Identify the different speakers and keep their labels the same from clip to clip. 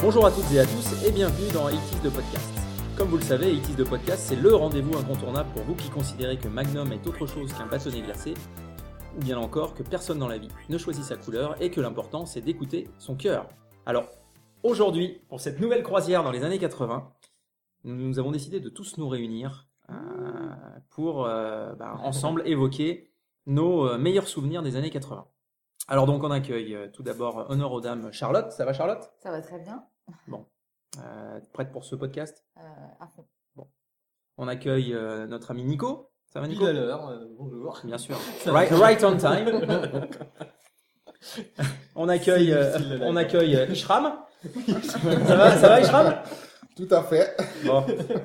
Speaker 1: Bonjour à toutes et à tous et bienvenue dans It is de podcast. Comme vous le savez, It is de podcast, c'est le rendez-vous incontournable pour vous qui considérez que Magnum est autre chose qu'un bâtonnet glacé, ou bien encore que personne dans la vie ne choisit sa couleur et que l'important c'est d'écouter son cœur. Alors, aujourd'hui, pour cette nouvelle croisière dans les années 80, nous avons décidé de tous nous réunir euh, pour euh, bah, ensemble évoquer nos euh, meilleurs souvenirs des années 80. Alors donc on accueille euh, tout d'abord euh, honneur aux dames Charlotte. Ça va Charlotte
Speaker 2: Ça va très bien.
Speaker 1: Euh, Prête pour ce podcast
Speaker 2: Euh, à fond.
Speaker 1: On accueille euh, notre ami Nico. Ça va
Speaker 3: Pile
Speaker 1: Nico
Speaker 3: à l'heure, euh, bonjour.
Speaker 1: Bien sûr. Right, right on time. On accueille,
Speaker 3: C'est
Speaker 1: euh,
Speaker 3: difficile de la-
Speaker 1: on accueille euh, Ishram. ça va, ça va Ishram
Speaker 4: Tout à fait.
Speaker 1: Bon,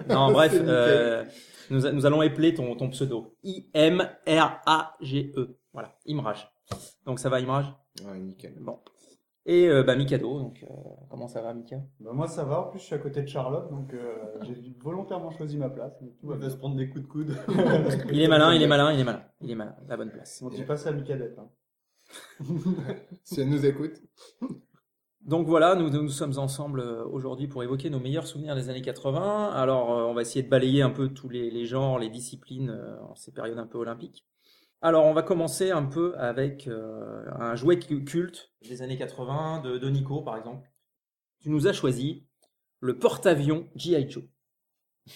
Speaker 1: non, bref,
Speaker 4: C'est nickel.
Speaker 1: euh, nous, a- nous allons épeler ton, ton pseudo. I-M-R-A-G-E. E. Voilà, Imrage. Donc ça va Imrage
Speaker 4: Ouais, nickel.
Speaker 1: Bon. Et euh, bah, Mikado, donc, euh, comment ça va Mika
Speaker 5: Bah, moi ça va, en plus je suis à côté de Charlotte, donc euh, j'ai volontairement choisi ma place. Donc tout
Speaker 3: On
Speaker 5: va bien.
Speaker 3: va se prendre des coups de coude.
Speaker 1: Il est malin, il est malin, il est malin. Il est malin, la bonne place.
Speaker 5: On dit pas ça à Micadette. Hein.
Speaker 4: Si elle nous écoute.
Speaker 1: Donc voilà, nous, nous sommes ensemble euh, aujourd'hui pour évoquer nos meilleurs souvenirs des années 80. Alors euh, on va essayer de balayer un peu tous les, les genres, les disciplines euh, en ces périodes un peu olympiques. Alors on va commencer un peu avec euh, un jouet cu- culte des années 80 de, de Nico par exemple. Tu nous as choisi le porte-avions G.I. Joe.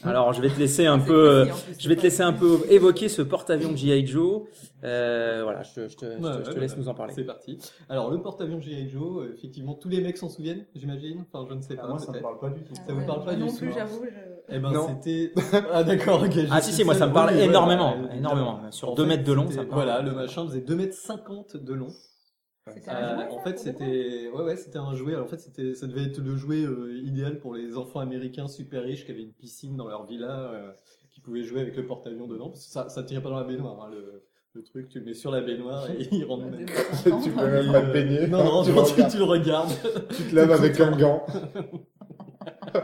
Speaker 1: Alors je vais te laisser un
Speaker 2: C'est
Speaker 1: peu... euh,
Speaker 2: précis, hein. en plus,
Speaker 1: Je vais
Speaker 2: c'est
Speaker 1: te laisser un peu évoquer ce porte-avions G.I. Joe. Euh, voilà, je, te- je te, je te-
Speaker 3: Ouais,
Speaker 1: je te
Speaker 3: ouais,
Speaker 1: laisse
Speaker 3: bah,
Speaker 1: nous en parler.
Speaker 3: C'est parti. Alors, le porte-avions G.I. Joe, euh, effectivement, tous les mecs s'en souviennent, j'imagine. Enfin, je ne sais
Speaker 5: Ah,
Speaker 3: pas.
Speaker 5: moi ça me
Speaker 3: peut-être.
Speaker 5: parle pas du tout.
Speaker 2: pas-
Speaker 3: ça vous parle pas
Speaker 2: euh, Ah non
Speaker 3: du
Speaker 2: plus,
Speaker 3: tout
Speaker 2: j'avoue. je-
Speaker 3: Eh ben,
Speaker 1: Non.
Speaker 3: c'était. Ah, d'accord, ok. je
Speaker 1: Ah
Speaker 3: suis
Speaker 1: si, si, moi
Speaker 3: seul.
Speaker 1: ça me parle
Speaker 3: Oui, voilà,
Speaker 1: énormément,
Speaker 3: évidemment.
Speaker 1: énormément. Sur
Speaker 3: En
Speaker 1: 2
Speaker 3: fait,
Speaker 1: mètres de long,
Speaker 3: c'était-
Speaker 1: ça me parle.
Speaker 3: Voilà, le machin faisait 2 mètres 50 de long.
Speaker 2: C'était
Speaker 3: Euh,
Speaker 2: un jouet,
Speaker 3: en
Speaker 2: ça,
Speaker 3: fait,
Speaker 2: pour
Speaker 3: c'était ouais, ouais, c'était un jouet. Alors, en fait, c'était ça devait être le jouet euh, idéal pour les enfants américains super riches qui avaient une piscine dans leur villa, euh, qui pouvaient jouer avec le porte-avions dedans. Parce que ça, ça tirait pas dans la baignoire. hein, le, le truc, tu le mets sur la baignoire et il rentre.
Speaker 2: de
Speaker 3: même.
Speaker 4: Tu
Speaker 2: temps en temps.
Speaker 4: peux même pas te baigner.
Speaker 3: Non, non,
Speaker 4: tu,
Speaker 3: tu, tu
Speaker 4: regardes,
Speaker 3: le regardes.
Speaker 4: tu te laves avec un gant.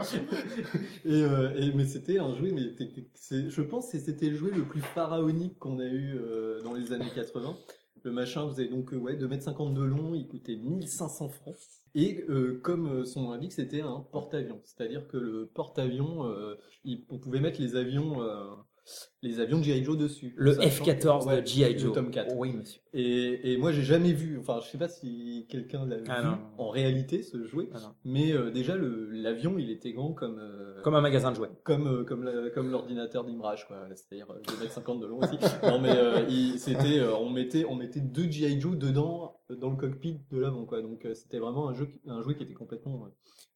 Speaker 3: Et, euh, et- mais c'était un jouet, mais t'es- t'es- c'est- je pense que c'était le jouet le plus pharaonique qu'on a eu euh, dans les années 80. Le machin faisait donc euh, ouais, 2m50 de long, il coûtait 1500 francs. Et euh, comme euh, son nom l'indique, c'était un porte-avions. C'est-à-dire que le porte-avions, euh, il- on pouvait mettre les avions, euh, les avions de G.I. Joe dessus.
Speaker 1: Le
Speaker 3: Sachant
Speaker 1: F-14
Speaker 3: que- ouais,
Speaker 1: de G.I.
Speaker 3: le
Speaker 1: Joe.
Speaker 3: Tom 4.
Speaker 1: Oui, monsieur.
Speaker 3: Et, et moi, j'ai jamais vu, enfin, je sais pas si quelqu'un l'a
Speaker 1: Ah
Speaker 3: vu
Speaker 1: non.
Speaker 3: en réalité ce jouet,
Speaker 1: Ah non.
Speaker 3: mais euh, déjà le- l'avion, il était grand comme euh,
Speaker 1: Comme un magasin de jouets.
Speaker 3: comme euh, comme la- comme l'ordinateur d'Imrage, quoi. C'est-à-dire euh, 2m50 de long aussi. non, mais euh, il- c'était, euh, on mettait on mettait deux GI Joe dedans euh, dans le cockpit de l'avant, quoi. Donc euh, c'était vraiment un jeu qui- un jouet qui était complètement euh,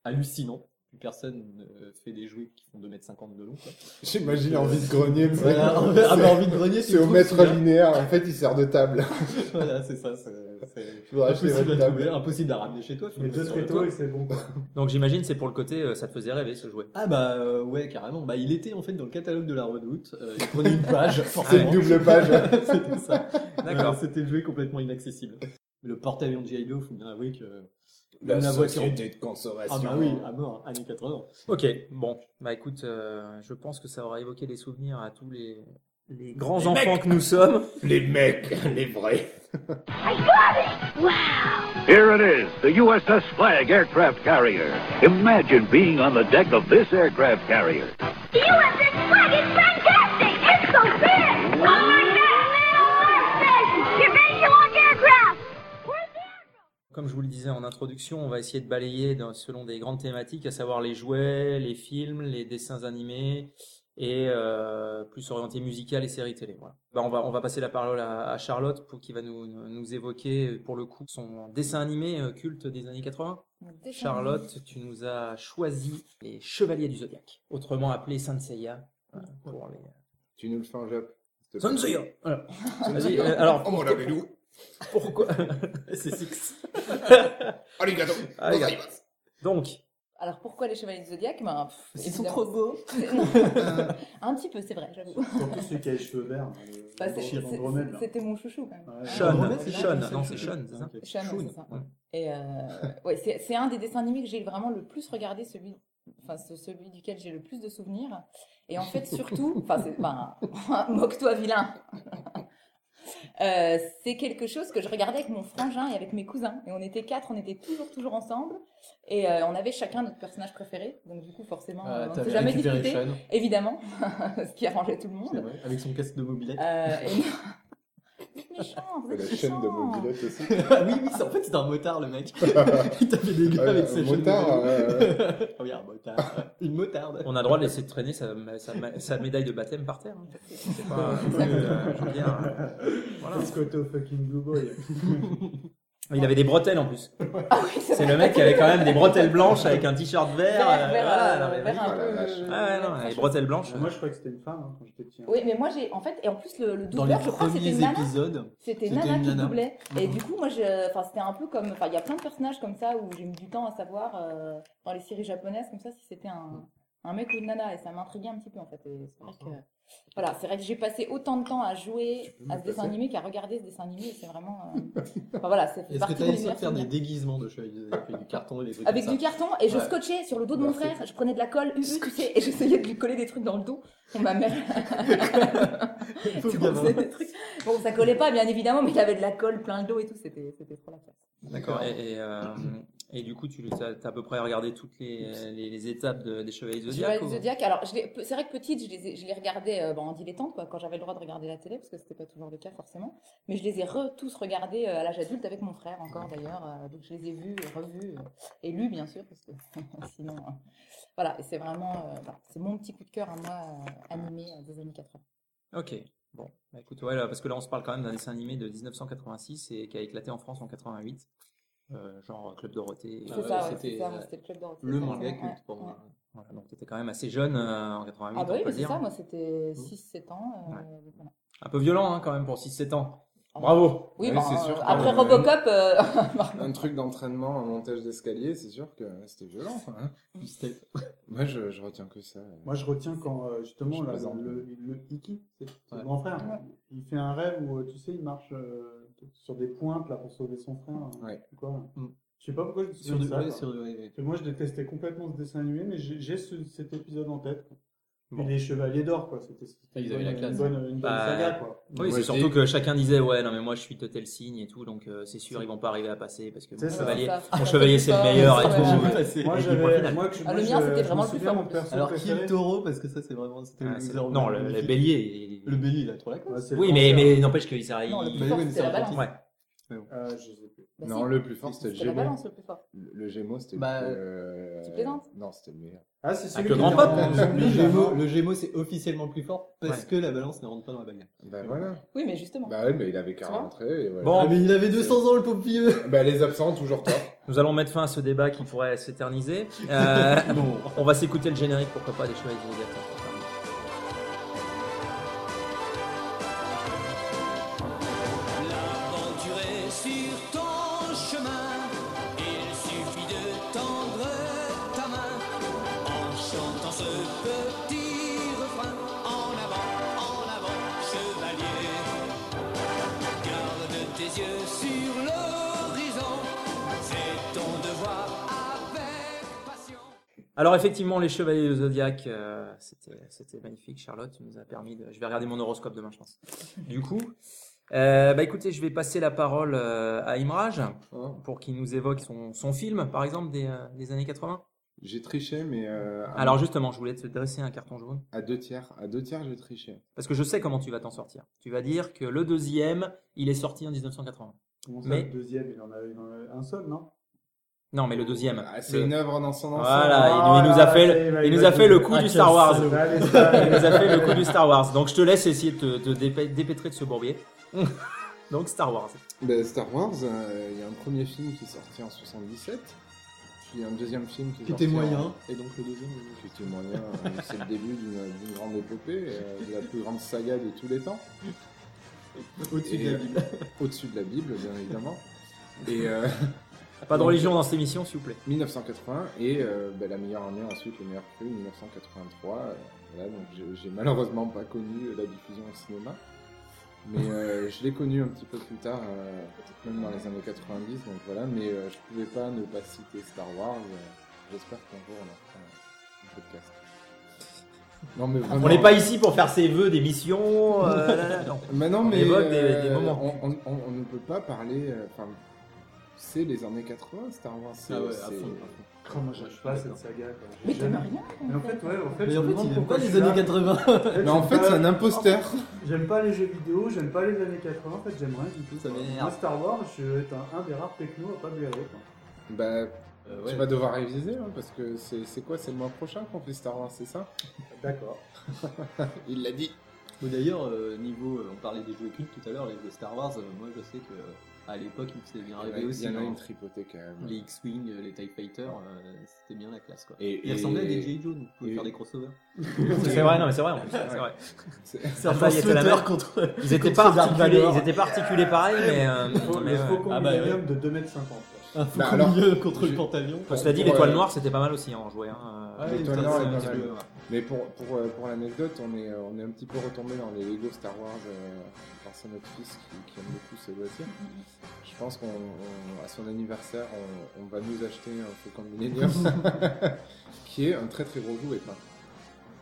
Speaker 3: hallucinant. Plus personne ne fait des jouets qui font 2m50 de long. Quoi. Euh,
Speaker 4: J'imagine envie de grenier. tu sais.
Speaker 3: Voilà, ah, bah,
Speaker 4: C'est-
Speaker 3: envie de grenier, tu
Speaker 4: C'est au
Speaker 3: trouves
Speaker 4: mètre
Speaker 3: celui-là.
Speaker 4: linéaire. En fait, il sert de table.
Speaker 3: Voilà, c'est ça. c'est- c'est-
Speaker 4: Je voudrais acheter
Speaker 3: Impossible
Speaker 4: votre
Speaker 3: à trouver,
Speaker 4: table.
Speaker 3: impossible à ramener chez toi. tu
Speaker 5: Les
Speaker 3: le
Speaker 5: deux
Speaker 3: mets sur le
Speaker 5: tréteaux
Speaker 3: toit.
Speaker 5: et c'est bon. quoi.
Speaker 1: Donc j'imagine c'est pour le côté, euh, ça te faisait rêver ce jouet.
Speaker 3: Ah bah euh, ouais carrément. Bah il était en fait dans le catalogue de la Redoute. Euh, il prenait une page.
Speaker 4: C'est
Speaker 3: forcément.
Speaker 4: une double page.
Speaker 3: C'était ça.
Speaker 1: D'accord.
Speaker 3: Euh, C'était le jouet complètement inaccessible. Mais le porte-avions de G.I. Joe, faut bien avouer que
Speaker 4: Bah,
Speaker 3: même la voiture.
Speaker 4: de consommation.
Speaker 3: Ah bah oui, à mort, années 80.
Speaker 1: Ok, bon, bah écoute, euh, je pense que ça aura évoqué des souvenirs à tous les, les grands
Speaker 4: Les
Speaker 1: enfants que nous sommes.
Speaker 4: Les mecs, les vrais.
Speaker 6: Here it is, the USS Flag aircraft carrier. Imagine being on the deck of this aircraft carrier.
Speaker 7: The USS Flag is fantastic! It's so big! I like that little station! You're being your own aircraft! Where's the
Speaker 1: Comme je vous le disais en introduction, on va essayer de balayer dans- selon des grandes thématiques, à savoir les jouets, les films, les dessins animés et euh, plus orienté musical et séries télé. Voilà. Bah, on, va, on va passer la parole à, à Charlotte pour qui va nous, nous évoquer pour le coup son dessin animé euh, culte des années 80.
Speaker 2: Des
Speaker 1: Charlotte, tu nous as choisi les Chevaliers du Zodiaque, autrement appelés Sanseiya. euh, pour les-
Speaker 4: Tu nous le fais en jap. s'il te plaît.
Speaker 1: Sanseiya Alors, vas-y, euh, alors,
Speaker 4: Oh, mon Dieu.
Speaker 1: pourquoi C'est Six.
Speaker 4: Allez, gâteau.
Speaker 1: Ah, les gars. Donc,
Speaker 2: Alors pourquoi les chevaliers du zodiaque ben, pff,
Speaker 3: Ils sont
Speaker 2: évidemment,
Speaker 3: trop beaux.
Speaker 2: c'est- non. un petit peu, c'est vrai, j'avoue.
Speaker 5: Surtout celui qui a les cheveux verts. le-
Speaker 2: Bah, c'est-
Speaker 5: le
Speaker 2: c'est-
Speaker 5: chien d'Andromède, là.
Speaker 2: C'était mon chouchou quand même.
Speaker 5: Ouais.
Speaker 1: Sean,
Speaker 3: Andromède, c'est
Speaker 1: Sean,
Speaker 3: hein. Sean,
Speaker 1: non,
Speaker 3: c'est
Speaker 1: c'est
Speaker 3: Sean.
Speaker 1: Sean, c'est ça
Speaker 3: Ok.
Speaker 2: Sean, ouais,
Speaker 1: Sean.
Speaker 2: c'est ça.
Speaker 1: Ouais.
Speaker 2: Et euh, ouais, c'est c'est un des dessins animés que j'ai vraiment le plus regardé, celui, enfin ce- celui duquel j'ai le plus de souvenirs. Et en fait, surtout, enfin, c'est- ben, moque-toi vilain. Euh, c'est quelque chose que je regardais avec mon frangin et avec mes cousins. Et on était quatre, on était toujours, toujours ensemble. Et euh, on avait chacun notre personnage préféré. Donc du coup, forcément,
Speaker 8: Ah,
Speaker 2: on
Speaker 8: t'avais
Speaker 2: s'est jamais
Speaker 8: récupéré
Speaker 2: disputé.
Speaker 8: Sean,
Speaker 2: Évidemment, ce qui arrangeait tout le
Speaker 8: c'est
Speaker 2: monde.
Speaker 8: vrai, avec son casque de mobilette.
Speaker 2: Euh, et non- Vous êtes méchants, vous
Speaker 4: La
Speaker 2: êtes
Speaker 4: chaîne de
Speaker 2: méchants.
Speaker 4: mobilette aussi.
Speaker 8: Ah oui, oui, c'est- en fait, c'est un motard, le mec. Il tapait des gars
Speaker 4: Ouais,
Speaker 8: avec
Speaker 4: un
Speaker 8: ses jeunes
Speaker 4: motard,
Speaker 8: vélos.
Speaker 4: ouais,
Speaker 3: Ah
Speaker 8: Regarde, motard. Une motarde.
Speaker 1: On a le droit de laisser traîner sa, sa- sa médaille de baptême par terre. hein. C'est pas. euh, je veux dire, euh, voilà.
Speaker 5: Let's go to fucking Blue Boy.
Speaker 1: Il avait des bretelles en plus.
Speaker 2: Ah oui, c'est
Speaker 1: C'est
Speaker 2: vrai.
Speaker 1: le mec qui avait quand même des bretelles blanches avec un t-shirt vert.
Speaker 2: Vert,
Speaker 1: euh,
Speaker 2: vert,
Speaker 1: voilà,
Speaker 2: euh,
Speaker 1: non, mais-
Speaker 2: vert un
Speaker 4: oui,
Speaker 2: peu,
Speaker 4: voilà,
Speaker 2: euh,
Speaker 1: Ouais,
Speaker 4: vache.
Speaker 1: ouais, non, les
Speaker 2: franchement.
Speaker 1: bretelles blanches.
Speaker 5: Moi, je croyais que c'était une femme hein, quand j'étais petit. hein.
Speaker 2: Oui, mais moi j'ai en fait et en plus le, le
Speaker 8: Dans les
Speaker 2: doubleur, je crois que
Speaker 8: premiers
Speaker 2: c'était Nana.
Speaker 8: épisodes,
Speaker 2: C'était
Speaker 8: c'était
Speaker 2: Nana
Speaker 8: une
Speaker 2: qui
Speaker 8: nana.
Speaker 2: doublait. Et
Speaker 8: Mhm.
Speaker 2: du coup, moi, je, enfin, c'était un peu comme, enfin, il y a plein de personnages comme ça où j'ai mis du temps à savoir euh, dans les séries japonaises comme ça si c'était un, un mec ou une nana et ça m'intriguait un petit peu en fait. Et c'est vrai que, voilà, c'est vrai que j'ai passé autant de temps à jouer
Speaker 4: peux me
Speaker 2: à ce dessin
Speaker 4: passer
Speaker 2: animé qu'à regarder ce dessin animé. et C'est vraiment, euh, enfin voilà, c'est
Speaker 8: est-ce que
Speaker 2: partie
Speaker 8: t'as essayé de
Speaker 2: de l'univers
Speaker 8: faire des
Speaker 2: familial.
Speaker 8: déguisements de chevaliers avec du carton et des trucs
Speaker 2: avec
Speaker 8: comme
Speaker 2: du carton et je
Speaker 8: Ouais.
Speaker 2: scotchais sur le dos de mon
Speaker 4: Merci.
Speaker 2: frère. Je prenais de la colle, UU, tu sais, et j'essayais de lui coller des trucs dans le dos. Bon, ma mère,
Speaker 8: ça Pauvre
Speaker 2: tu
Speaker 8: gamin.
Speaker 2: faisais des trucs. Bon, ça collait pas, bien évidemment, mais il avait de la colle plein le dos et tout. C'était, c'était trop la classe.
Speaker 1: D'accord. Et, et, euh, et du coup, tu as, à peu près regardé toutes les, les- les étapes de- des Chevaliers
Speaker 2: Je dirais
Speaker 1: Zodiac.
Speaker 2: le Zodiac. Alors, je l'ai- c'est vrai que petite, je les, ai- je les regardais euh, bon, en dilettante, quoi, quand j'avais le droit de regarder la télé, parce que c'était pas toujours le cas forcément. Mais je les ai re- tous regardés euh, à l'âge adulte avec mon frère encore d'ailleurs. euh, donc je les ai vus, et revus euh, et lus bien sûr, parce que sinon, euh, voilà. Et c'est vraiment, euh, voilà, c'est mon petit coup de cœur à moi euh, animé euh, des années 80.
Speaker 1: Ok. Bon, Bah, écoute, ouais, là, parce que là, on se parle quand même d'un dessin animé de 1986 et qui a éclaté en France en 88, euh, genre Club Dorothée.
Speaker 2: C'est
Speaker 8: Ah ouais,
Speaker 2: ça, ouais,
Speaker 8: c'était,
Speaker 2: c'est ça,
Speaker 8: euh,
Speaker 2: c'était le club d'Orothée,
Speaker 8: Le
Speaker 2: exactement,
Speaker 8: manga
Speaker 2: ouais,
Speaker 8: culte pour
Speaker 2: ouais.
Speaker 8: moi.
Speaker 1: Voilà, donc, t'étais quand même assez jeune euh, en 88,
Speaker 2: Ah bah
Speaker 1: on
Speaker 2: oui,
Speaker 1: peut
Speaker 2: mais
Speaker 1: le
Speaker 2: c'est
Speaker 1: dire.
Speaker 2: ça, moi c'était 6-7 ans. euh, voilà.
Speaker 1: Un peu violent hein, quand même pour 6-7 ans.
Speaker 2: Ah.
Speaker 1: Bravo.
Speaker 2: Oui,
Speaker 4: oui,
Speaker 2: bon,
Speaker 4: c'est sûr
Speaker 2: euh,
Speaker 4: que-
Speaker 2: après Robocop, euh,
Speaker 3: Ah.
Speaker 4: Un truc d'entraînement, un montage d'escalier, c'est sûr que c'était violent. quoi, hein.
Speaker 8: Du step.
Speaker 4: Moi, je, je retiens que ça.
Speaker 5: Moi, je retiens quand euh, justement
Speaker 4: Je
Speaker 5: là,
Speaker 4: plaisante.
Speaker 5: le, le Iki, c'est son
Speaker 8: Ouais.
Speaker 5: grand frère,
Speaker 2: Ouais.
Speaker 5: il fait un rêve où euh, tu sais, il marche euh, sur des pointes là pour sauver son frère. hein,
Speaker 4: Ouais.
Speaker 5: ou Quoi.
Speaker 8: Mm.
Speaker 5: Je sais pas pourquoi je me
Speaker 8: Sur
Speaker 5: souviens de
Speaker 8: du
Speaker 5: ça.
Speaker 8: ouais,
Speaker 5: quoi.
Speaker 8: sur du ouais.
Speaker 5: Parce que Moi, je détestais complètement ce dessin animé, mais j'ai j'ai ce- cet épisode en tête. quoi.
Speaker 1: Bon.
Speaker 5: Et les Chevaliers d'Or, quoi. C'était c'était
Speaker 8: Ils avaient la
Speaker 5: une
Speaker 8: classe.
Speaker 5: bonne, une bonne
Speaker 1: Bah,
Speaker 5: saga, quoi.
Speaker 1: Oui,
Speaker 4: Moi,
Speaker 1: c'est
Speaker 4: je
Speaker 1: surtout
Speaker 4: dis-
Speaker 1: que chacun disait ouais, non mais moi je suis de tel signe et tout, donc euh, c'est sûr ils vont pas arriver à passer parce que mon
Speaker 5: C'est ça.
Speaker 1: chevalier,
Speaker 2: ça, ça,
Speaker 1: mon
Speaker 2: ça,
Speaker 1: chevalier
Speaker 2: ça,
Speaker 1: c'est le
Speaker 2: ça,
Speaker 1: meilleur et
Speaker 2: ça,
Speaker 1: tout.
Speaker 2: ça,
Speaker 1: Ouais.
Speaker 8: Passé.
Speaker 5: Moi,
Speaker 1: Et puis,
Speaker 5: j'avais-
Speaker 1: point final.
Speaker 5: moi, que je-
Speaker 2: Ah, le
Speaker 5: moi,
Speaker 2: mien,
Speaker 5: je-
Speaker 2: c'était
Speaker 5: je
Speaker 2: vraiment
Speaker 5: me
Speaker 2: le plus
Speaker 5: souviens,
Speaker 2: fort, en
Speaker 5: mon
Speaker 2: plus.
Speaker 5: perso
Speaker 8: Alors, qui
Speaker 5: préféré-
Speaker 8: le taureau Parce que ça, c'est vraiment. C'était
Speaker 1: Ah,
Speaker 8: le
Speaker 1: c'est-
Speaker 8: loser
Speaker 1: non, le, le bélier. il-
Speaker 8: Le bélier, il a trop la classe.
Speaker 5: Ouais, c'est
Speaker 1: Oui,
Speaker 5: le
Speaker 1: mais,
Speaker 5: cancer.
Speaker 1: mais n'empêche qu'il s'arrive.
Speaker 2: Non, le
Speaker 1: il-
Speaker 2: plus
Speaker 8: Mais
Speaker 2: fort,
Speaker 8: oui, mais
Speaker 2: c'était
Speaker 8: ça,
Speaker 2: la balance.
Speaker 1: Ouais.
Speaker 5: Euh, je sais plus.
Speaker 2: Bah
Speaker 4: Non,
Speaker 2: si.
Speaker 4: le plus fort, c'était le
Speaker 2: C'était la
Speaker 4: Gémeaux.
Speaker 2: balance le plus fort.
Speaker 4: Le, le Gémeaux, c'était
Speaker 8: Bah,
Speaker 4: le. euh,
Speaker 2: tu plaisantes
Speaker 4: Non, c'était le meilleur.
Speaker 5: Ah, c'est celui
Speaker 1: le
Speaker 5: qui
Speaker 1: grand
Speaker 5: était
Speaker 1: pape.
Speaker 5: en zombie,
Speaker 8: Le
Speaker 5: là,
Speaker 8: Gémeaux,
Speaker 5: non
Speaker 8: le Gémeaux, c'est officiellement plus fort parce
Speaker 1: Ouais.
Speaker 8: que la balance ne rentre pas dans la bagarre.
Speaker 4: Bah voilà.
Speaker 2: Oui, mais justement.
Speaker 4: Bah ouais, mais il avait qu'à
Speaker 2: Tu vois
Speaker 4: rentrer. et voilà.
Speaker 1: Bon.
Speaker 8: Ah, mais il avait 200 ans, le pauvre vieux
Speaker 4: Bah les absents, toujours tort.
Speaker 1: Nous allons mettre fin à ce débat qui pourrait s'éterniser. Euh,
Speaker 8: Bon.
Speaker 1: on va s'écouter le générique, pourquoi pas, des chevaliers Zodiac.
Speaker 7: L'aventurer sur ton chemin, il suffit de tendre ta main en chantant ce petit refrain. En avant, en avant, chevalier. Garde tes yeux sur l'horizon, c'est ton devoir avec passion.
Speaker 1: Alors effectivement, les chevaliers du Zodiac, euh, c'était c'était magnifique. Charlotte tu nous a permis de... Je vais regarder mon horoscope demain, je pense. Du coup, euh, bah écoutez, je vais passer la parole euh, à Imraj
Speaker 4: Hein.
Speaker 1: pour qu'il nous évoque son, son film, par exemple, des, euh, des années 80.
Speaker 4: J'ai triché, mais euh, à,
Speaker 1: Alors justement, je voulais te dresser un carton jaune.
Speaker 4: à deux tiers. À deux tiers, j'ai triché.
Speaker 1: Parce que je sais comment tu vas t'en sortir. Tu vas dire que le deuxième, il est sorti en 1980.
Speaker 5: Bon, ça,
Speaker 1: Mais-
Speaker 5: le deuxième, il en avait il en avait un seul, non
Speaker 1: Non, mais le deuxième.
Speaker 4: Ah, c'est
Speaker 1: Le-
Speaker 4: une œuvre dans son ensemble.
Speaker 1: Voilà,
Speaker 5: Ah,
Speaker 1: il, il nous a
Speaker 5: là,
Speaker 1: fait,
Speaker 5: là,
Speaker 1: le-
Speaker 5: il va-
Speaker 1: il
Speaker 5: il
Speaker 1: nous
Speaker 5: va
Speaker 1: a fait le coup
Speaker 8: Ah,
Speaker 1: du
Speaker 8: quel
Speaker 1: Star Wars.
Speaker 8: salaud.
Speaker 5: Allez,
Speaker 1: Il nous a
Speaker 5: ça,
Speaker 1: fait le coup du Star Wars. Donc je te laisse essayer de te, te dépê- dépêtrer de ce bourbier. Donc Star Wars.
Speaker 4: Bah, Star Wars, euh, il y a un premier film qui est sorti en 77, puis un deuxième film qui est
Speaker 8: Qui
Speaker 4: sorti
Speaker 8: était moyen,
Speaker 4: en-
Speaker 8: et donc le deuxième.
Speaker 4: qui était moyen. euh, c'est le début d'une d'une grande épopée, euh, de la plus grande saga de tous les temps,
Speaker 8: Au-dessus de la
Speaker 4: Et- euh,
Speaker 8: Bible.
Speaker 4: au-dessus de la Bible, bien évidemment. Et euh,
Speaker 1: Pas de
Speaker 4: Donc-
Speaker 1: religion dans cette émission, s'il vous plaît.
Speaker 4: 1980 et euh, bah, la meilleure année ensuite, le meilleur film 1983. euh, voilà, donc j'ai- j'ai malheureusement pas connu euh, la diffusion au cinéma, mais euh, je l'ai connu un petit peu plus tard, euh, peut-être même dans les années 90. Donc voilà, mais euh, je pouvais pas ne pas citer Star Wars. euh, J'espère qu'un jour on en fera un podcast. Non, mais vraiment.
Speaker 1: On n'est pas ici pour faire ses vœux d'émission. euh, là, là, non.
Speaker 4: Mais non,
Speaker 1: On
Speaker 4: mais
Speaker 1: évoque des-
Speaker 4: euh,
Speaker 1: des moments.
Speaker 4: On, on- on- on ne peut pas parler. euh, Enfin, c'est les années 80, Star Wars. c'est-
Speaker 8: Ah ouais, à
Speaker 4: c'est-
Speaker 8: fond, à fond.
Speaker 5: Comment moi, j'aime pas cette saga. quoi. J'ai
Speaker 2: Mais t'aimes
Speaker 5: jamais-
Speaker 2: rien hein,
Speaker 5: Mais en fait, ouais, en fait,
Speaker 8: Mais
Speaker 5: je
Speaker 8: en
Speaker 5: me
Speaker 8: fait,
Speaker 5: demande
Speaker 8: il aime
Speaker 5: pourquoi
Speaker 8: pas
Speaker 5: je
Speaker 8: les
Speaker 5: suis là.
Speaker 8: années 80.
Speaker 4: Mais en
Speaker 5: j'aime
Speaker 4: fait,
Speaker 8: Euh,
Speaker 5: pas-
Speaker 4: c'est un imposteur.
Speaker 5: J'aime pas les jeux vidéo, j'aime pas les années 80, en fait, j'aime rien du tout.
Speaker 8: Ça m'énerve.
Speaker 5: Moi, Star Wars, je suis un, un des rares techno à pas blairer. quoi.
Speaker 4: bah,
Speaker 8: Euh,
Speaker 4: tu
Speaker 8: ouais.
Speaker 4: vas devoir réviser, hein, parce que c'est c'est quoi C'est le mois prochain qu'on fait Star Wars, c'est ça
Speaker 5: D'accord.
Speaker 4: Il l'a dit.
Speaker 8: Ou D'ailleurs, euh, niveau, euh, on parlait des jeux cultes tout à l'heure, les jeux Star Wars, euh, moi je sais que euh, à l'époque, il me faisait bien
Speaker 4: Ah, Il y en a-
Speaker 8: rêver
Speaker 4: il
Speaker 8: aussi.
Speaker 4: y en a
Speaker 8: hein.
Speaker 4: une tripotée quand même.
Speaker 8: Les X-Wing, euh, les TIE Fighter, euh, c'était bien la classe quoi.
Speaker 4: Et-
Speaker 8: Ils
Speaker 4: et-
Speaker 8: ressemblaient à des J.I. Joe, donc vous pouvez
Speaker 4: et-
Speaker 8: faire des crossovers.
Speaker 1: C'est vrai, non, mais c'est vrai. en plus, c'est
Speaker 4: Ouais.
Speaker 1: vrai.
Speaker 4: C'est-
Speaker 1: Ah, bah, il y a fait la même.
Speaker 8: contre.
Speaker 1: Ils étaient
Speaker 8: Contre
Speaker 1: pas articulés,
Speaker 4: hein.
Speaker 8: Dark Vador.
Speaker 1: ils étaient pas articulés pareil, mais. euh,
Speaker 5: Le faux-
Speaker 1: mais,
Speaker 5: le
Speaker 1: ouais.
Speaker 5: faucon
Speaker 8: Ah bah,
Speaker 5: Millennium de 2m50. quoi.
Speaker 8: Un faux
Speaker 4: Bah, alors,
Speaker 8: milieu contre
Speaker 4: je-
Speaker 8: le pantalon.
Speaker 4: Pour-
Speaker 1: Cela dit,
Speaker 4: pour,
Speaker 1: l'étoile
Speaker 4: euh,
Speaker 1: noire, c'était pas mal aussi à en jouer. hein.
Speaker 8: Ah,
Speaker 4: l'étoile
Speaker 8: putain,
Speaker 4: noire
Speaker 8: c'est
Speaker 4: est
Speaker 8: un
Speaker 4: pas
Speaker 8: petit
Speaker 4: mal.
Speaker 8: peu, ouais.
Speaker 4: Mais pour, pour, euh, pour l'anecdote, on est, on est un petit peu retombé dans les Lego Star Wars euh, grâce à notre fils qui, qui aime beaucoup ces voitures. Je pense qu'on, on- à son anniversaire, on, on va nous acheter un Faucon Millennium qui est un très très gros jouet. maintenant.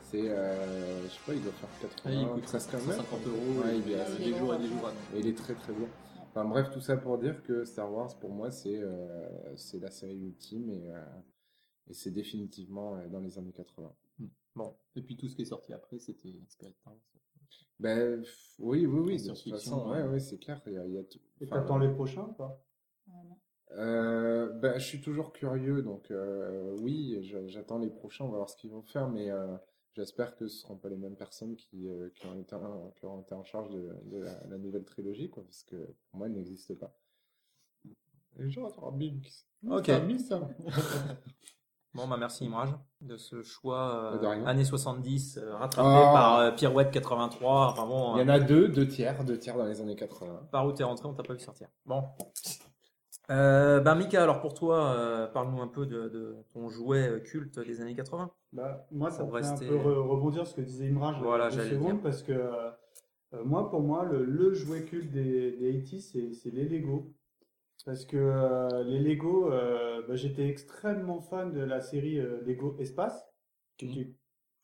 Speaker 4: C'est, euh, je sais pas, Ah, il doit faire 80,
Speaker 8: Ouais, Ah, il coûte
Speaker 4: presque un
Speaker 8: 150 euros,
Speaker 4: Ouais,
Speaker 8: et
Speaker 4: il est assez-
Speaker 8: des jours et des jours à
Speaker 4: et il est très très bon. Enfin bref, tout ça pour dire que Star Wars pour moi c'est euh, c'est la série ultime et, euh, et c'est définitivement euh, dans les années 80.
Speaker 8: Et puis tout ce qui est sorti après, c'était hein. inspiré de Star Wars.
Speaker 4: Ben f- oui, oui, oui, de toute
Speaker 8: Science-fiction,
Speaker 4: façon, ouais,
Speaker 8: ouais.
Speaker 4: ouais, c'est clair. Il y a, il y a tout-
Speaker 5: Et
Speaker 4: enfin,
Speaker 5: t'attends les prochains, quoi.
Speaker 2: Ah,
Speaker 4: euh, ben, je suis toujours curieux, donc euh, oui, je- j'attends les prochains, on va voir ce qu'ils vont faire, mais euh, j'espère que ce seront pas les mêmes personnes qui, euh, qui, ont, été, en- qui auront été en charge de, de la, la nouvelle trilogie, quoi, parce que pour moi, elle n'existe pas. Les gens attendent Binks.
Speaker 1: Ok.
Speaker 4: C'est un Binks, ça.
Speaker 1: Bon, bah merci Imrage de ce choix euh,
Speaker 4: Bah, De rien.
Speaker 1: années 70 euh, rattrapé
Speaker 4: Ah.
Speaker 1: par euh, Pirouette 83. Enfin bon,
Speaker 4: Il y
Speaker 1: euh,
Speaker 4: en a deux, deux tiers, deux tiers dans les années 80.
Speaker 1: par où t'es rentré, on t'a pas vu sortir. Bon. Euh, ben Mika, alors pour toi, euh, parle-nous un peu de, de ton jouet euh, culte des années 80.
Speaker 5: Bah, moi, ça
Speaker 1: Pour
Speaker 5: me fait
Speaker 1: rester-
Speaker 5: un peu re- rebondir ce que disait
Speaker 1: Voilà,
Speaker 5: Imraj voilà, deux
Speaker 1: j'allais le
Speaker 5: secondes,
Speaker 1: dire.
Speaker 5: parce que euh, moi, pour moi, le, le jouet culte des, des 80s, c'est- c'est les Lego. Parce que euh, les Lego, euh, bah, j'étais extrêmement fan de la série euh, Lego Espace,
Speaker 1: Mmh.
Speaker 5: qui était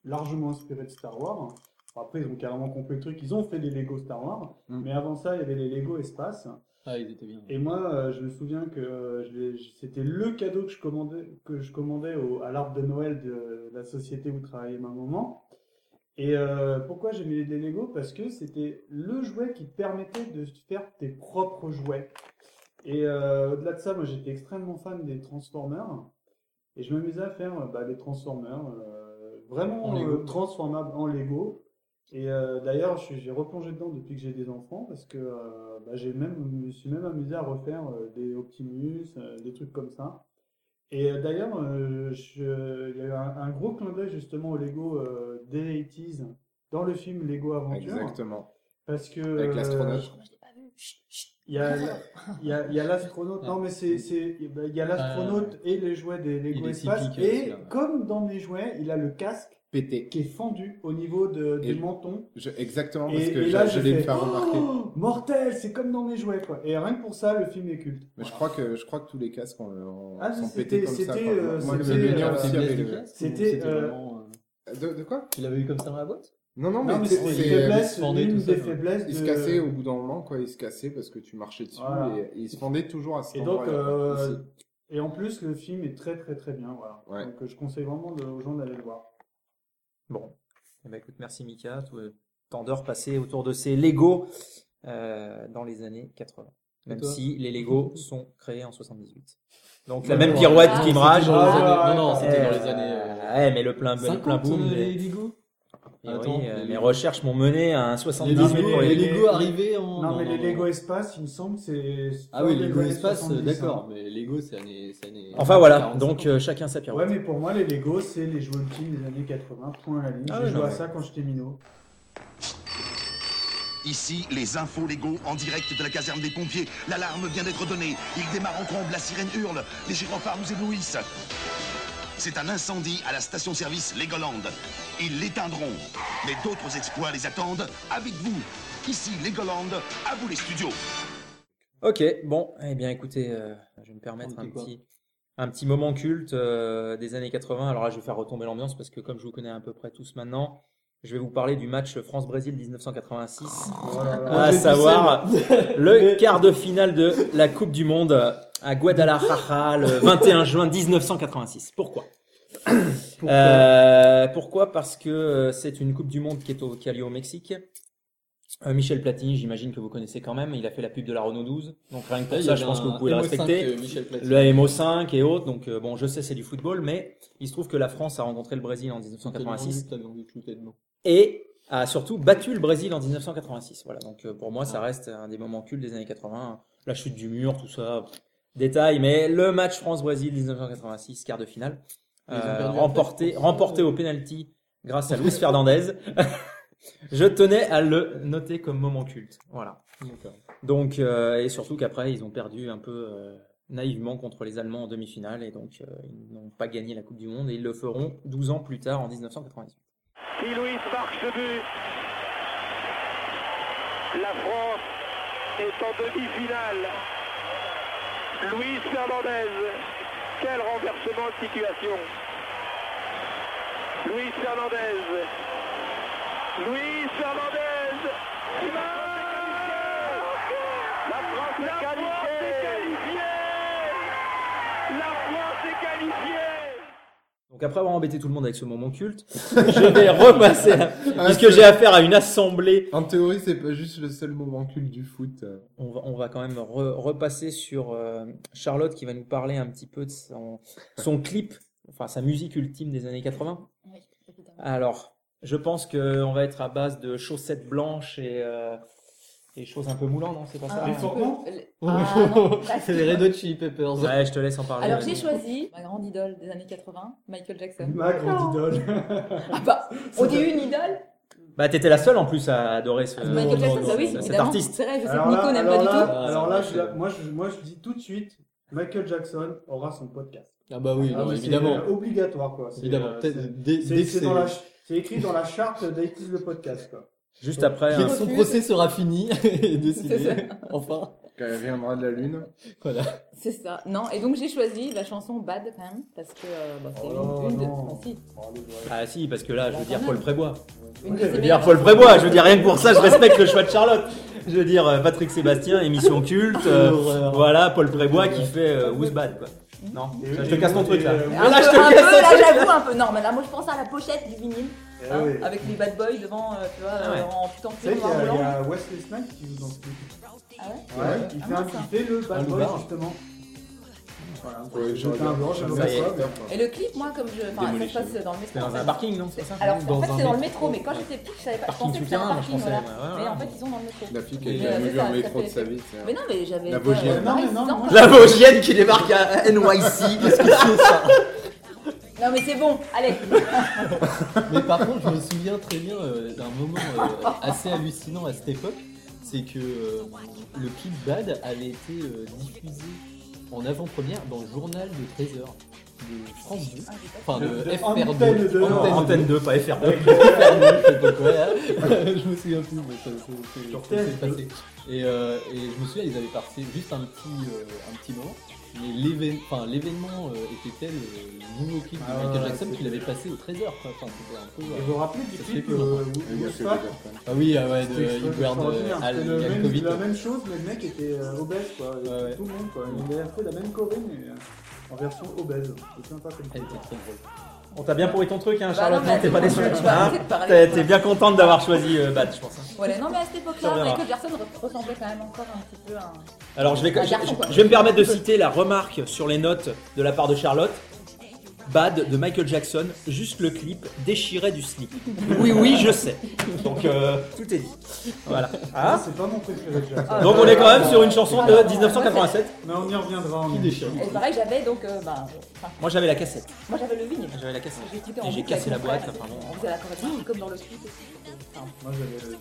Speaker 5: largement inspirée de Star Wars. Bon, Après, ils ont carrément compris le truc, ils ont fait des Lego Star Wars,
Speaker 1: Mmh.
Speaker 4: Mm.
Speaker 5: mais avant ça, il y avait les Lego Espace.
Speaker 8: Ah, ils étaient bien.
Speaker 5: Et moi, euh, je me souviens que euh, je l'ai- je- c'était le cadeau que je commandais, que je commandais au- à l'arbre de Noël de la société où travaillait ma maman. Et euh, pourquoi j'aimais les Lego Parce que c'était le jouet qui te permettait de faire tes propres jouets. Et euh, au-delà de ça, moi j'étais extrêmement fan des Transformers. Et je m'amusais à faire euh, bah, des Transformers euh, vraiment
Speaker 8: En Lego.
Speaker 5: euh, transformables en Lego. Et euh, d'ailleurs, je suis- j'ai replongé dedans depuis que j'ai des enfants parce que euh, bah, j'ai même, je me suis même amusé à refaire euh, des Optimus, euh, des trucs comme ça. Et euh, d'ailleurs, euh, je- il y a eu un, un gros clin d'œil justement au Lego euh, des 80s dans le film Lego Aventure.
Speaker 4: Exactement.
Speaker 5: Parce que
Speaker 4: Avec l'astronaute.
Speaker 5: euh, il y a, il y a- il y a l'astronaute. Non, mais c'est, c'est, il y a l'astronaute et les jouets des Lego
Speaker 8: il est
Speaker 5: Espace.
Speaker 8: typique,
Speaker 5: Et
Speaker 8: celui-là, ouais.
Speaker 5: comme dans mes jouets, il a le casque
Speaker 4: Pété.
Speaker 5: qui est fendu au niveau de,
Speaker 4: Et-
Speaker 5: du menton.
Speaker 4: Je- exactement,
Speaker 5: Et,
Speaker 4: parce que
Speaker 5: et
Speaker 4: je-
Speaker 5: là,
Speaker 4: je
Speaker 5: j'ai
Speaker 4: l'ai
Speaker 5: fait,
Speaker 4: fait remarquer.
Speaker 5: Oh, mortel, c'est comme dans mes jouets, quoi. Et rien que pour ça, le film est culte.
Speaker 4: Mais je
Speaker 5: Voilà.
Speaker 4: crois que je crois que tous les casques ont, ont-
Speaker 5: Ah,
Speaker 4: sont
Speaker 5: c'était-
Speaker 4: pétés comme ça.
Speaker 5: c'était,
Speaker 4: quoi.
Speaker 5: euh,
Speaker 4: Moi, le
Speaker 5: c'était,
Speaker 4: Millennium
Speaker 5: euh,
Speaker 4: aussi
Speaker 5: c'était
Speaker 4: avait le-
Speaker 5: C'était, euh,
Speaker 8: vraiment. euh,
Speaker 4: De, de quoi
Speaker 8: Tu l'avais eu comme ça dans la boîte
Speaker 4: Non, non, mais,
Speaker 5: Non, mais
Speaker 4: c'est-
Speaker 5: c'était une
Speaker 4: c'est- euh,
Speaker 5: faiblesse,
Speaker 8: il se fendait
Speaker 5: l'une
Speaker 8: tout seul,
Speaker 5: des
Speaker 8: ouais.
Speaker 5: faiblesses.
Speaker 4: il se
Speaker 5: de-
Speaker 4: cassait au bout d'un moment, quoi. Il se cassait parce que tu marchais dessus
Speaker 5: Voilà.
Speaker 4: et, et il se fendait toujours à cet
Speaker 5: Et donc,
Speaker 4: endroit-là,
Speaker 5: euh,
Speaker 4: ici.
Speaker 5: et en plus, le film est très, très, très bien. Voilà.
Speaker 4: Ouais.
Speaker 5: Donc, euh, je conseille vraiment de- aux gens d'aller le voir.
Speaker 1: Bon, eh ben, écoute, merci Mika. Tout le temps d'heures passées autour de ces Lego euh, dans les années 80. Même
Speaker 8: toi
Speaker 1: si les Lego sont créés en 78. Donc la même pirouette
Speaker 2: Ah,
Speaker 1: qui me rage.
Speaker 8: euh, C'était dans les
Speaker 5: Ah,
Speaker 8: années- Non, non,
Speaker 5: ouais,
Speaker 8: c'était dans
Speaker 1: Euh,
Speaker 8: les années. euh,
Speaker 1: ouais, mais le plein, le
Speaker 8: 50,
Speaker 1: plein boom.
Speaker 8: euh,
Speaker 1: des-
Speaker 8: les Lego
Speaker 1: Et oui,
Speaker 8: Attends,
Speaker 1: euh,
Speaker 8: les
Speaker 1: mes
Speaker 8: Lego.
Speaker 1: recherches m'ont mené à un
Speaker 8: Les
Speaker 1: 78
Speaker 8: Lego,
Speaker 1: pour les
Speaker 8: les
Speaker 5: les-
Speaker 8: Lego arrivaient en.
Speaker 5: Non, mais les Lego
Speaker 8: non.
Speaker 5: Espace, il me semble que c'est. c'est
Speaker 8: Ah oui,
Speaker 5: pas
Speaker 8: Lego
Speaker 5: années
Speaker 8: Espace,
Speaker 5: 70,
Speaker 8: d'accord,
Speaker 5: hein.
Speaker 8: mais Lego, c'est année. c'est année-
Speaker 1: Enfin voilà,
Speaker 8: 40,
Speaker 1: donc euh, chacun sa
Speaker 5: Ouais,
Speaker 1: pirouette.
Speaker 5: mais pour moi, les Lego, c'est les jouets ultimes des années 80, point à la ligne.
Speaker 1: Ah
Speaker 5: J'ai
Speaker 1: ouais,
Speaker 5: joué
Speaker 1: non,
Speaker 5: à
Speaker 1: mais-
Speaker 5: ça quand j'étais minot.
Speaker 9: Ici, les infos légaux en direct de la caserne des pompiers. L'alarme vient d'être donnée. Il démarre en trombe, la sirène hurle, les gyrophares nous éblouissent. C'est un incendie à la station-service Legoland. Ils l'éteindront. Mais d'autres exploits les attendent avec vous. Ici, Legoland, à vous les studios.
Speaker 1: Ok, bon, eh bien écoutez, euh, je vais me permettre
Speaker 8: On
Speaker 1: un
Speaker 8: était quoi
Speaker 1: petit, un petit moment culte euh, des années 80. Alors là, je vais faire retomber l'ambiance parce que comme je vous connais à peu près tous maintenant, je vais vous parler du match France-Brésil 1986, Ah,
Speaker 5: Ah,
Speaker 1: Euh, à savoir le quart de finale de la Coupe du Monde à Guadalajara le 21 juin 1986. Pourquoi Euh, pourquoi Parce que euh, c'est une Coupe du Monde qui est au, qui a lieu au Mexique. Euh, Michel Platini, j'imagine que vous connaissez quand même. Il a fait la pub de la Renault 12. Donc rien que pour ça, je pense que vous pouvez le respecter
Speaker 3: euh,
Speaker 1: le MO5 et autres. Donc, euh, bon, je sais, c'est du football, mais il se trouve que la France a rencontré le Brésil en 1986 et a surtout battu le Brésil en 1986. Voilà, donc euh, pour moi,
Speaker 3: Ah.
Speaker 1: ça reste un des moments cultes des années 80. La chute du mur, tout ça, pff, détail, mais le match France-Brésil 1986, quart de finale,
Speaker 3: Ils ont
Speaker 1: euh,
Speaker 3: perdu en
Speaker 1: remporté,
Speaker 3: tête, je pense.
Speaker 1: remporté au penalty grâce à Luis Fernandez. je tenais à le noter comme moment culte. Voilà. Donc, euh, et surtout qu'après, ils ont perdu un peu euh, naïvement contre les Allemands en demi-finale, et donc euh, ils n'ont pas gagné la Coupe du Monde, et ils le feront 12 ans plus tard, en 1998.
Speaker 7: Si Louis marque ce but, la France est en demi-finale. Luis Fernandez, quel renversement de situation. Luis Fernandez, Luis Fernandez, il marque La France est qualifiée La France est qualifiée
Speaker 1: Donc après avoir embêté tout le monde avec ce moment culte, je vais repasser, à- puisque j'ai affaire à une assemblée,
Speaker 4: En théorie, c'est pas juste le seul moment culte du foot. euh.
Speaker 1: on va, on va quand même re- repasser sur euh, Charlotte qui va nous parler un petit peu de son, son clip, enfin sa musique ultime des années 80.
Speaker 2: Oui,
Speaker 1: Ah,
Speaker 2: évidemment.
Speaker 1: Alors, je pense qu'on va être à base de chaussettes blanches et, euh, et choses un peu moulantes, non C'est pas ça
Speaker 2: Un
Speaker 5: les
Speaker 1: hein
Speaker 2: petit
Speaker 5: Formans
Speaker 2: peu-
Speaker 3: Oh,
Speaker 2: Ah, non, pas
Speaker 3: C'est les Red Hot Chili Peppers.
Speaker 1: Ouais, je te laisse en parler.
Speaker 2: Alors j'ai
Speaker 1: Valérie.
Speaker 2: choisi ma grande idole des années 80, Michael Jackson.
Speaker 5: Ma grande idole.
Speaker 2: Ah bah, on dit une idole
Speaker 1: Bah, t'étais la seule en plus à adorer ce,
Speaker 2: Michael Jackson,
Speaker 1: ce-
Speaker 2: bah oui,
Speaker 1: cet
Speaker 2: évidemment.
Speaker 1: artiste.
Speaker 2: C'est vrai, je sais que
Speaker 5: Alors là,
Speaker 2: Nico n'aime pas
Speaker 5: alors
Speaker 2: du
Speaker 5: là,
Speaker 2: tout.
Speaker 5: alors là,
Speaker 1: Ah,
Speaker 5: je
Speaker 1: c'est
Speaker 5: suis là-
Speaker 1: vrai.
Speaker 5: moi, je, moi, je dis tout de suite, Michael Jackson aura son podcast.
Speaker 3: Ah bah oui,
Speaker 5: Ah, mais c'est,
Speaker 3: évidemment.
Speaker 5: euh, obligatoire, quoi. C'est,
Speaker 3: Évidemment.
Speaker 5: euh,
Speaker 3: Peut-être
Speaker 5: c'est-
Speaker 3: dès-
Speaker 5: c'est-
Speaker 3: dès que
Speaker 5: c'est
Speaker 3: c'est-
Speaker 5: dans la ch- c'est écrit dans la charte d'ITIS le podcast, quoi.
Speaker 1: Juste après, hein.
Speaker 3: Dès
Speaker 1: un-
Speaker 3: que son
Speaker 2: refuse.
Speaker 3: procès sera fini et
Speaker 2: C'est
Speaker 3: décidé. Enfin,
Speaker 4: Quand elle viendra de la Lune.
Speaker 3: voilà.
Speaker 2: C'est ça. Non, et donc j'ai choisi la chanson Bad quand même, parce que euh, bah, c'est
Speaker 5: Oh
Speaker 2: une, une, de-
Speaker 5: non.
Speaker 2: bah, si,
Speaker 1: ah si, parce que là, je veux
Speaker 2: Bah,
Speaker 1: dire Paul Prébois.
Speaker 2: une de ses
Speaker 5: Je veux
Speaker 1: Je veux dire
Speaker 2: meilleures
Speaker 1: Paul
Speaker 2: chansons.
Speaker 1: Prébois. Je veux dire rien que pour ça, je respecte le choix de Charlotte. Je veux dire euh, Patrick Sébastien, émission culte. euh,
Speaker 3: Horreur.
Speaker 1: voilà, Paul Prébois qui fait euh, Who's Bad. Quoi. Non,
Speaker 5: Et-
Speaker 1: Ça, je te
Speaker 5: et-
Speaker 1: casse ton
Speaker 5: et- euh,
Speaker 1: truc là.
Speaker 5: et-
Speaker 1: Ah, là, je te
Speaker 2: un peu,
Speaker 1: casse ton
Speaker 2: là,
Speaker 1: truc.
Speaker 2: j'avoue un peu. Non, mais là, moi, je pense à la pochette du vinyle,
Speaker 5: Eh
Speaker 2: hein,
Speaker 5: oui.
Speaker 2: avec les bad boys devant, euh, tu vois,
Speaker 1: Ah ouais.
Speaker 2: euh, en tout en
Speaker 5: Tu sais
Speaker 2: cuir,
Speaker 5: qu'il
Speaker 2: noir,
Speaker 5: y a, il y
Speaker 2: blanc.
Speaker 5: a Wesley Snipes qui joue dans ce clip.
Speaker 2: Ah ouais
Speaker 5: Ouais, il
Speaker 2: Ah,
Speaker 5: fait un
Speaker 2: mince.
Speaker 5: il fait le
Speaker 3: Un
Speaker 5: bad boy
Speaker 3: loupard.
Speaker 5: justement. Voilà,
Speaker 4: Ouais,
Speaker 5: je
Speaker 4: je
Speaker 5: fais un
Speaker 4: regarde.
Speaker 5: blanc, je
Speaker 4: Ça
Speaker 5: me
Speaker 1: Ça y est.
Speaker 5: vois pas.
Speaker 2: Et le clip, moi, comme je. Enfin, ça se passe dans le métro.
Speaker 1: C'est dans
Speaker 2: en
Speaker 1: un
Speaker 2: fait.
Speaker 1: parking, non C'est ça
Speaker 2: Alors, en
Speaker 3: Dans
Speaker 2: fait,
Speaker 3: un
Speaker 2: c'est dans le métro,
Speaker 3: métro.
Speaker 2: mais quand j'étais petite, je savais pas. Je
Speaker 1: Parking
Speaker 2: pensais que c'était un
Speaker 1: souterrain, je
Speaker 2: parking,
Speaker 1: pensais.
Speaker 2: voilà.
Speaker 1: ouais, Ah. ouais,
Speaker 2: Mais en
Speaker 1: ouais.
Speaker 2: fait, ils sont dans le métro.
Speaker 4: La fille qui a
Speaker 2: Mais,
Speaker 4: jamais
Speaker 2: euh,
Speaker 4: vu
Speaker 2: ça,
Speaker 4: un
Speaker 2: ça
Speaker 4: métro
Speaker 2: fait
Speaker 4: de sa vie. c'est-
Speaker 2: Mais non, mais j'avais.
Speaker 4: La
Speaker 2: quoi,
Speaker 4: Vosgienne.
Speaker 2: euh, pareil,
Speaker 5: Non, mais non,
Speaker 2: 10 ans,
Speaker 5: moi,
Speaker 2: quoi.
Speaker 1: La Vosgienne qui débarque à NYC. qu'est-ce que c'est ça
Speaker 2: Non, mais c'est bon, allez.
Speaker 3: Mais par contre, je me souviens très bien euh, d'un moment euh, assez hallucinant à cette époque, c'est que euh, le clip Bad avait été euh, diffusé en avant-première dans le journal de 13h de France 2, enfin de,
Speaker 5: De- de
Speaker 3: FR2,
Speaker 5: Antenne 2.
Speaker 1: Non, Antenne 2, pas FR2.
Speaker 3: FR2, je sais pas hein. quoi, là. je me souviens plus, mais ça, ça- ça-
Speaker 5: Sur
Speaker 3: ça s'est
Speaker 5: TF2.
Speaker 3: passé. Et, euh, et je me souviens, ils avaient passé juste un petit, euh, un petit moment. Mais l'évén- enfin, l'événement euh, était tel, euh, le nouveau clip de
Speaker 5: Ah
Speaker 3: Michael
Speaker 5: ouais,
Speaker 3: Jackson,
Speaker 5: c'est-
Speaker 3: qu'il avait passé au 13h. Quoi. Enfin, c'était un peu,
Speaker 5: Et
Speaker 3: euh,
Speaker 5: vous vous rappelez du
Speaker 3: Ça se
Speaker 5: clip
Speaker 3: fait plus,
Speaker 5: euh,
Speaker 4: Il y a que
Speaker 5: Woodstock
Speaker 4: des enfants.
Speaker 3: Ah oui, ah ouais,
Speaker 5: C'était
Speaker 3: de
Speaker 5: extra-
Speaker 3: Hubert
Speaker 5: extraordinaire.
Speaker 3: de Al
Speaker 5: C'était le même-
Speaker 3: Yankovic.
Speaker 5: la même chose, mais le mec était euh, obèse, quoi. Et
Speaker 3: Ouais, ouais.
Speaker 5: Tout le monde, quoi. Il avait fait la même choré, mais euh, en version obèse. C'est sympa comme
Speaker 3: Elle
Speaker 5: clip.
Speaker 3: était très drôle.
Speaker 1: On t'a bien pourri ton truc, hein,
Speaker 2: Bah
Speaker 1: Charlotte.
Speaker 2: non, mais
Speaker 1: non, t'es pas déçu.
Speaker 2: attends, je vais arrêter de
Speaker 1: Hein
Speaker 2: parler.
Speaker 1: T'es t'es bien contente d'avoir choisi euh, Bad, je pense. hein.
Speaker 2: Voilà, non, mais à cette
Speaker 1: Ça
Speaker 2: époque-là,
Speaker 1: reviendra.
Speaker 2: Michael Jackson re- ressemblait quand même encore un petit peu à. un-
Speaker 1: Alors je vais,
Speaker 2: Un
Speaker 1: je,
Speaker 2: garçon, quoi.
Speaker 1: je vais me permettre de citer la remarque sur les notes de la part de Charlotte. Bad de Michael Jackson, juste le clip déchiré du slip. Oui, oui, je sais. Donc euh, tout est dit. Voilà.
Speaker 5: Ah,
Speaker 1: Hein
Speaker 5: c'est pas mon préféré déjà.
Speaker 2: Ah,
Speaker 1: Donc on est quand même sur une chanson de 1987.
Speaker 5: Mais on y reviendra. on y-
Speaker 3: Qui déchire
Speaker 2: Et pareil, j'avais donc. euh, bah, enfin,
Speaker 1: Moi j'avais la cassette.
Speaker 2: moi, j'avais le vinyle.
Speaker 1: J'avais la cassette.
Speaker 2: J'ai écouté en
Speaker 1: Et j'ai
Speaker 2: boucle avec
Speaker 1: cassé
Speaker 2: mon
Speaker 1: la boîte.
Speaker 2: frère,
Speaker 1: enfin, bon.
Speaker 2: On faisait la chorégraphie comme dans le clip. euh, Enfin,
Speaker 5: Moi j'avais. euh,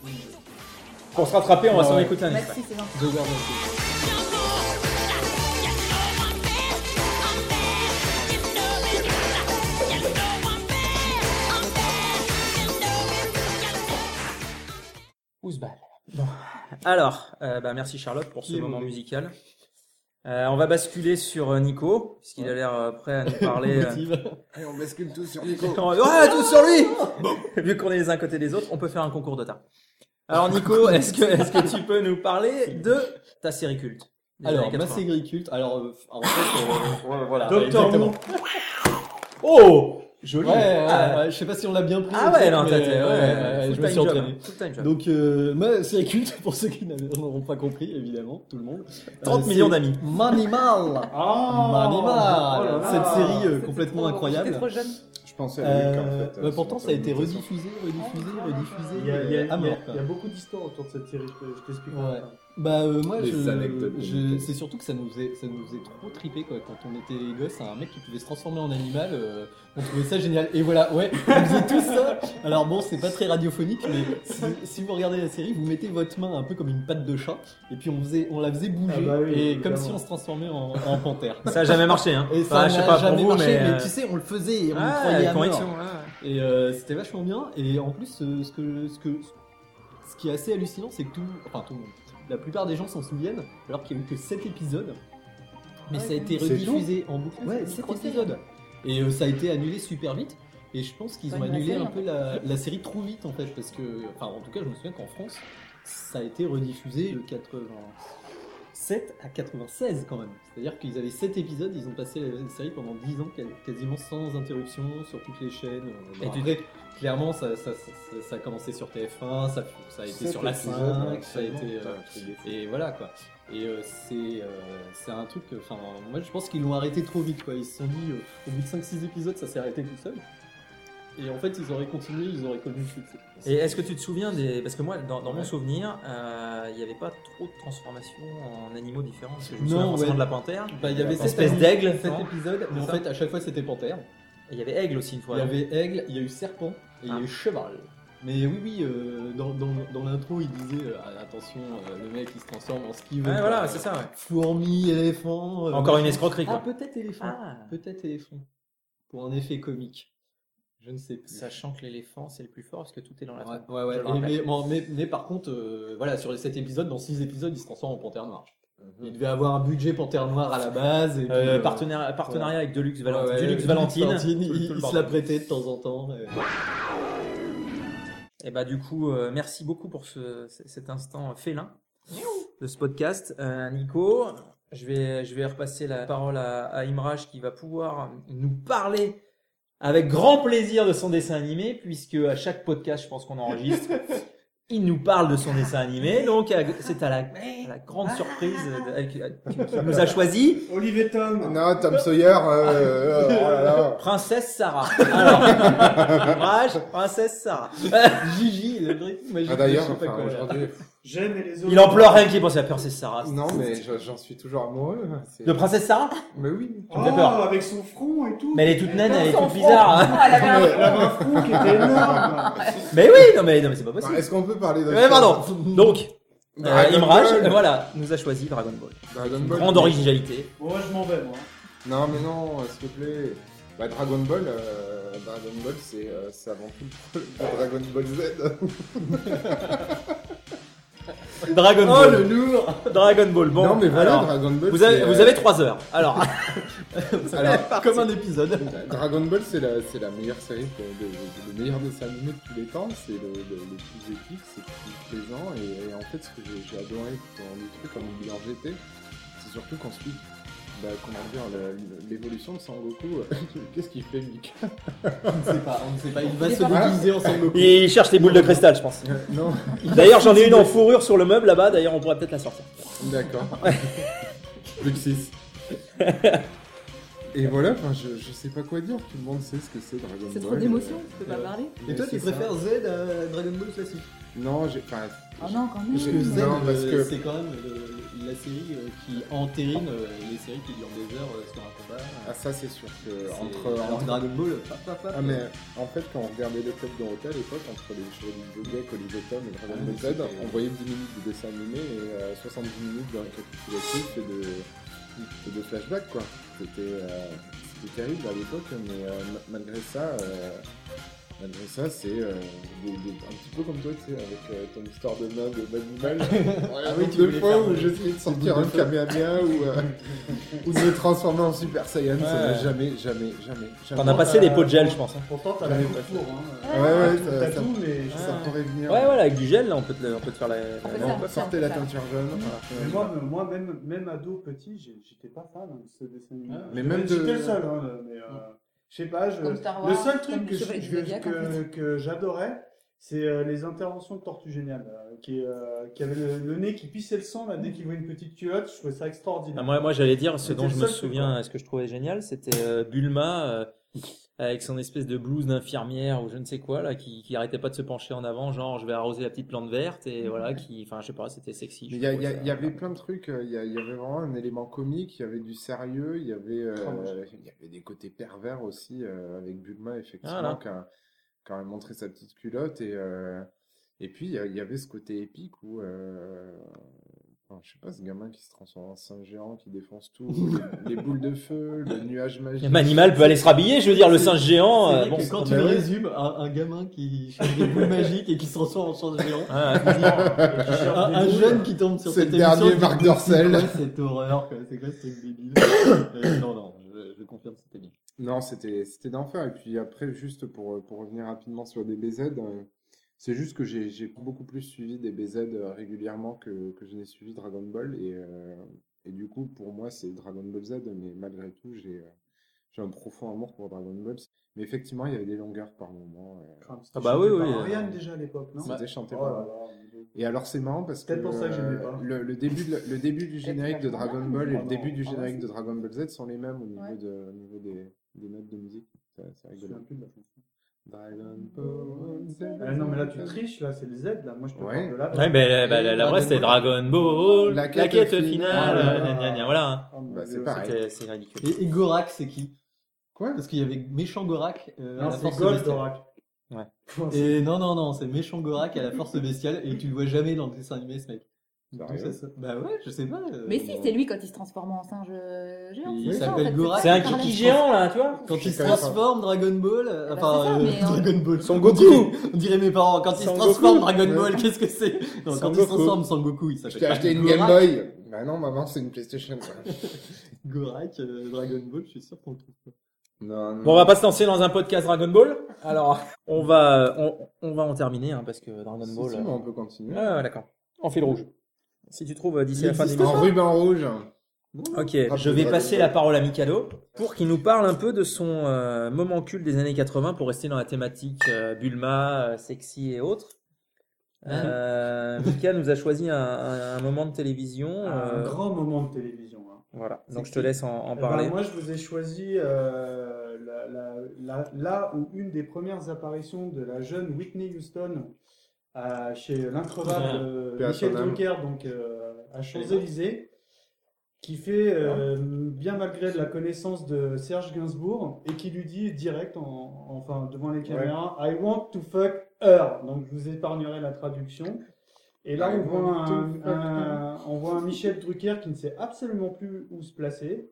Speaker 1: Pour se rattraper, on va s'en
Speaker 3: Ouais.
Speaker 1: écouter un extrait.
Speaker 2: Merci, c'est gentil.
Speaker 3: The Guardian Angel.
Speaker 1: Ouzbal. Alors, euh, bah, merci Charlotte pour ce
Speaker 5: Qui est
Speaker 1: moment euh, bah,
Speaker 5: mauvais.
Speaker 1: musical. Euh, on va basculer sur euh, Nico, puisqu'il a l'air euh, prêt à nous parler. euh.
Speaker 4: Et on bascule tout sur Nico.
Speaker 1: Ah, tout sur lui Vu qu'on est les uns à côté des autres, on peut faire un concours de tas. Alors Nico, est-ce que, est-ce que tu peux nous parler de ta série culte des
Speaker 3: Alors,
Speaker 1: années 80?
Speaker 3: ma ségriculte, alors euh, en fait, euh, ouais, voilà,
Speaker 5: Docteur
Speaker 3: exactement.
Speaker 5: Who. Oh
Speaker 3: Ouais,
Speaker 5: Joli.
Speaker 3: ouais, ouais,
Speaker 1: Ah.
Speaker 3: ouais, bah, je sais pas si on l'a bien pris.
Speaker 1: Ah
Speaker 3: le
Speaker 1: ouais,
Speaker 3: truc,
Speaker 1: non, t'as,
Speaker 3: mais,
Speaker 1: t'as-
Speaker 3: ouais,
Speaker 1: ouais,
Speaker 3: ouais,
Speaker 1: full
Speaker 3: je me
Speaker 1: time
Speaker 3: suis
Speaker 1: job,
Speaker 3: entraîné.
Speaker 1: full time job.
Speaker 3: Donc, euh, ma série culte, pour ceux qui n'avaient- n'auront pas compris, évidemment, tout le monde.
Speaker 1: 30
Speaker 3: euh,
Speaker 1: millions
Speaker 3: c'est
Speaker 1: d'amis.
Speaker 3: Manimal
Speaker 5: Oh là
Speaker 3: Manimal
Speaker 5: là.
Speaker 3: Ah, Cette série euh,
Speaker 2: C'était
Speaker 3: complètement
Speaker 2: trop-
Speaker 3: incroyable.
Speaker 2: J'étais trop jeune.
Speaker 4: Je pensais à
Speaker 3: Euh,
Speaker 4: Nick en fait.
Speaker 3: bah,
Speaker 4: euh,
Speaker 3: pourtant,
Speaker 4: sur
Speaker 3: ça a été
Speaker 4: ton invitation.
Speaker 3: rediffusé, rediffusé, rediffusé
Speaker 5: Il y a, il y a-
Speaker 3: euh,
Speaker 5: il
Speaker 3: à
Speaker 5: y a-
Speaker 3: mort. quoi.
Speaker 5: il y a beaucoup d'histoires autour de cette série, je te- je t'explique.
Speaker 3: Ouais. Bah euh, moi,
Speaker 4: Les
Speaker 3: je-
Speaker 4: anecdotes.
Speaker 3: je- c'est surtout que ça nous faisait, ça nous faisait trop triper quoi. Quand on était gosses, un mec qui pouvait se transformer en animal, euh, on trouvait ça génial. Et voilà, ouais, on faisait tout ça. Alors bon, c'est pas très radiophonique, mais si, si vous regardez la série, vous mettez votre main un peu comme une patte de chat, et puis on faisait, on la faisait bouger,
Speaker 5: Ah bah oui,
Speaker 3: et
Speaker 5: évidemment.
Speaker 3: comme si on se transformait en, en panthère.
Speaker 1: Ça a jamais marché, hein.
Speaker 3: Et ça
Speaker 1: Enfin,
Speaker 3: n'a
Speaker 1: je sais pas pour
Speaker 3: jamais
Speaker 1: vous,
Speaker 3: marché, mais,
Speaker 1: euh,
Speaker 3: tu sais, on le faisait, et on
Speaker 1: ah,
Speaker 3: y croyait à mort.
Speaker 1: conviction, ouais, ouais.
Speaker 3: Et euh, c'était vachement bien. Et en plus, euh, ce, que, ce, que, ce qui est assez hallucinant, c'est que tout, enfin, tout le monde, la plupart des gens s'en souviennent, alors qu'il n'y a eu que 7 épisodes. Mais ça a été
Speaker 4: C'est
Speaker 3: rediffusé en boucle.
Speaker 2: Ouais,
Speaker 3: Ouais,
Speaker 2: c'est
Speaker 3: 7
Speaker 2: trop
Speaker 3: épisodes. Et euh, ça a été annulé super vite. Et je pense qu'ils
Speaker 2: Pas
Speaker 3: ont
Speaker 2: une
Speaker 3: annulé
Speaker 2: vraie
Speaker 3: un
Speaker 2: série,
Speaker 3: peu la, la série trop vite en fait. Parce que, enfin, en tout cas, je me souviens qu'en France, ça a été rediffusé de 87 à 96 quand même. C'est-à-dire qu'ils avaient 7 épisodes, ils ont passé la série pendant 10 ans quas- quasiment sans interruption sur toutes les chaînes. Euh, bon,
Speaker 1: Et tu-
Speaker 3: après, clairement, ça, ça- ça- ça a commencé sur TF1, ça, ça a été
Speaker 4: Cet
Speaker 3: sur la
Speaker 4: épisode,
Speaker 3: 5,
Speaker 4: ouais,
Speaker 3: ça a été. euh,
Speaker 4: putain, un truc de fou.
Speaker 3: et voilà quoi. Et euh, c'est euh, c'est un truc, que- enfin moi je pense qu'ils l'ont arrêté trop vite quoi. Ils se sont dit euh, au bout de 5-6 épisodes ça s'est arrêté tout seul. Et en fait ils auraient continué, ils auraient connu le succès.
Speaker 1: Et est-ce que tu te souviens des. Parce que moi, dans, dans mon
Speaker 3: Ouais.
Speaker 1: souvenir, euh, il n'y avait pas trop de transformations en animaux différents. Parce que je me
Speaker 3: Non,
Speaker 1: souviens forcément
Speaker 3: ouais.
Speaker 1: de la panthère.
Speaker 3: Bah, il y avait
Speaker 1: Une
Speaker 3: cette
Speaker 1: espèce
Speaker 3: ami-
Speaker 1: d'aigle,
Speaker 3: cet
Speaker 1: non
Speaker 3: épisode, mais en
Speaker 1: ça
Speaker 3: fait à chaque fois c'était panthère.
Speaker 1: Et il y avait aigle aussi une fois. non
Speaker 3: Il y avait aigle, il y a eu serpent et il y
Speaker 1: Ah.
Speaker 3: a eu cheval. Mais oui, oui, euh, dans, dans, dans l'intro, il disait euh, Ah, attention, euh, le mec il se transforme en ce qu'il veut.
Speaker 1: Ouais, voilà,
Speaker 3: quoi.
Speaker 1: c'est ça. ouais.
Speaker 3: Fourmi, éléphant. euh,
Speaker 1: Encore une
Speaker 3: machin.
Speaker 1: escroquerie,
Speaker 3: Ah,
Speaker 1: quoi.
Speaker 3: peut-être éléphant. Peut-être éléphant. Pour un effet comique. Je ne sais plus.
Speaker 1: Sachant que l'éléphant, c'est le plus fort parce que tout est dans la
Speaker 3: Ouais,
Speaker 1: tête.
Speaker 3: ouais,
Speaker 1: Je
Speaker 3: ouais.
Speaker 1: le
Speaker 3: Et-
Speaker 1: rappelle.
Speaker 3: mais, bon, mais, mais par contre, euh, voilà, sur les 7 épisodes, dans 6 épisodes, il se transforme en panthère noire. Il devait avoir un budget panthère noire à la base. Et puis,
Speaker 1: Mhm. Euh,
Speaker 3: euh,
Speaker 1: partenari- partenariat avec Deluxe, Valent-
Speaker 3: ouais, ouais,
Speaker 1: Deluxe
Speaker 3: Deluxe
Speaker 1: Valentine.
Speaker 3: Valentine,
Speaker 1: tout-
Speaker 3: il,
Speaker 1: tout le
Speaker 3: il se
Speaker 1: bordel.
Speaker 3: la prêtait de temps en temps. et-
Speaker 1: Et bah, du coup, euh, merci beaucoup pour ce, c- cet instant félin de ce podcast. Euh, Nico, je vais, je vais repasser la parole à, à Imraj qui va pouvoir nous parler avec grand plaisir de son dessin animé, puisque à chaque podcast, je pense qu'on enregistre, il nous parle de son dessin animé. Donc, à- c'est à la, à la
Speaker 3: Ah.
Speaker 1: grande surprise de- avec- euh, qui- qui nous a choisi
Speaker 5: Olivier Tom.
Speaker 4: Non, Tom Sawyer, euh, euh, oh là là.
Speaker 1: Princesse Sarah. Alors, Imraj, Princesse Sarah.
Speaker 3: Gigi, le truc magique.
Speaker 4: Ah, d'ailleurs,
Speaker 3: je sais pas
Speaker 4: enfin,
Speaker 3: quoi, là.
Speaker 4: aujourd'hui,
Speaker 5: J'aime et les autres.
Speaker 1: Il en pleure rien qui pense à Princesse Sarah.
Speaker 4: non, mais je- j'en suis toujours amoureux. hein, c'est-
Speaker 1: De Princesse Sarah
Speaker 4: Mais oui.
Speaker 1: me fait peur.
Speaker 5: Oh, avec son front et tout.
Speaker 1: Mais elle est toute naine, elle est
Speaker 2: Sans
Speaker 1: toute
Speaker 2: front.
Speaker 1: bizarre. hein.
Speaker 2: Ah, elle avait un
Speaker 5: Elle avait un front qui était énorme.
Speaker 1: Mais oui, non mais, non, mais c'est pas
Speaker 4: Enfin,
Speaker 1: possible.
Speaker 4: Est-ce qu'on peut parler de.
Speaker 1: Mais Bah, Eh, pardon. Donc, euh,
Speaker 4: Dragon
Speaker 1: Imraj,
Speaker 4: Ball.
Speaker 1: voilà, nous a choisi Dragon Ball.
Speaker 4: Dragon Ball.
Speaker 1: Grande originalité.
Speaker 5: Bon, ouais, je m'en vais, moi.
Speaker 4: Non, mais non, euh, s'il te plaît. Bah, Dragon Ball, euh, Dragon Ball, c'est euh, c'est avant tout le problème de Dragon Ball Z.
Speaker 1: Dragon
Speaker 3: Oh le
Speaker 1: Ball.
Speaker 3: lourd
Speaker 1: Dragon Ball. Bon,
Speaker 4: non, mais voilà,
Speaker 1: alors,
Speaker 4: Dragon Ball.
Speaker 1: vous avez,
Speaker 4: c'est,
Speaker 1: vous
Speaker 4: euh,
Speaker 1: avez 3 heures. Alors,
Speaker 4: alors,
Speaker 3: Comme un épisode.
Speaker 4: Dragon Ball, c'est la, c'est la meilleure série, que- de- de- le meilleur dessin animé de tous les temps. C'est le, le- le plus épique, c'est le plus plaisant. Et, et en fait, ce que j'ai j'ai adoré dans le truc, comme il en GT, c'est surtout qu'on suit, bah, comment dire, la- l'évolution de Sangoku. Qu'est-ce qu'il fait, Mika
Speaker 3: On ne sait pas, on ne sait pas. Il va
Speaker 2: Il est
Speaker 3: se
Speaker 2: pas
Speaker 4: mal.
Speaker 3: déguiser en Son Goku.
Speaker 1: il cherche les boules de cristal, je pense.
Speaker 4: Non,
Speaker 1: D'ailleurs, j'en ai une en fourrure sur le meuble là-bas. D'ailleurs, on pourrait peut-être la sortir.
Speaker 4: D'accord. Plus que 6. Et voilà, enfin, je, je sais pas quoi dire, tout le monde sait ce que c'est Dragon Ball.
Speaker 2: C'est trop d'émotion, tu peux pas parler.
Speaker 3: Et toi, tu préfères Z à Dragon Ball classique
Speaker 4: Non, j'ai. Enfin,
Speaker 2: Oh non, quand même.
Speaker 4: Parce que
Speaker 3: Z,
Speaker 4: Non, parce
Speaker 3: euh,
Speaker 4: que-
Speaker 3: c'est quand même euh, la série euh, qui entérine euh, les séries qui durent des heures euh, sur un combat.
Speaker 4: ah, ça c'est sûr que.
Speaker 3: C'est-
Speaker 4: Entre,
Speaker 3: Alors
Speaker 4: entre-
Speaker 3: Dragon Ball, paf, paf, paf.
Speaker 4: Ah, mais en fait, quand on regardait les clubs dans l'hôtel à l'époque, entre les Chevaliers du Zodiac, Olivier Tom et Dragon
Speaker 3: Ah,
Speaker 4: Ball
Speaker 3: mais
Speaker 4: Z,
Speaker 8: euh,
Speaker 3: c'était-
Speaker 4: on voyait 10 minutes de dessin animé et euh, 70 minutes de récapitulatif et de, et de flashback, quoi. C'était euh, c'était terrible à l'époque, mais euh, ma- malgré ça, euh, malgré ça, c'est euh, des- des- un petit peu peu comme toi, tu sais, avec euh, ton histoire de nain de Manimal.
Speaker 8: Ah
Speaker 4: oui,
Speaker 8: tu
Speaker 4: deux
Speaker 8: voulais
Speaker 4: fois
Speaker 8: faire
Speaker 4: où
Speaker 8: le-
Speaker 4: j'essayais de sortir un
Speaker 8: de feu.
Speaker 4: Kamehameha ou, euh, ou de me transformer en Super Saiyan, ça
Speaker 8: Ouais.
Speaker 4: n'a jamais, jamais, jamais, jamais.
Speaker 1: T'en as passé des pots de gel, je pense. hein.
Speaker 5: Pourtant, t'as
Speaker 4: J'avais
Speaker 5: le
Speaker 4: pas
Speaker 5: tour. Hein.
Speaker 4: Ouais, ouais,
Speaker 5: T'as
Speaker 4: ça, ça,
Speaker 5: tout, mais.
Speaker 4: ça me pourrait venir.
Speaker 1: Ouais, voilà, avec du gel, là, on peut te, on peut te faire la.
Speaker 2: On peut
Speaker 1: la-
Speaker 2: faire.
Speaker 4: Non, sortez la teinture jaune.
Speaker 5: Mais moi, mais moi même, même ado petit, j'ai- j'étais pas fan hein, de ce dessin animé.
Speaker 4: Ah, mais même de-
Speaker 5: J'étais le seul, hein, mais euh, je sais pas. Je...
Speaker 2: Comme Star Wars,
Speaker 5: le
Speaker 2: comme
Speaker 5: seul truc que,
Speaker 2: le
Speaker 5: je-
Speaker 2: Chevalier du
Speaker 5: que-
Speaker 2: Zodiac, en
Speaker 5: que- que j'adorais, c'est euh, les interventions de Tortue Géniale, euh, qui, euh, qui avait le, le nez qui pissait le sang là, dès qu'il voit une petite culotte. Je trouvais ça
Speaker 1: Ah,
Speaker 5: extraordinaire.
Speaker 1: moi, moi, j'allais dire, ce
Speaker 5: C'était
Speaker 1: dont
Speaker 5: le
Speaker 1: je me
Speaker 5: seul truc,
Speaker 1: souviens, ce que je trouvais génial, c'était euh, Bulma euh, avec son espèce de blouse d'infirmière ou je ne sais quoi là, qui, qui arrêtait pas de se pencher en avant, genre je vais arroser la petite plante verte et voilà, qui, enfin, je sais pas, c'était sexy. je
Speaker 4: Mais il y, a-
Speaker 1: trouvais
Speaker 4: y a-
Speaker 1: ça-
Speaker 4: y avait plein de trucs, euh, il y, a- il y avait vraiment un élément comique, il y avait du sérieux, il y avait, euh,
Speaker 1: Ah,
Speaker 5: Oh, moi,
Speaker 4: il y avait des côtés pervers aussi euh, avec Bulma, effectivement,
Speaker 1: Voilà.
Speaker 4: quand, quand elle montrait sa petite culotte. Et, euh, et puis, il y a- il y, avait ce côté épique où, euh, enfin, je sais pas, ce gamin qui se transforme en singe géant, qui défonce tout, les, les boules de feu, le nuage magique.
Speaker 1: Même animal peut aller se rhabiller, je veux dire, le
Speaker 8: C'est-
Speaker 1: singe géant. euh,
Speaker 8: C'est vrai
Speaker 1: bon,
Speaker 8: que
Speaker 1: c'est-
Speaker 8: quand tu
Speaker 4: bah
Speaker 8: le
Speaker 4: ouais.
Speaker 8: résumes, un, un gamin qui change des boules magiques et qui se transforme en change géant.
Speaker 1: Ah, ouais.
Speaker 5: euh,
Speaker 8: Un, un jeune qui tombe sur
Speaker 4: C'est
Speaker 8: cette
Speaker 4: le dernier
Speaker 8: émission,
Speaker 4: Marc
Speaker 8: qui dit, C'est
Speaker 4: Dorcel.
Speaker 8: quoi cette horreur, quoi C'est quoi ce truc débile Euh, Non, non, je, je confirme, c'était bien.
Speaker 4: Non, c'était c'était d'enfer. Et puis après, juste pour, pour revenir rapidement sur DBZ, euh, c'est juste que j'ai j'ai beaucoup plus suivi DBZ euh, régulièrement que, que je n'ai suivi Dragon Ball. Et, euh, et du coup, pour moi, c'est Dragon Ball Z, mais malgré tout, j'ai euh, j'ai un profond amour pour Dragon Ball. Mais effectivement, il y avait des longueurs par moment. euh,
Speaker 1: Ah bah oui, oui, euh, Bah,
Speaker 5: Rien déjà à l'époque, non
Speaker 4: C'était chanté
Speaker 5: Oh
Speaker 4: par-
Speaker 5: là là, mais-
Speaker 4: et alors c'est marrant parce que
Speaker 5: Peut-être pour ça que j'aimais
Speaker 4: euh,
Speaker 5: pas.
Speaker 4: le, le début de la- le début du générique de Dragon Ball et
Speaker 5: Ah
Speaker 4: le
Speaker 5: non,
Speaker 4: début du
Speaker 5: ah ouais,
Speaker 4: générique
Speaker 5: c'est-
Speaker 4: de Dragon Ball Z sont les mêmes au niveau
Speaker 2: Ouais.
Speaker 4: de au niveau des, des notes de musique. C'est c'est
Speaker 5: Je me souviens
Speaker 4: rigolo.
Speaker 5: plus de la chanson.
Speaker 4: Dragon Ball Z.
Speaker 5: Ah non, mais là, tu triches, là, c'est le Z, là. Moi, je te
Speaker 4: Ouais.
Speaker 5: parle de là.
Speaker 1: Ouais, mais, bah, la, la vraie, c'est Dragon Ball, la quête, finale,
Speaker 4: finale,
Speaker 1: euh, gna, gna, gna, voilà. hein.
Speaker 5: Oh mon
Speaker 4: Bah, c'est
Speaker 5: Dieu.
Speaker 4: pareil.
Speaker 1: C'était- C'est ridicule.
Speaker 8: Et, et Gorak, c'est qui
Speaker 4: Quoi
Speaker 8: Parce qu'il y avait méchant Gorak euh, à
Speaker 5: Non,
Speaker 8: la
Speaker 5: c'est
Speaker 8: force
Speaker 5: Gold
Speaker 8: bestiale.
Speaker 5: Oracle.
Speaker 1: Ouais.
Speaker 8: Et non, non, non, c'est méchant Gorak à la force bestiale et tu le vois jamais dans le dessin animé, ce mec. Donc,
Speaker 4: Sérieux
Speaker 8: ça, ça- Bah ouais, je sais pas. euh,
Speaker 2: Mais si,
Speaker 4: bon.
Speaker 2: c'est lui quand il se transforme en singe euh, géant.
Speaker 4: Il
Speaker 2: c'est ça, en
Speaker 8: s'appelle
Speaker 2: fait,
Speaker 8: Gorak.
Speaker 1: C'est un
Speaker 2: ça,
Speaker 1: kiki
Speaker 2: la-
Speaker 1: géant là, tu vois.
Speaker 8: Quand il
Speaker 4: Je sais
Speaker 8: se
Speaker 4: pas.
Speaker 8: transforme Dragon Ball, euh,
Speaker 2: Bah,
Speaker 8: enfin
Speaker 2: c'est ça,
Speaker 8: euh,
Speaker 2: mais en-
Speaker 8: Dragon Ball.
Speaker 1: Son
Speaker 8: On
Speaker 1: Goku.
Speaker 8: dirait- On dirait mes parents, quand il se
Speaker 1: Son
Speaker 8: transforme
Speaker 1: Goku.
Speaker 8: Dragon
Speaker 4: Ouais.
Speaker 8: Ball, qu'est-ce que c'est Non,
Speaker 1: Son
Speaker 8: Quand il
Speaker 1: Goku.
Speaker 8: se transforme Son Goku, il s'appelle
Speaker 4: J'ai
Speaker 8: pas
Speaker 4: acheté une
Speaker 8: Gorak.
Speaker 4: Game Boy. Bah non, maman, c'est une PlayStation.
Speaker 8: Gorak, euh, Dragon Ball, je suis sûr qu'on le trouve.
Speaker 4: non, non.
Speaker 1: Bon, on va pas se lancer dans un podcast Dragon Ball. Alors, on va, on, on va en terminer, hein, parce que Dragon
Speaker 4: Si,
Speaker 1: Ball.
Speaker 4: si,
Speaker 1: euh,
Speaker 4: mais on peut continuer.
Speaker 1: Ah, ouais, d'accord. On fait le rouge. Si tu trouves euh, d'ici
Speaker 4: Il
Speaker 1: la fin du
Speaker 4: existe en
Speaker 1: mois.
Speaker 4: ruban rouge.
Speaker 1: Ok,
Speaker 4: Ah,
Speaker 1: je vais
Speaker 4: c'est
Speaker 1: passer
Speaker 4: Dragon
Speaker 1: la parole à Mikado pour qu'il nous parle un peu de son euh, moment culte des années 80 pour rester dans la thématique euh, Bulma, euh, sexy et autres. Euh, Mika nous a choisi un, un- un moment de télévision.
Speaker 5: Un
Speaker 1: euh,
Speaker 5: grand moment de télévision. hein.
Speaker 1: Voilà, donc je te
Speaker 5: Sexy.
Speaker 1: laisse en, en
Speaker 5: Eh ben,
Speaker 1: parler.
Speaker 5: moi, je vous ai choisi euh, la, la, la- là où une des premières apparitions de la jeune Whitney Houston euh, chez l'increvable euh,
Speaker 4: Paix à
Speaker 5: Michel
Speaker 4: son âme.
Speaker 5: Drucker, donc euh, à Champs-Élysées, qui fait, euh, bien malgré de la connaissance de Serge Gainsbourg, et qui lui dit direct, en, enfin devant les caméras, I want to fuck her. Donc, je vous épargnerai la traduction. Et là,
Speaker 4: I
Speaker 5: on voit,
Speaker 4: want to fuck
Speaker 5: un,
Speaker 4: her.
Speaker 5: un- on voit un Michel Drucker qui ne sait absolument plus où se placer.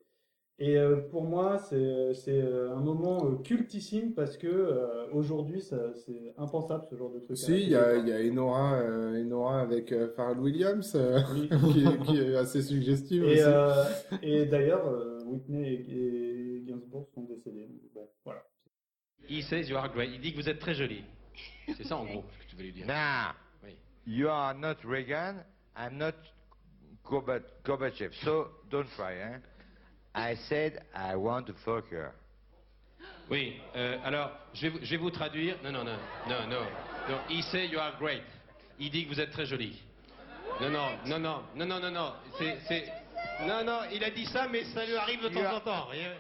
Speaker 5: Et euh, pour moi, c'est euh, c'est, euh, un moment euh, cultissime parce que euh, aujourd'hui, ça- c'est impensable ce genre de truc.
Speaker 4: Si, il y a, il y a Enora, euh, Enora avec euh, Pharrell Williams euh,
Speaker 5: Oui.
Speaker 4: qui, est- qui est assez suggestive
Speaker 5: Et,
Speaker 4: aussi.
Speaker 5: euh, et d'ailleurs, euh, Whitney et, et Gainsbourg sont décédés. Donc, bon, voilà.
Speaker 10: He says you are great. Il dit que vous êtes très jolie. C'est ça en gros ce que tu veux lui dire.
Speaker 11: Nah,
Speaker 10: Oui.
Speaker 11: you are not Reagan. I'm not Gorba- Gorbachev. So don't try, eh? I said I want to fuck her.
Speaker 10: Oui. euh, alors je vais, vous- je vais vous traduire. Non non non non non. Non. He says you are great. Il dit que vous êtes très jolie. Non non non non non non non non. C'est c'est. Non non. Il a dit ça mais ça lui arrive de temps en temps. Et, euh,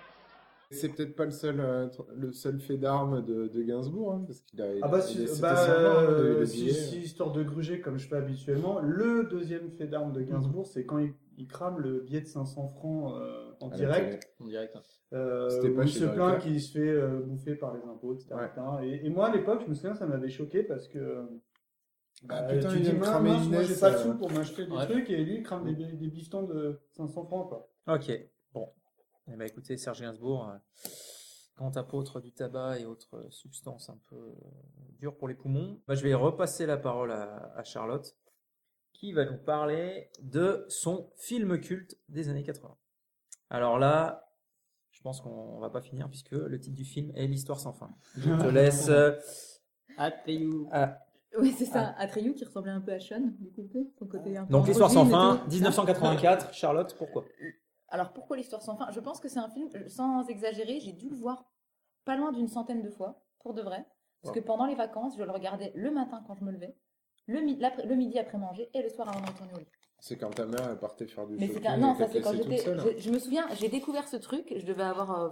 Speaker 4: C'est peut-être pas le seul, euh, tr- le seul fait d'armes de, de Gainsbourg, hein, parce qu'il a.
Speaker 5: Ah bah,
Speaker 4: il a
Speaker 5: si,
Speaker 4: cité
Speaker 5: bah,
Speaker 4: son nom, hein, de- de
Speaker 5: euh, si,
Speaker 4: billets.
Speaker 5: si, histoire de gruger comme je fais habituellement, le deuxième fait d'armes de Gainsbourg, c'est quand il, il crame le billet de 500 francs euh, en
Speaker 4: Mhm. À la
Speaker 5: direct.
Speaker 4: télé.
Speaker 8: En direct.
Speaker 5: Euh,
Speaker 4: C'était pas
Speaker 5: où il
Speaker 4: chez
Speaker 5: se
Speaker 4: Drucker.
Speaker 5: plaint qu'il se fait euh, bouffer par les impôts, etc.
Speaker 4: Ouais.
Speaker 5: Et, et moi, à l'époque, je me souviens, ça m'avait choqué parce que. euh,
Speaker 4: Ah,
Speaker 5: bah,
Speaker 4: putain,
Speaker 5: tu
Speaker 4: il
Speaker 5: dis,
Speaker 4: aime
Speaker 5: mince,
Speaker 4: cramer
Speaker 5: mince, moi,
Speaker 4: Inès,
Speaker 5: j'ai pas de
Speaker 4: euh.
Speaker 5: sous pour m'acheter des
Speaker 8: Ouais.
Speaker 5: trucs et lui, il crame des, des bifetons de 500 francs, quoi.
Speaker 1: Ok, bon. Eh ben, écoutez, Serge Gainsbourg, euh, Quant à apôtre du tabac et autres substances un peu euh, dures pour les poumons, bah, je vais repasser la parole à, à Charlotte, qui va nous parler de son film culte des années 80. Alors là, je pense qu'on va pas finir puisque le titre du film est L'histoire sans fin. Je te laisse euh, à-
Speaker 2: Oui, c'est ça,
Speaker 1: Ah.
Speaker 2: Atreyu qui ressemblait un peu à Sean, du coup, son côté un peu
Speaker 1: Donc L'histoire sans
Speaker 2: androgyne et
Speaker 1: fin,
Speaker 2: tout.
Speaker 1: 1984. Charlotte, pourquoi
Speaker 2: Alors pourquoi l'histoire sans fin Je pense que c'est un film, euh, sans exagérer, j'ai dû le voir pas loin d'une centaine de fois, pour de vrai. Parce que pendant les vacances, je le regardais le matin quand je me levais, le, mi- l'après- le midi après manger et le soir avant de retourner au lit.
Speaker 4: C'est quand ta mère elle partait faire du
Speaker 2: Mais
Speaker 4: shopping
Speaker 2: c'était un-
Speaker 4: et
Speaker 2: non,
Speaker 4: qu'elle
Speaker 2: ça c'est
Speaker 4: te
Speaker 2: quand
Speaker 4: laissait toute
Speaker 2: j'étais.
Speaker 4: seule.
Speaker 5: hein.
Speaker 2: Je, je me souviens, j'ai découvert ce truc, je devais avoir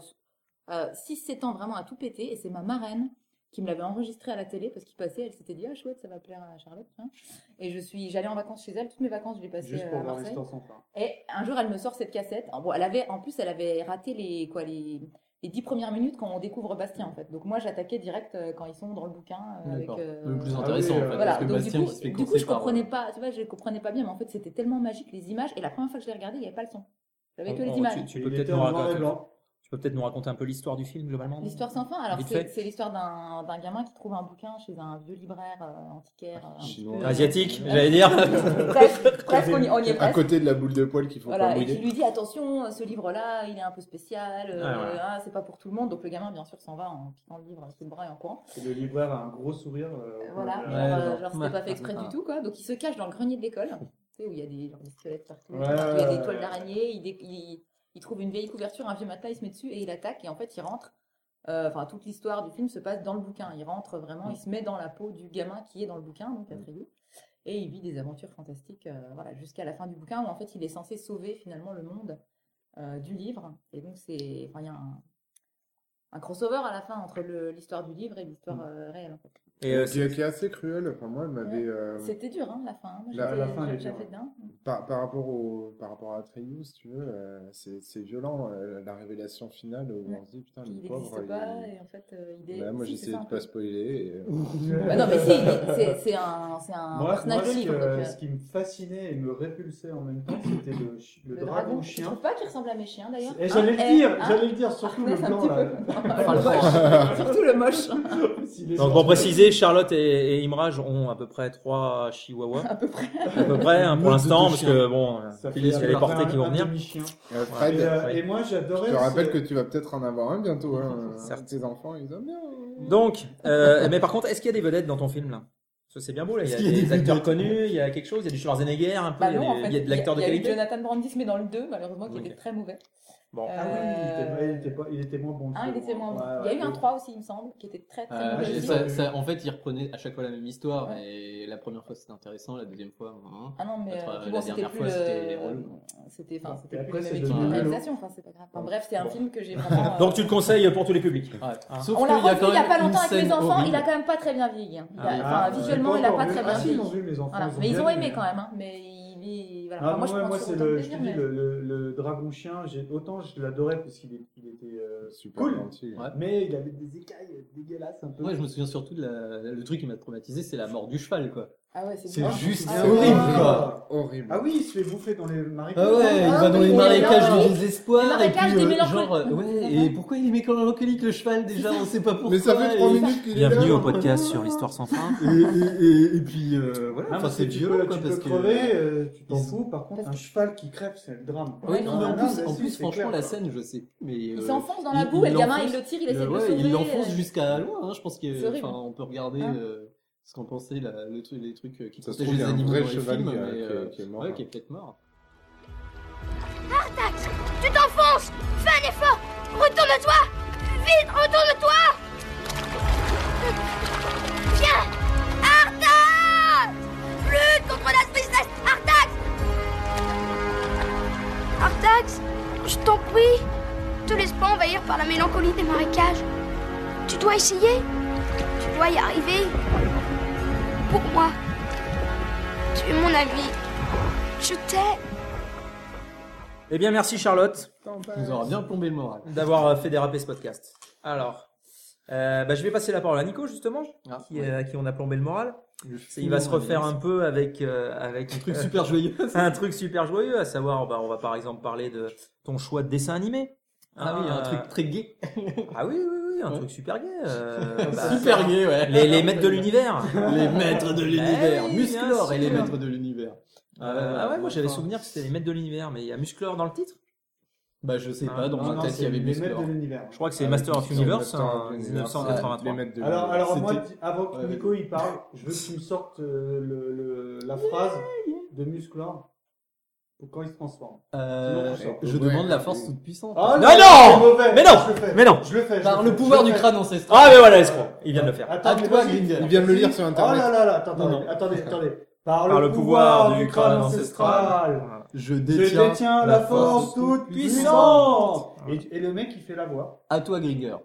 Speaker 2: euh, 6-7 ans vraiment à tout péter, et c'est ma marraine qui me l'avait enregistré à la télé parce qu'il passait, elle s'était dit ah chouette, ça va plaire à Charlotte. tiens. Et je suis, j'allais en vacances chez elle, toutes mes vacances je les passais
Speaker 5: Juste
Speaker 2: euh,
Speaker 5: pour
Speaker 2: à
Speaker 5: voir
Speaker 2: Marseille.
Speaker 5: l'histoire sans fin.
Speaker 2: Et un jour, elle me sort cette cassette. En- Bon, elle avait, en plus, elle avait raté les quoi, les les dix premières minutes quand on découvre Bastien en fait. Donc moi, j'attaquais direct euh, quand ils sont dans le bouquin euh, avec.
Speaker 3: D'accord.
Speaker 2: euh,
Speaker 3: Le plus
Speaker 5: Ah oui,
Speaker 3: intéressant, en
Speaker 5: euh,
Speaker 3: fait,
Speaker 2: voilà,
Speaker 3: parce que
Speaker 2: donc
Speaker 3: Bastien
Speaker 2: du
Speaker 3: qui
Speaker 2: coup,
Speaker 3: se fait
Speaker 2: du coup,
Speaker 3: courser
Speaker 2: je
Speaker 3: par-
Speaker 8: euh,
Speaker 3: euh,
Speaker 2: comprenais pas, tu vois, je comprenais pas bien, mais en fait c'était tellement magique les images, et la première fois que je l'ai regardé, il n'y avait pas le son. J'avais que les
Speaker 1: Oh,
Speaker 2: images.
Speaker 1: tu, tu peux
Speaker 5: Il
Speaker 1: peut-être
Speaker 5: était
Speaker 1: nous,
Speaker 5: en noir et
Speaker 1: raconter-
Speaker 5: blanc.
Speaker 1: tu peux peut-être nous raconter un peu l'histoire du film globalement non
Speaker 2: L'histoire sans fin, alors
Speaker 1: Vite
Speaker 2: c'est
Speaker 1: fait.
Speaker 2: c'est l'histoire d'un d'un gamin qui trouve un bouquin chez un vieux libraire euh, antiquaire. euh, un petit
Speaker 4: Chinois.
Speaker 2: peu-
Speaker 1: Asiatique, j'allais dire.
Speaker 2: Bref, bref, on y, on y est
Speaker 4: À
Speaker 2: presque.
Speaker 4: côté de la boule de poil qu'il faut
Speaker 2: Voilà,
Speaker 4: pas
Speaker 2: et qui
Speaker 4: mouiller.
Speaker 2: lui dit attention, ce livre-là, il est un peu spécial, euh,
Speaker 1: Ah, voilà.
Speaker 2: ah, c'est pas pour tout le monde. Donc le gamin, bien sûr, s'en va en piquant le livre sous le bras et en courant.
Speaker 5: Et le libraire a un gros sourire. euh,
Speaker 2: Voilà,
Speaker 5: euh,
Speaker 2: genre, euh,
Speaker 1: genre,
Speaker 2: genre, c'était pas fait exprès
Speaker 1: ah.
Speaker 2: du tout, quoi. Donc il se cache dans le grenier de l'école, tu sais, où il y a des, genre, des squelettes partout,
Speaker 5: Ouais,
Speaker 2: partout, il y a des
Speaker 5: ouais,
Speaker 2: toiles
Speaker 5: ouais.
Speaker 2: d'araignée, il, dé- il- il trouve une vieille couverture, un vieux matelas, il se met dessus et il attaque, et en fait il rentre. Euh, Enfin, toute l'histoire du film se passe dans le bouquin. Il rentre vraiment, il se met dans la peau du gamin qui est dans le bouquin, donc
Speaker 5: Mm.
Speaker 2: Atreyu, et il vit des aventures fantastiques euh, voilà, jusqu'à la fin du bouquin où en fait il est censé sauver finalement le monde euh, du livre. Et donc c'est. Enfin, il y a un, un crossover à la fin entre le- l'histoire du livre et
Speaker 5: Mm.
Speaker 2: l'histoire euh, réelle. en fait.
Speaker 1: Et euh,
Speaker 4: Qui est qui est assez cruel. Enfin, moi, elle m'avait. euh,
Speaker 2: C'était dur, hein, la fin. hein. Moi,
Speaker 4: La-
Speaker 2: j'étais-
Speaker 5: la fin, elle
Speaker 2: j'avais
Speaker 5: est dure,
Speaker 2: fait
Speaker 5: ouais.
Speaker 2: d'un.
Speaker 4: Par, par rapport au par rapport à Atreyu, si tu veux, euh, c'est c'est violent euh, la révélation finale où
Speaker 2: Ouais.
Speaker 4: on se dit putain
Speaker 2: Puis
Speaker 4: le
Speaker 2: Il
Speaker 4: pauvre.
Speaker 2: n'existe pas,
Speaker 4: il-
Speaker 2: et en fait, euh, il est.
Speaker 4: Ouais, moi
Speaker 2: si, c'est
Speaker 4: j'essayais
Speaker 2: ça,
Speaker 4: de
Speaker 2: un
Speaker 4: pas
Speaker 2: peu.
Speaker 4: spoiler. et, euh,
Speaker 2: Bah non, mais si, mais c'est- c'est un, c'est un
Speaker 5: Moi,
Speaker 2: personnage
Speaker 5: moi,
Speaker 2: de
Speaker 5: ce,
Speaker 2: livre.
Speaker 5: que-
Speaker 2: donc, euh,
Speaker 5: ce qui me fascinait et me répulsait en même temps, c'était le, chi- le
Speaker 2: le
Speaker 5: dragon
Speaker 2: Je
Speaker 5: chien.
Speaker 2: trouve pas qu'il ressemble à mes chiens d'ailleurs.
Speaker 5: Et j'allais
Speaker 2: Hein,
Speaker 5: le dire,
Speaker 2: eh, hein,
Speaker 5: j'allais le dire, surtout le
Speaker 2: Arnès, un
Speaker 5: blanc
Speaker 2: petit
Speaker 5: là.
Speaker 2: peu. Enfin, le moche. Surtout le moche.
Speaker 5: S'il est
Speaker 1: donc pour
Speaker 5: sorti-
Speaker 1: préciser, Charlotte et, et Imraj ont à peu près trois chihuahuas.
Speaker 2: À peu près.
Speaker 1: à peu près hein, pour
Speaker 3: Meute de
Speaker 1: l'instant
Speaker 3: deux
Speaker 1: parce
Speaker 3: chiens.
Speaker 1: que bon euh,
Speaker 5: Ça fait
Speaker 1: il y a les
Speaker 5: un-
Speaker 1: portées qui vont
Speaker 5: un
Speaker 1: venir
Speaker 5: demi-chien.
Speaker 4: euh,
Speaker 5: Et,
Speaker 4: Fred,
Speaker 5: euh,
Speaker 1: ouais.
Speaker 5: et moi j'adorais.
Speaker 4: je te rappelle
Speaker 5: ce-
Speaker 4: que tu vas peut-être en avoir un bientôt. Hein.
Speaker 1: Certes.
Speaker 4: Tes enfants, ils aiment bien. hein.
Speaker 1: donc euh, mais par contre est-ce qu'il y a des vedettes dans ton film là parce que c'est bien beau là il y a
Speaker 3: Est-ce qu'il y a
Speaker 1: des
Speaker 3: des
Speaker 1: acteurs
Speaker 3: vedettes
Speaker 1: connus il y a quelque chose il y a du Schwarzenegger un peu
Speaker 2: Bah
Speaker 1: il, y a
Speaker 2: non, en
Speaker 1: des-
Speaker 2: fait,
Speaker 1: il y a de l'acteur de
Speaker 2: il y a eu
Speaker 1: qualité
Speaker 2: Jonathan Brandis, mais dans le 2, malheureusement, qui
Speaker 1: Ok.
Speaker 2: était très mauvais.
Speaker 1: bon
Speaker 5: Ah oui, il était,
Speaker 2: Euh,
Speaker 5: ouais, il était pas- il était moins bon.
Speaker 2: Un, il était moins bon.
Speaker 5: Ouais,
Speaker 2: Il y a
Speaker 5: ouais,
Speaker 2: eu un
Speaker 5: le-
Speaker 2: 3 aussi, il me semble, qui était très très
Speaker 5: Ah,
Speaker 3: Euh,
Speaker 2: mauvais
Speaker 5: j'ai-
Speaker 2: aussi.
Speaker 5: ça-
Speaker 3: ça- ça- en fait, ils reprenaient à chaque fois la même histoire. Et la première fois, c'était intéressant. La deuxième fois, hein.
Speaker 2: Ah non, mais
Speaker 3: Après,
Speaker 2: euh, puis
Speaker 3: la
Speaker 2: bon, c'était
Speaker 3: dernière
Speaker 2: plus
Speaker 3: fois,
Speaker 2: le-
Speaker 3: c'était relou.
Speaker 2: C'était enfin,
Speaker 5: Bon,
Speaker 2: c'était
Speaker 5: et
Speaker 2: plus
Speaker 5: après,
Speaker 2: le même
Speaker 5: c'est
Speaker 2: équipe de
Speaker 5: devenu
Speaker 2: réalisation, enfin, c'est pas grave. Enfin, bref, c'est un
Speaker 5: Bon.
Speaker 2: film que j'ai vraiment. euh,
Speaker 1: donc tu le conseilles pour tous les publics
Speaker 3: Ouais.
Speaker 1: Ah.
Speaker 3: Sauf
Speaker 2: On l'a
Speaker 3: qu'il y a
Speaker 2: revu
Speaker 3: quand
Speaker 2: il y a
Speaker 3: même
Speaker 2: pas
Speaker 3: une
Speaker 2: longtemps avec
Speaker 3: scène
Speaker 2: mes enfants, il a
Speaker 3: horrible.
Speaker 2: quand même pas très bien vieilli. hein. Il a-
Speaker 3: Ah,
Speaker 2: enfin,
Speaker 5: Ah,
Speaker 2: visuellement, il a pas
Speaker 5: encore
Speaker 2: très
Speaker 5: vu.
Speaker 2: bien
Speaker 5: Ah, si, ils
Speaker 2: vieilli.
Speaker 5: l'ont vu, mes enfants.
Speaker 2: Voilà. Mais
Speaker 5: bien
Speaker 2: ils ont aimé
Speaker 5: aimé
Speaker 2: quand même, hein. mais il est. Voilà.
Speaker 5: Ah,
Speaker 2: Enfin, moi,
Speaker 5: moi,
Speaker 2: je prends
Speaker 5: moi,
Speaker 2: sur
Speaker 5: c'est
Speaker 2: autant
Speaker 5: le,
Speaker 2: de
Speaker 5: je te
Speaker 2: plaisir,
Speaker 5: dis,
Speaker 2: mais-
Speaker 5: le, le- le dragon chien, j'ai- autant je l'adorais parce qu'il est- il était euh,
Speaker 4: Super
Speaker 5: cool,
Speaker 4: gentil.
Speaker 3: Ouais.
Speaker 5: mais il avait des écailles dégueulasses un peu.
Speaker 3: Moi, je me souviens surtout de la- le truc qui m'a traumatisé, c'est la mort du cheval, quoi.
Speaker 2: Ah ouais, c'est
Speaker 3: C'est
Speaker 2: bien.
Speaker 3: juste
Speaker 2: Ah,
Speaker 3: horrible,
Speaker 2: ouais.
Speaker 3: quoi.
Speaker 4: Horrible.
Speaker 5: Ah oui, il se fait bouffer dans les marécages.
Speaker 3: Ah ouais, il va dans
Speaker 2: oui,
Speaker 3: les
Speaker 2: oui,
Speaker 3: marécages
Speaker 2: oui.
Speaker 3: du désespoir.
Speaker 2: Les marécages
Speaker 3: et puis,
Speaker 2: des
Speaker 3: euh,
Speaker 2: mélancoliques.
Speaker 3: genre, euh, ouais, et pourquoi il est mélancolique le cheval déjà On sait pas pourquoi.
Speaker 4: Mais ça fait 3
Speaker 3: et-
Speaker 4: minutes qu'il est
Speaker 1: bienvenue
Speaker 4: là.
Speaker 1: au podcast sur l'histoire sans fin
Speaker 3: Et, et- et- et puis euh, voilà,
Speaker 5: Non,
Speaker 3: enfin,
Speaker 5: mais
Speaker 3: c'est
Speaker 5: tu
Speaker 3: violent
Speaker 5: peux-
Speaker 3: quoi,
Speaker 5: tu
Speaker 3: parce
Speaker 5: peux
Speaker 3: que.
Speaker 5: crever, euh, tu t'en
Speaker 3: ils-
Speaker 5: fous. Par contre,
Speaker 2: parce
Speaker 5: un cheval qui crève, c'est le drame. quoi.
Speaker 3: Ouais, non, mais en
Speaker 5: Ah,
Speaker 3: plus,
Speaker 5: là,
Speaker 3: en
Speaker 5: si,
Speaker 3: plus,
Speaker 5: c'est
Speaker 3: franchement,
Speaker 5: clair,
Speaker 3: la
Speaker 5: quoi.
Speaker 3: scène, je sais plus, mais.
Speaker 2: Il
Speaker 3: euh,
Speaker 2: s'enfonce dans la
Speaker 3: il-
Speaker 2: boue et le gamin, il
Speaker 3: l'enfonce-
Speaker 2: le tire, il essaie de
Speaker 3: ouais,
Speaker 2: le sauver.
Speaker 3: il l'enfonce
Speaker 2: euh,
Speaker 3: jusqu'à loin, hein, je pense que.
Speaker 2: C'est horrible.
Speaker 3: Enfin, on peut regarder
Speaker 2: Hein
Speaker 3: euh, ce qu'en pensaient la- le truc- les trucs euh, qui
Speaker 4: Ça se
Speaker 3: protègent
Speaker 4: trouve, il y
Speaker 3: les
Speaker 4: a un
Speaker 3: animaux
Speaker 4: vrai
Speaker 3: dans les
Speaker 4: cheval
Speaker 3: films,
Speaker 4: qui a-
Speaker 3: mais,
Speaker 4: qui
Speaker 3: euh,
Speaker 4: a- qui est mort.
Speaker 3: ouais, qui est peut-être mort.
Speaker 9: Artax, tu t'enfonces Fais un effort Retourne-toi Vite, retourne-toi Viens Artax Lutte contre la tristesse Artax Artax, je t'en prie Te laisse pas envahir par la mélancolie des marécages. Tu dois essayer Tu dois y arriver Pour moi Tu es mon ami. Je t'aime
Speaker 1: eh bien merci Charlotte
Speaker 3: Il nous aura bien plombé le moral.
Speaker 1: d'avoir euh, fait déraper ce podcast alors euh, bah, je vais passer la parole à Nico justement
Speaker 3: Ah,
Speaker 1: qui,
Speaker 3: ouais.
Speaker 1: euh, à qui on a plombé le moral
Speaker 3: Le
Speaker 1: il va se
Speaker 3: film,
Speaker 1: refaire
Speaker 3: euh,
Speaker 1: un peu avec euh, avec
Speaker 3: Un truc super joyeux.
Speaker 1: un truc super joyeux, à savoir, bah, on va par exemple parler de ton choix de dessin animé.
Speaker 3: Ah oui, un truc très gay.
Speaker 1: Ah oui, oui, oui, un truc super gay. euh, bah,
Speaker 3: Super gay, Ah ouais.
Speaker 1: Les, les maîtres de l'univers. Euh,
Speaker 3: Les maîtres de l'univers.
Speaker 1: Eh oui,
Speaker 3: Musclor
Speaker 1: bien
Speaker 3: et les
Speaker 1: sûr.
Speaker 3: maîtres de l'univers.
Speaker 1: Euh, ah ouais, moi j'avais
Speaker 5: enfin.
Speaker 1: souvenir que c'était les maîtres de l'univers, mais il y a Musclor dans le titre.
Speaker 3: Bah je sais pas, dans
Speaker 5: Non,
Speaker 3: ma
Speaker 5: non,
Speaker 3: tête il y
Speaker 5: c'est
Speaker 3: avait
Speaker 5: les maîtres
Speaker 3: Musclor.
Speaker 5: de l'univers.
Speaker 1: Je crois que c'est
Speaker 4: Ah,
Speaker 1: Master of
Speaker 4: Master
Speaker 1: Universe,
Speaker 4: of
Speaker 1: hein,
Speaker 4: Universe, Les
Speaker 1: 1983.
Speaker 4: maîtres de
Speaker 5: Alors,
Speaker 4: l'univers.
Speaker 5: alors moi,
Speaker 3: C'était-
Speaker 5: di- avant que
Speaker 3: Ouais,
Speaker 5: Nico il parle, je veux que tu me sortes euh, le- le- la phrase de Musclor pour quand il se transforme.
Speaker 3: Euh,
Speaker 5: Sinon, on
Speaker 3: je
Speaker 4: sort.
Speaker 3: demande
Speaker 4: Ouais,
Speaker 3: la force
Speaker 4: oui.
Speaker 3: toute puissante.
Speaker 5: Ah,
Speaker 1: Non, non
Speaker 5: c'est mauvais.
Speaker 1: Mais non
Speaker 5: Je le fais.
Speaker 1: Mais non
Speaker 5: Je le fais. je
Speaker 3: Par
Speaker 5: le
Speaker 3: le
Speaker 5: fais,
Speaker 3: pouvoir
Speaker 5: je
Speaker 3: du
Speaker 5: le fais.
Speaker 3: crâne ancestral.
Speaker 1: Ah, mais voilà, escroc Il vient de le faire.
Speaker 5: Attends,
Speaker 3: À
Speaker 5: mais
Speaker 3: toi,
Speaker 5: vas-y.
Speaker 3: Grinder.
Speaker 4: Il vient de le lire sur
Speaker 5: Oh
Speaker 4: Internet.
Speaker 5: là là là, attends,
Speaker 3: Non, non.
Speaker 5: attendez, attendez. Par,
Speaker 1: Par
Speaker 5: le pouvoir du crâne ancestral,
Speaker 1: ancestral.
Speaker 5: je
Speaker 3: Je détiens,
Speaker 5: détiens la force toute puissante.
Speaker 1: puissante.
Speaker 5: Et, et le mec, il fait la voix.
Speaker 3: À toi, Gringer.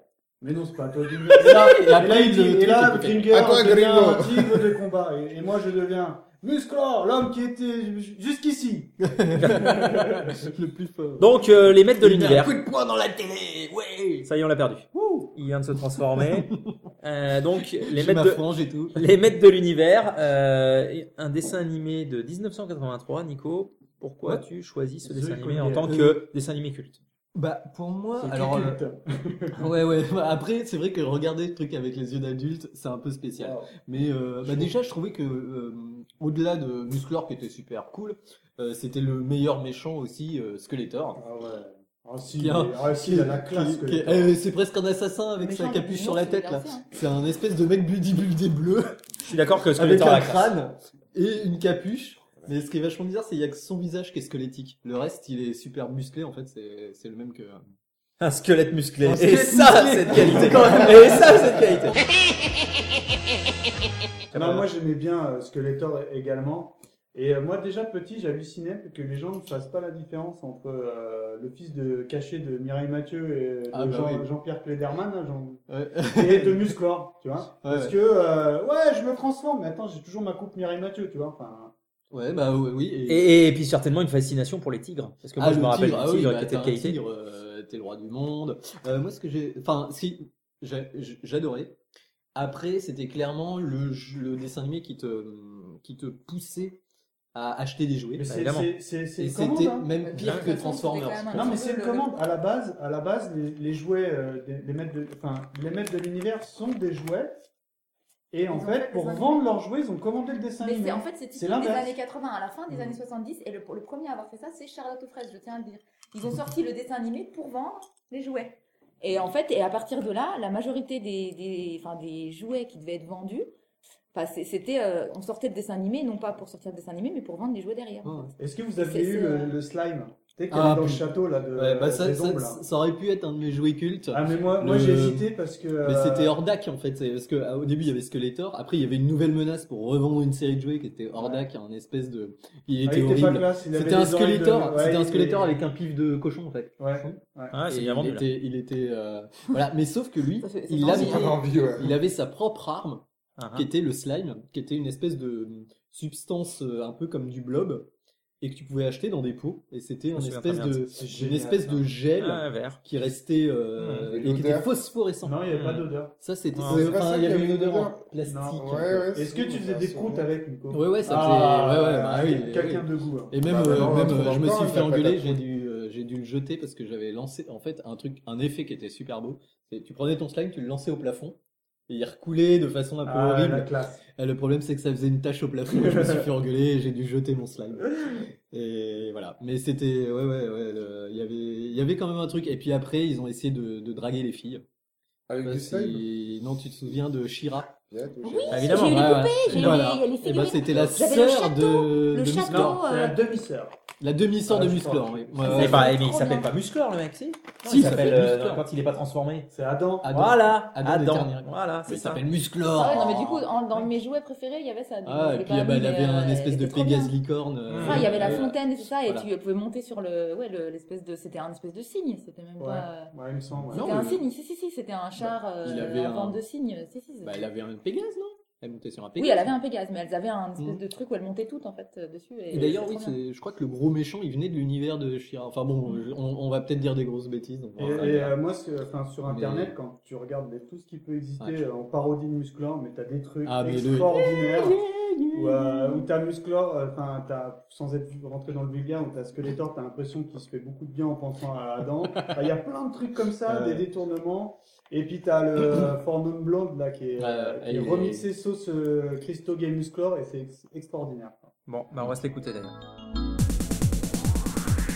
Speaker 5: Mais non, c'est pas toi, Gringer.
Speaker 3: Et là,
Speaker 5: Et là, il dit, et là, Gringer
Speaker 4: À toi,
Speaker 5: devient
Speaker 4: Gringo.
Speaker 5: un tigre de combat. Et, et moi, je deviens Musclor, l'homme qui était ju- jusqu'ici.
Speaker 3: le plus fort.
Speaker 1: Donc, euh, les maîtres de l'univers.
Speaker 3: de poing dans la télé, ouais.
Speaker 1: Ça y est, on l'a perdu.
Speaker 5: Ouh.
Speaker 1: Il vient de se transformer. Euh, donc, les
Speaker 3: Les
Speaker 1: maîtres
Speaker 3: ma
Speaker 1: de...
Speaker 3: frange et tout.
Speaker 1: Les Maîtres de l'Univers, euh, un dessin animé de 1983. Nico, pourquoi
Speaker 3: Ouais.
Speaker 1: tu choisis ce
Speaker 5: Je
Speaker 1: dessin animé
Speaker 5: connais,
Speaker 1: en tant
Speaker 5: euh,
Speaker 1: que dessin animé culte
Speaker 3: Bah pour moi,
Speaker 5: C'est
Speaker 3: alors
Speaker 5: culte.
Speaker 3: euh, ouais ouais. bah, après, c'est vrai que regarder le truc avec les yeux d'adulte, c'est un peu spécial.
Speaker 5: Wow.
Speaker 3: Mais euh, bah,
Speaker 5: Je-
Speaker 3: déjà, je trouvais que euh, au-delà de Musclor qui était super cool, euh, c'était le meilleur méchant aussi, euh, Skeletor.
Speaker 5: Ah ouais. Ah si,
Speaker 3: Qui a-
Speaker 5: ah, si, il a la classe.
Speaker 3: Qui-
Speaker 5: que
Speaker 3: qui-
Speaker 5: le-
Speaker 3: euh, c'est presque un assassin avec
Speaker 2: Méchant,
Speaker 3: sa
Speaker 2: mais
Speaker 3: capuche
Speaker 2: non,
Speaker 3: sur la
Speaker 2: c'est
Speaker 3: tête là.
Speaker 2: glacé, hein.
Speaker 3: C'est un espèce de mec budibule des bleus
Speaker 1: Je suis d'accord que
Speaker 3: avec
Speaker 1: Skeletor a
Speaker 3: un
Speaker 1: la classe.
Speaker 3: crâne et une capuche. Mais ce qui est vachement bizarre, c'est qu'il y a que son visage qui est squelettique. Le reste, il est super musclé. En fait, c'est c'est le même que.
Speaker 1: Un squelette musclé.
Speaker 3: Un
Speaker 1: Et
Speaker 3: squelette
Speaker 1: ça,
Speaker 3: musclé.
Speaker 1: c'est de qualité. Et ça, c'est de qualité.
Speaker 5: Non, moi j'aimais bien euh, Skeletor également. Et euh, moi déjà petit, j'hallucinais que les gens ne fassent pas la différence entre euh, le fils de caché de Mireille Mathieu et euh,
Speaker 3: Ah,
Speaker 5: de
Speaker 3: bah
Speaker 5: Jean,
Speaker 3: oui.
Speaker 5: pierre Klederman là, Jean-
Speaker 3: Ouais.
Speaker 5: et de Musclor, tu vois.
Speaker 3: Ouais,
Speaker 5: Parce
Speaker 3: ouais.
Speaker 5: que euh, ouais, je me transforme, mais attends, j'ai toujours ma coupe Mireille Mathieu, tu vois. Enfin,
Speaker 3: Ouais, bah ouais, oui. Et,
Speaker 1: Et, et puis certainement une fascination pour les tigres. Parce que moi, je me rappelle
Speaker 3: ah
Speaker 1: du
Speaker 3: oui,
Speaker 1: tigre
Speaker 3: bah,
Speaker 1: qui était de
Speaker 3: t'es un
Speaker 1: qualité.
Speaker 3: tigre, euh, t'es le roi du monde. Euh, moi, ce que j'ai, enfin, si, j'a- j'adorais. Après, c'était clairement le, jeu- le dessin animé qui te, qui te poussait à acheter des jouets.
Speaker 5: mais c'est
Speaker 1: évidemment.
Speaker 5: c'est- c'est c'est
Speaker 3: bah, Et
Speaker 5: une commande,
Speaker 3: c'était
Speaker 5: hein.
Speaker 3: même pire que
Speaker 2: De toute façon, Ah, c'était
Speaker 3: Transformers.
Speaker 2: quand même un
Speaker 5: Non, mais
Speaker 2: petit
Speaker 5: c'est
Speaker 2: peu
Speaker 5: une
Speaker 2: le-
Speaker 5: commande. À la base, à la base, les, les jouets, euh, des- les maîtres de, enfin, les maîtres de l'univers sont des jouets. Et en
Speaker 2: Ils ont fait
Speaker 5: fait,
Speaker 2: des
Speaker 5: pour
Speaker 2: animés.
Speaker 5: vendre leurs jouets, ils ont commandé le dessin
Speaker 2: Mais c'est-
Speaker 5: animé.
Speaker 2: en fait, c'est typique des
Speaker 5: l'inverse.
Speaker 2: années 80, à la fin des
Speaker 5: Mm.
Speaker 2: années 70, et le, le premier à avoir fait ça, c'est Charlotte aux fraises, je tiens à le dire. Ils ont sorti le dessin animé pour vendre les jouets. Et en fait, et à partir de là, la majorité des, des, enfin, des jouets qui devaient être vendus, enfin, c'est- c'était, euh, on sortait de dessin animé, non pas pour sortir de dessin animé, mais pour vendre les jouets derrière. en
Speaker 3: Ouais.
Speaker 2: fait.
Speaker 5: Est-ce que vous aviez
Speaker 2: C'est-
Speaker 5: eu
Speaker 2: c'est,
Speaker 5: le,
Speaker 2: euh,
Speaker 5: le slime Tu sais, qu'il y
Speaker 3: Ah,
Speaker 5: avait dans le
Speaker 3: putain.
Speaker 5: château là, de,
Speaker 3: Ouais, bah ça,
Speaker 5: des
Speaker 3: ça,
Speaker 5: ombres, là.
Speaker 3: ça aurait pu être un de mes jouets cultes.
Speaker 5: Ah, mais moi, moi
Speaker 3: Le-
Speaker 5: j'ai hésité parce que.
Speaker 3: Mais
Speaker 5: euh,
Speaker 3: c'était Hordak en fait, c'est parce que ah, au début il y avait Skeletor, après il y avait une nouvelle menace pour revendre une série de jouets qui était Hordak, un espèce de, il
Speaker 5: ah,
Speaker 3: était
Speaker 5: il était pas
Speaker 3: horrible.
Speaker 5: classe, il avait
Speaker 3: C'était un
Speaker 5: des oreilles de-
Speaker 3: Skeletor,
Speaker 5: ouais,
Speaker 3: c'était un
Speaker 5: il était-
Speaker 3: Skeletor avec un pif de cochon en fait.
Speaker 5: Ouais.
Speaker 1: Ah, c'est
Speaker 3: Et
Speaker 1: bien
Speaker 3: il
Speaker 1: vendu. là.
Speaker 3: était, il était, euh, voilà, mais sauf que lui,
Speaker 2: Ça fait- c'est
Speaker 3: il
Speaker 2: pas
Speaker 3: avait,
Speaker 4: J'ai pas envie, ouais.
Speaker 3: il avait sa propre arme
Speaker 1: Ah, ah.
Speaker 3: qui était le slime, qui était une espèce de substance euh, un peu comme du blob et que tu pouvais acheter dans des pots et c'était
Speaker 1: me
Speaker 3: une
Speaker 1: souviens
Speaker 3: espèce
Speaker 1: très bien
Speaker 3: de,
Speaker 5: C'est
Speaker 3: une
Speaker 5: génial,
Speaker 3: espèce
Speaker 5: ça. Hmm.
Speaker 3: de gel
Speaker 1: Ah, vert.
Speaker 3: qui restait euh,
Speaker 4: Mmh.
Speaker 3: et qui était
Speaker 4: L'odeur.
Speaker 3: phosphorescent.
Speaker 5: Non, il n'y avait pas
Speaker 1: Hmm.
Speaker 5: d'odeur.
Speaker 3: Ça, c'était.
Speaker 1: Non,
Speaker 3: c'est-
Speaker 4: c'est pas
Speaker 3: enfin,
Speaker 4: ça
Speaker 3: il y
Speaker 4: qu'il
Speaker 3: avait une odeur en
Speaker 4: dedans.
Speaker 3: plastique.
Speaker 5: Non,
Speaker 3: un
Speaker 4: ouais,
Speaker 3: peu.
Speaker 4: ouais,
Speaker 5: Est-ce que
Speaker 4: si,
Speaker 5: tu faisais
Speaker 4: ça,
Speaker 5: des
Speaker 4: ça,
Speaker 5: croûtes
Speaker 4: ouais.
Speaker 5: avec Nico
Speaker 3: Ouais, ouais, ça faisait.
Speaker 5: Ah,
Speaker 3: ouais, ouais, bah oui, oui.
Speaker 5: Quelqu'un de goût. hein.
Speaker 3: Et même,
Speaker 4: Bah,
Speaker 3: euh,
Speaker 4: maintenant, on
Speaker 3: même
Speaker 4: le
Speaker 3: euh,
Speaker 4: trouve
Speaker 3: je me
Speaker 4: encore,
Speaker 3: suis
Speaker 4: il
Speaker 3: fait
Speaker 4: a pas
Speaker 3: engueuler,
Speaker 4: d'attaque.
Speaker 3: j'ai dû, euh, j'ai dû le jeter parce que j'avais lancé en fait un truc, un effet qui était super beau. C'est- Tu prenais ton slime, tu le lançais au plafond et il recoulait de façon un peu
Speaker 5: Ah, la
Speaker 3: horrible.
Speaker 5: classe.
Speaker 3: Et le problème, c'est que ça faisait une tache au plafond. je me suis fait engueuler, j'ai dû jeter mon slime. Et voilà. Mais c'était, ouais, ouais, ouais. euh, Il y avait, il y avait quand même un truc. Et puis après, ils ont essayé de, de draguer les filles.
Speaker 4: Avec
Speaker 3: Je
Speaker 4: du
Speaker 3: sais pas
Speaker 4: slime.
Speaker 3: si- Non, tu te souviens de Shira
Speaker 4: Bien, touché.
Speaker 2: Oui,
Speaker 1: Ah, évidemment.
Speaker 2: j'ai eu les
Speaker 3: Ouais,
Speaker 2: poupées,
Speaker 3: ouais.
Speaker 2: j'ai eu les, il y
Speaker 3: Voilà.
Speaker 2: a les
Speaker 3: Eh ben,
Speaker 2: figurines.
Speaker 3: c'était la
Speaker 2: J'avais le
Speaker 3: sœur de,
Speaker 2: le
Speaker 3: de
Speaker 2: château,
Speaker 3: Musclor.
Speaker 5: C'est
Speaker 2: euh,
Speaker 5: la demi-sœur.
Speaker 3: La demi-sœur
Speaker 5: Ah,
Speaker 3: de
Speaker 5: je
Speaker 3: Musclor,
Speaker 5: crois.
Speaker 3: oui.
Speaker 1: Mais,
Speaker 3: Ouais, ouais.
Speaker 1: pas- mais il
Speaker 2: trop
Speaker 1: s'appelle
Speaker 2: bien.
Speaker 1: pas Musclor, le mec, si, Non,
Speaker 3: Si,
Speaker 1: Il
Speaker 3: il s'appelle
Speaker 1: s'appelle euh,
Speaker 3: Musclor.
Speaker 1: quand il est pas transformé.
Speaker 5: C'est Adam.
Speaker 3: Adam.
Speaker 1: Voilà,
Speaker 3: Adam
Speaker 1: Adam.
Speaker 3: Déterminé.
Speaker 1: Voilà, c'est
Speaker 3: Il
Speaker 1: ça.
Speaker 3: s'appelle
Speaker 2: Ah ouais,
Speaker 3: Musclor.
Speaker 2: non, mais du coup, en- dans mes jouets préférés, il y avait ça.
Speaker 3: Ah, et puis ah, bah, il
Speaker 2: euh,
Speaker 3: avait un espèce de Pégase
Speaker 2: Pégase
Speaker 3: licorne. euh,
Speaker 2: Enfin, Ah, il y avait la
Speaker 3: euh,
Speaker 2: fontaine et tout ça, et
Speaker 3: Voilà.
Speaker 2: tu pouvais monter sur le, ouais, le- l'espèce de, c'était un espèce de cygne, c'était même
Speaker 5: Ouais.
Speaker 2: pas. euh,
Speaker 5: Ouais, il me semble. ouais.
Speaker 3: Non,
Speaker 2: C'était un
Speaker 3: mais- Bah,
Speaker 2: cygne, si si si, c'était un char
Speaker 3: il
Speaker 2: euh,
Speaker 3: avait
Speaker 2: en
Speaker 3: un-
Speaker 2: forme de cygne, si si.
Speaker 3: Bah,
Speaker 2: c'était-
Speaker 3: elle avait un Pégase, non Elle montait sur un Pégase.
Speaker 2: Oui, elle avait un Pégase, mais elles avaient un espèce
Speaker 3: Mm.
Speaker 2: de truc où elles montaient toutes en fait euh, dessus. Et,
Speaker 3: Et d'ailleurs, oui,
Speaker 2: c'était trop bien.
Speaker 3: c'est- je crois que le gros méchant, il venait de l'univers de Shira. Enfin bon, je- on, on va peut-être dire des grosses bêtises. donc
Speaker 5: Et,
Speaker 3: on va faire
Speaker 5: et,
Speaker 3: gaffe.
Speaker 5: euh, moi, ce- enfin, sur
Speaker 3: Mais-
Speaker 5: Internet, quand tu regardes les- tout ce qui peut exister
Speaker 3: Ouais.
Speaker 5: euh, en parodie de Musclor, mais t'as des trucs
Speaker 3: Ah, mais le-
Speaker 5: extraordinaires où, euh, où t'as Musclor, euh, enfin, t'as, sans être rentré dans le vulgaire, où t'as Skeletor, t'as l'impression qu'il se fait beaucoup de bien en pensant à Adam. Enfin, Il y a plein de trucs comme ça,
Speaker 8: Ouais.
Speaker 5: des détournements. Et puis t'as le euh, Fornum Blonde, là, qui est,
Speaker 1: Ouais, ouais,
Speaker 5: qui est
Speaker 1: il est-
Speaker 5: remixé sauce euh, Christo Gay Musclor, et c'est ex- extraordinaire.
Speaker 1: Bon, bah on va se l'écouter d'ailleurs.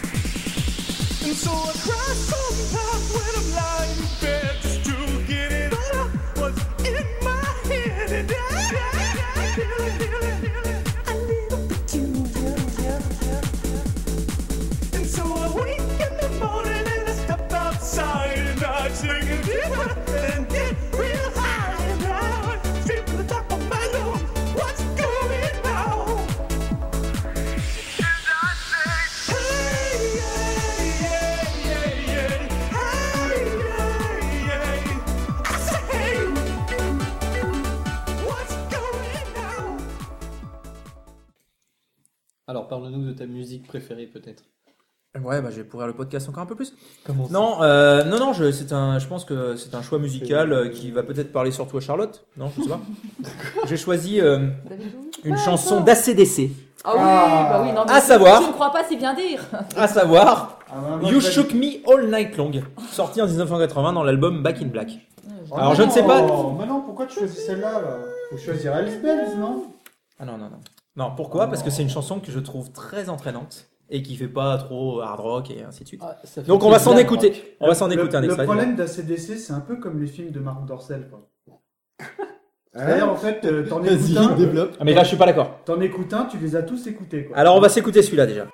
Speaker 7: And so I cried sometimes when I'm lying in bed just to get it all out what's in my head. And I, I feel it, feel it, feel it, a little peculiar. And so I wake in the morning and I step outside and I take a deep breath and get real high. And I feel to the top of my lungs what's going on.
Speaker 8: Alors parle-nous de ta musique préférée peut-être.
Speaker 1: Ouais, bah je vais pourrir le podcast encore un peu plus.
Speaker 8: Comment
Speaker 1: Non, euh, non, non, je, c'est un, je pense que c'est un choix musical euh, qui va peut-être parler surtout à Charlotte. Non, je sais pas. J'ai choisi euh,
Speaker 2: Vous avez joué
Speaker 1: une chanson d'ACDC,
Speaker 2: Ah oui,
Speaker 5: Ah.
Speaker 2: bah oui, non, mais
Speaker 1: À
Speaker 2: tu-
Speaker 1: savoir-
Speaker 2: Tu ne crois pas si bien dire.
Speaker 1: à savoir
Speaker 5: Ah, vraiment,
Speaker 1: You
Speaker 5: je-
Speaker 1: Shook Me All Night Long, sorti en 1980 dans l'album Back in Black.
Speaker 5: Oh,
Speaker 1: Alors,
Speaker 5: mais
Speaker 1: je ne sais
Speaker 5: non,
Speaker 1: pas-
Speaker 5: Mais non, pourquoi tu choisis celle-là là Faut choisir Alice Bells, non
Speaker 1: Ah non, non, non. Non, pourquoi
Speaker 5: Oh.
Speaker 1: Parce que c'est une chanson que je trouve très entraînante et qui fait pas trop hard rock et ainsi de suite. Donc on va s'en écouter. On va s'en
Speaker 5: Le-
Speaker 1: écouter un
Speaker 5: Ah. Le
Speaker 1: extrait.
Speaker 5: problème d'ACDC, c'est un peu comme les films de Marc Dorcel. quoi.
Speaker 4: Hein Ah
Speaker 5: D'ailleurs, en fait, euh, t'en écoutes
Speaker 8: Vas-y,
Speaker 5: un,
Speaker 8: développe.
Speaker 1: Ah, mais là je suis pas d'accord.
Speaker 5: t'en écoutes un, tu les as tous écoutés. Quoi.
Speaker 1: Alors on va s'écouter celui-là déjà.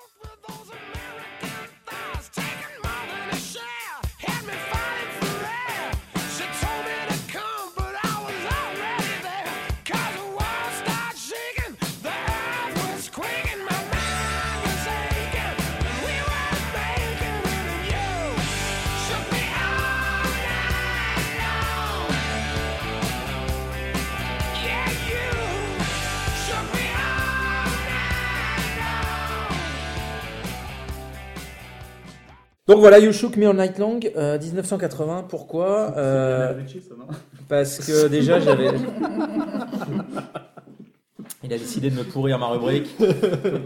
Speaker 7: Yeah, you shook me
Speaker 1: Donc voilà, You Shook Me All Night Long, euh, 1980. Pourquoi
Speaker 5: C'est
Speaker 1: Euh,
Speaker 5: Lionel Richie, ça, non
Speaker 1: Parce que déjà j'avais. Il a décidé de me pourrir ma rubrique,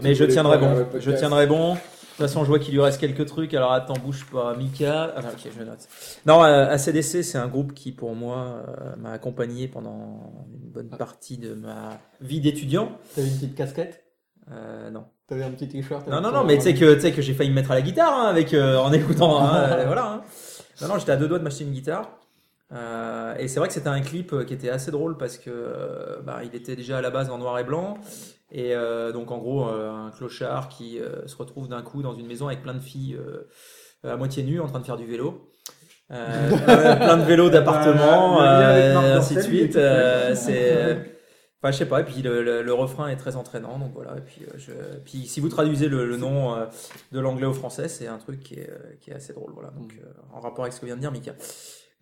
Speaker 1: mais je tiendrai bon. Je tiendrai bon. De toute façon, je vois qu'il lui reste quelques trucs. Alors attends, bouge pas, Mika. Ah, ok, je note. Non, euh, ACDC, c'est un groupe qui pour moi euh, m'a accompagné pendant une bonne partie de ma vie d'étudiant.
Speaker 8: T'avais une petite casquette
Speaker 1: Euh, non.
Speaker 8: T'avais un petit t-shirt
Speaker 1: Non, non, non, mais tu sais que, tu sais que j'ai failli me mettre à la guitare hein, avec, euh, en écoutant. hein, euh, voilà. hein. Non, non, j'étais à deux doigts de m'acheter une guitare. Euh, et c'est vrai que c'était un clip euh, qui était assez drôle parce que euh, bah, il était déjà à la base en noir et blanc. Et euh, donc, en gros, euh, un clochard qui euh, se retrouve d'un coup dans une maison avec plein de filles euh, à moitié nues en train de faire du vélo. Euh, plein de vélos d'appartement,
Speaker 5: Bah, Le lien avec Marc
Speaker 1: euh, ainsi de
Speaker 5: Dorcel, il est
Speaker 1: suite.
Speaker 5: tout à fait
Speaker 1: Euh,
Speaker 5: intéressant.
Speaker 1: c'est. Enfin, je sais pas. Et puis le, le- le refrain est très entraînant, donc voilà. Et puis, euh, je... puis si vous traduisez le, le nom euh, de l'anglais au français, c'est un truc qui est, euh, qui est assez drôle, voilà. Donc
Speaker 5: Mm.
Speaker 1: euh, en rapport avec ce que vient de dire Mika.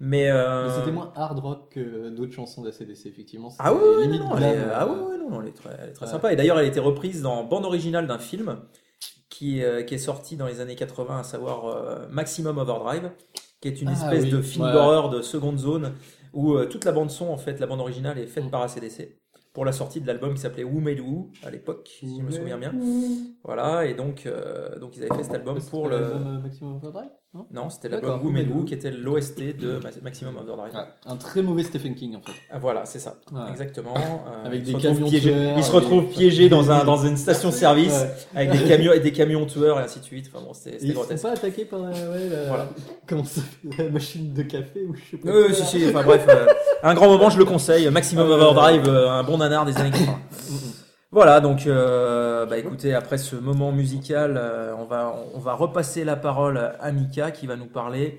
Speaker 1: Mais, euh,
Speaker 8: Mais c'était moins hard rock que d'autres chansons d'ACDC, effectivement.
Speaker 1: Ah oui,
Speaker 8: C'était
Speaker 1: oui,
Speaker 8: limite
Speaker 1: non, non, elle est,
Speaker 8: glam,
Speaker 1: ah oui,
Speaker 8: euh,
Speaker 1: oui, non, non, elle est très, elle est très
Speaker 8: Ouais.
Speaker 1: sympa. Et d'ailleurs, elle a été reprise dans bande originale d'un film qui, euh, qui est sorti dans les années 80, à savoir euh, Maximum Overdrive, qui est une
Speaker 8: Ah
Speaker 1: espèce
Speaker 8: oui,
Speaker 1: de film
Speaker 8: ouais.
Speaker 1: d'horreur de seconde zone où euh, toute la bande son, en fait, la bande originale est faite
Speaker 8: Mm.
Speaker 1: par ACDC pour la sortie de l'album qui s'appelait Who Made Who à l'époque, si je me souviens bien.
Speaker 3: Hmm.
Speaker 1: Voilà, et donc, euh, donc ils avaient fait cet album
Speaker 8: c'était
Speaker 1: pour le.
Speaker 8: l'album, euh, Maximum Overdrive non
Speaker 1: Non, c'était
Speaker 8: D'accord,
Speaker 1: l'album Who
Speaker 8: Who
Speaker 1: Made
Speaker 8: Made
Speaker 1: Who
Speaker 8: Who.
Speaker 1: qui était l'OST de Ma- Maximum Overdrive.
Speaker 8: Un très mauvais Stephen King en fait.
Speaker 1: Ah, Voilà, c'est ça.
Speaker 8: Ouais.
Speaker 1: Exactement. Euh,
Speaker 8: Avec
Speaker 1: il
Speaker 8: des
Speaker 1: se retrouve
Speaker 8: camions
Speaker 1: piégé-
Speaker 8: tueurs,
Speaker 1: Il se
Speaker 8: avec-
Speaker 1: retrouve piégé dans, un, dans une station-service
Speaker 8: Ouais.
Speaker 1: avec des camions, et des camions tueurs et ainsi de suite. Enfin bon, c'était
Speaker 8: Et
Speaker 1: c'était
Speaker 8: ils sont
Speaker 1: grotesque.
Speaker 8: pas attaqués par la, ouais, la,
Speaker 1: Voilà.
Speaker 8: comment ça, la machine de café ou je sais pas.
Speaker 1: Oui, oui, si, si, enfin bref, euh, un grand moment, je le conseille. Maximum Overdrive, euh, un bon nanar des années 80. Voilà, donc euh, bah, écoutez, après ce moment musical, euh, on, va, on va repasser la parole à Mika qui va nous parler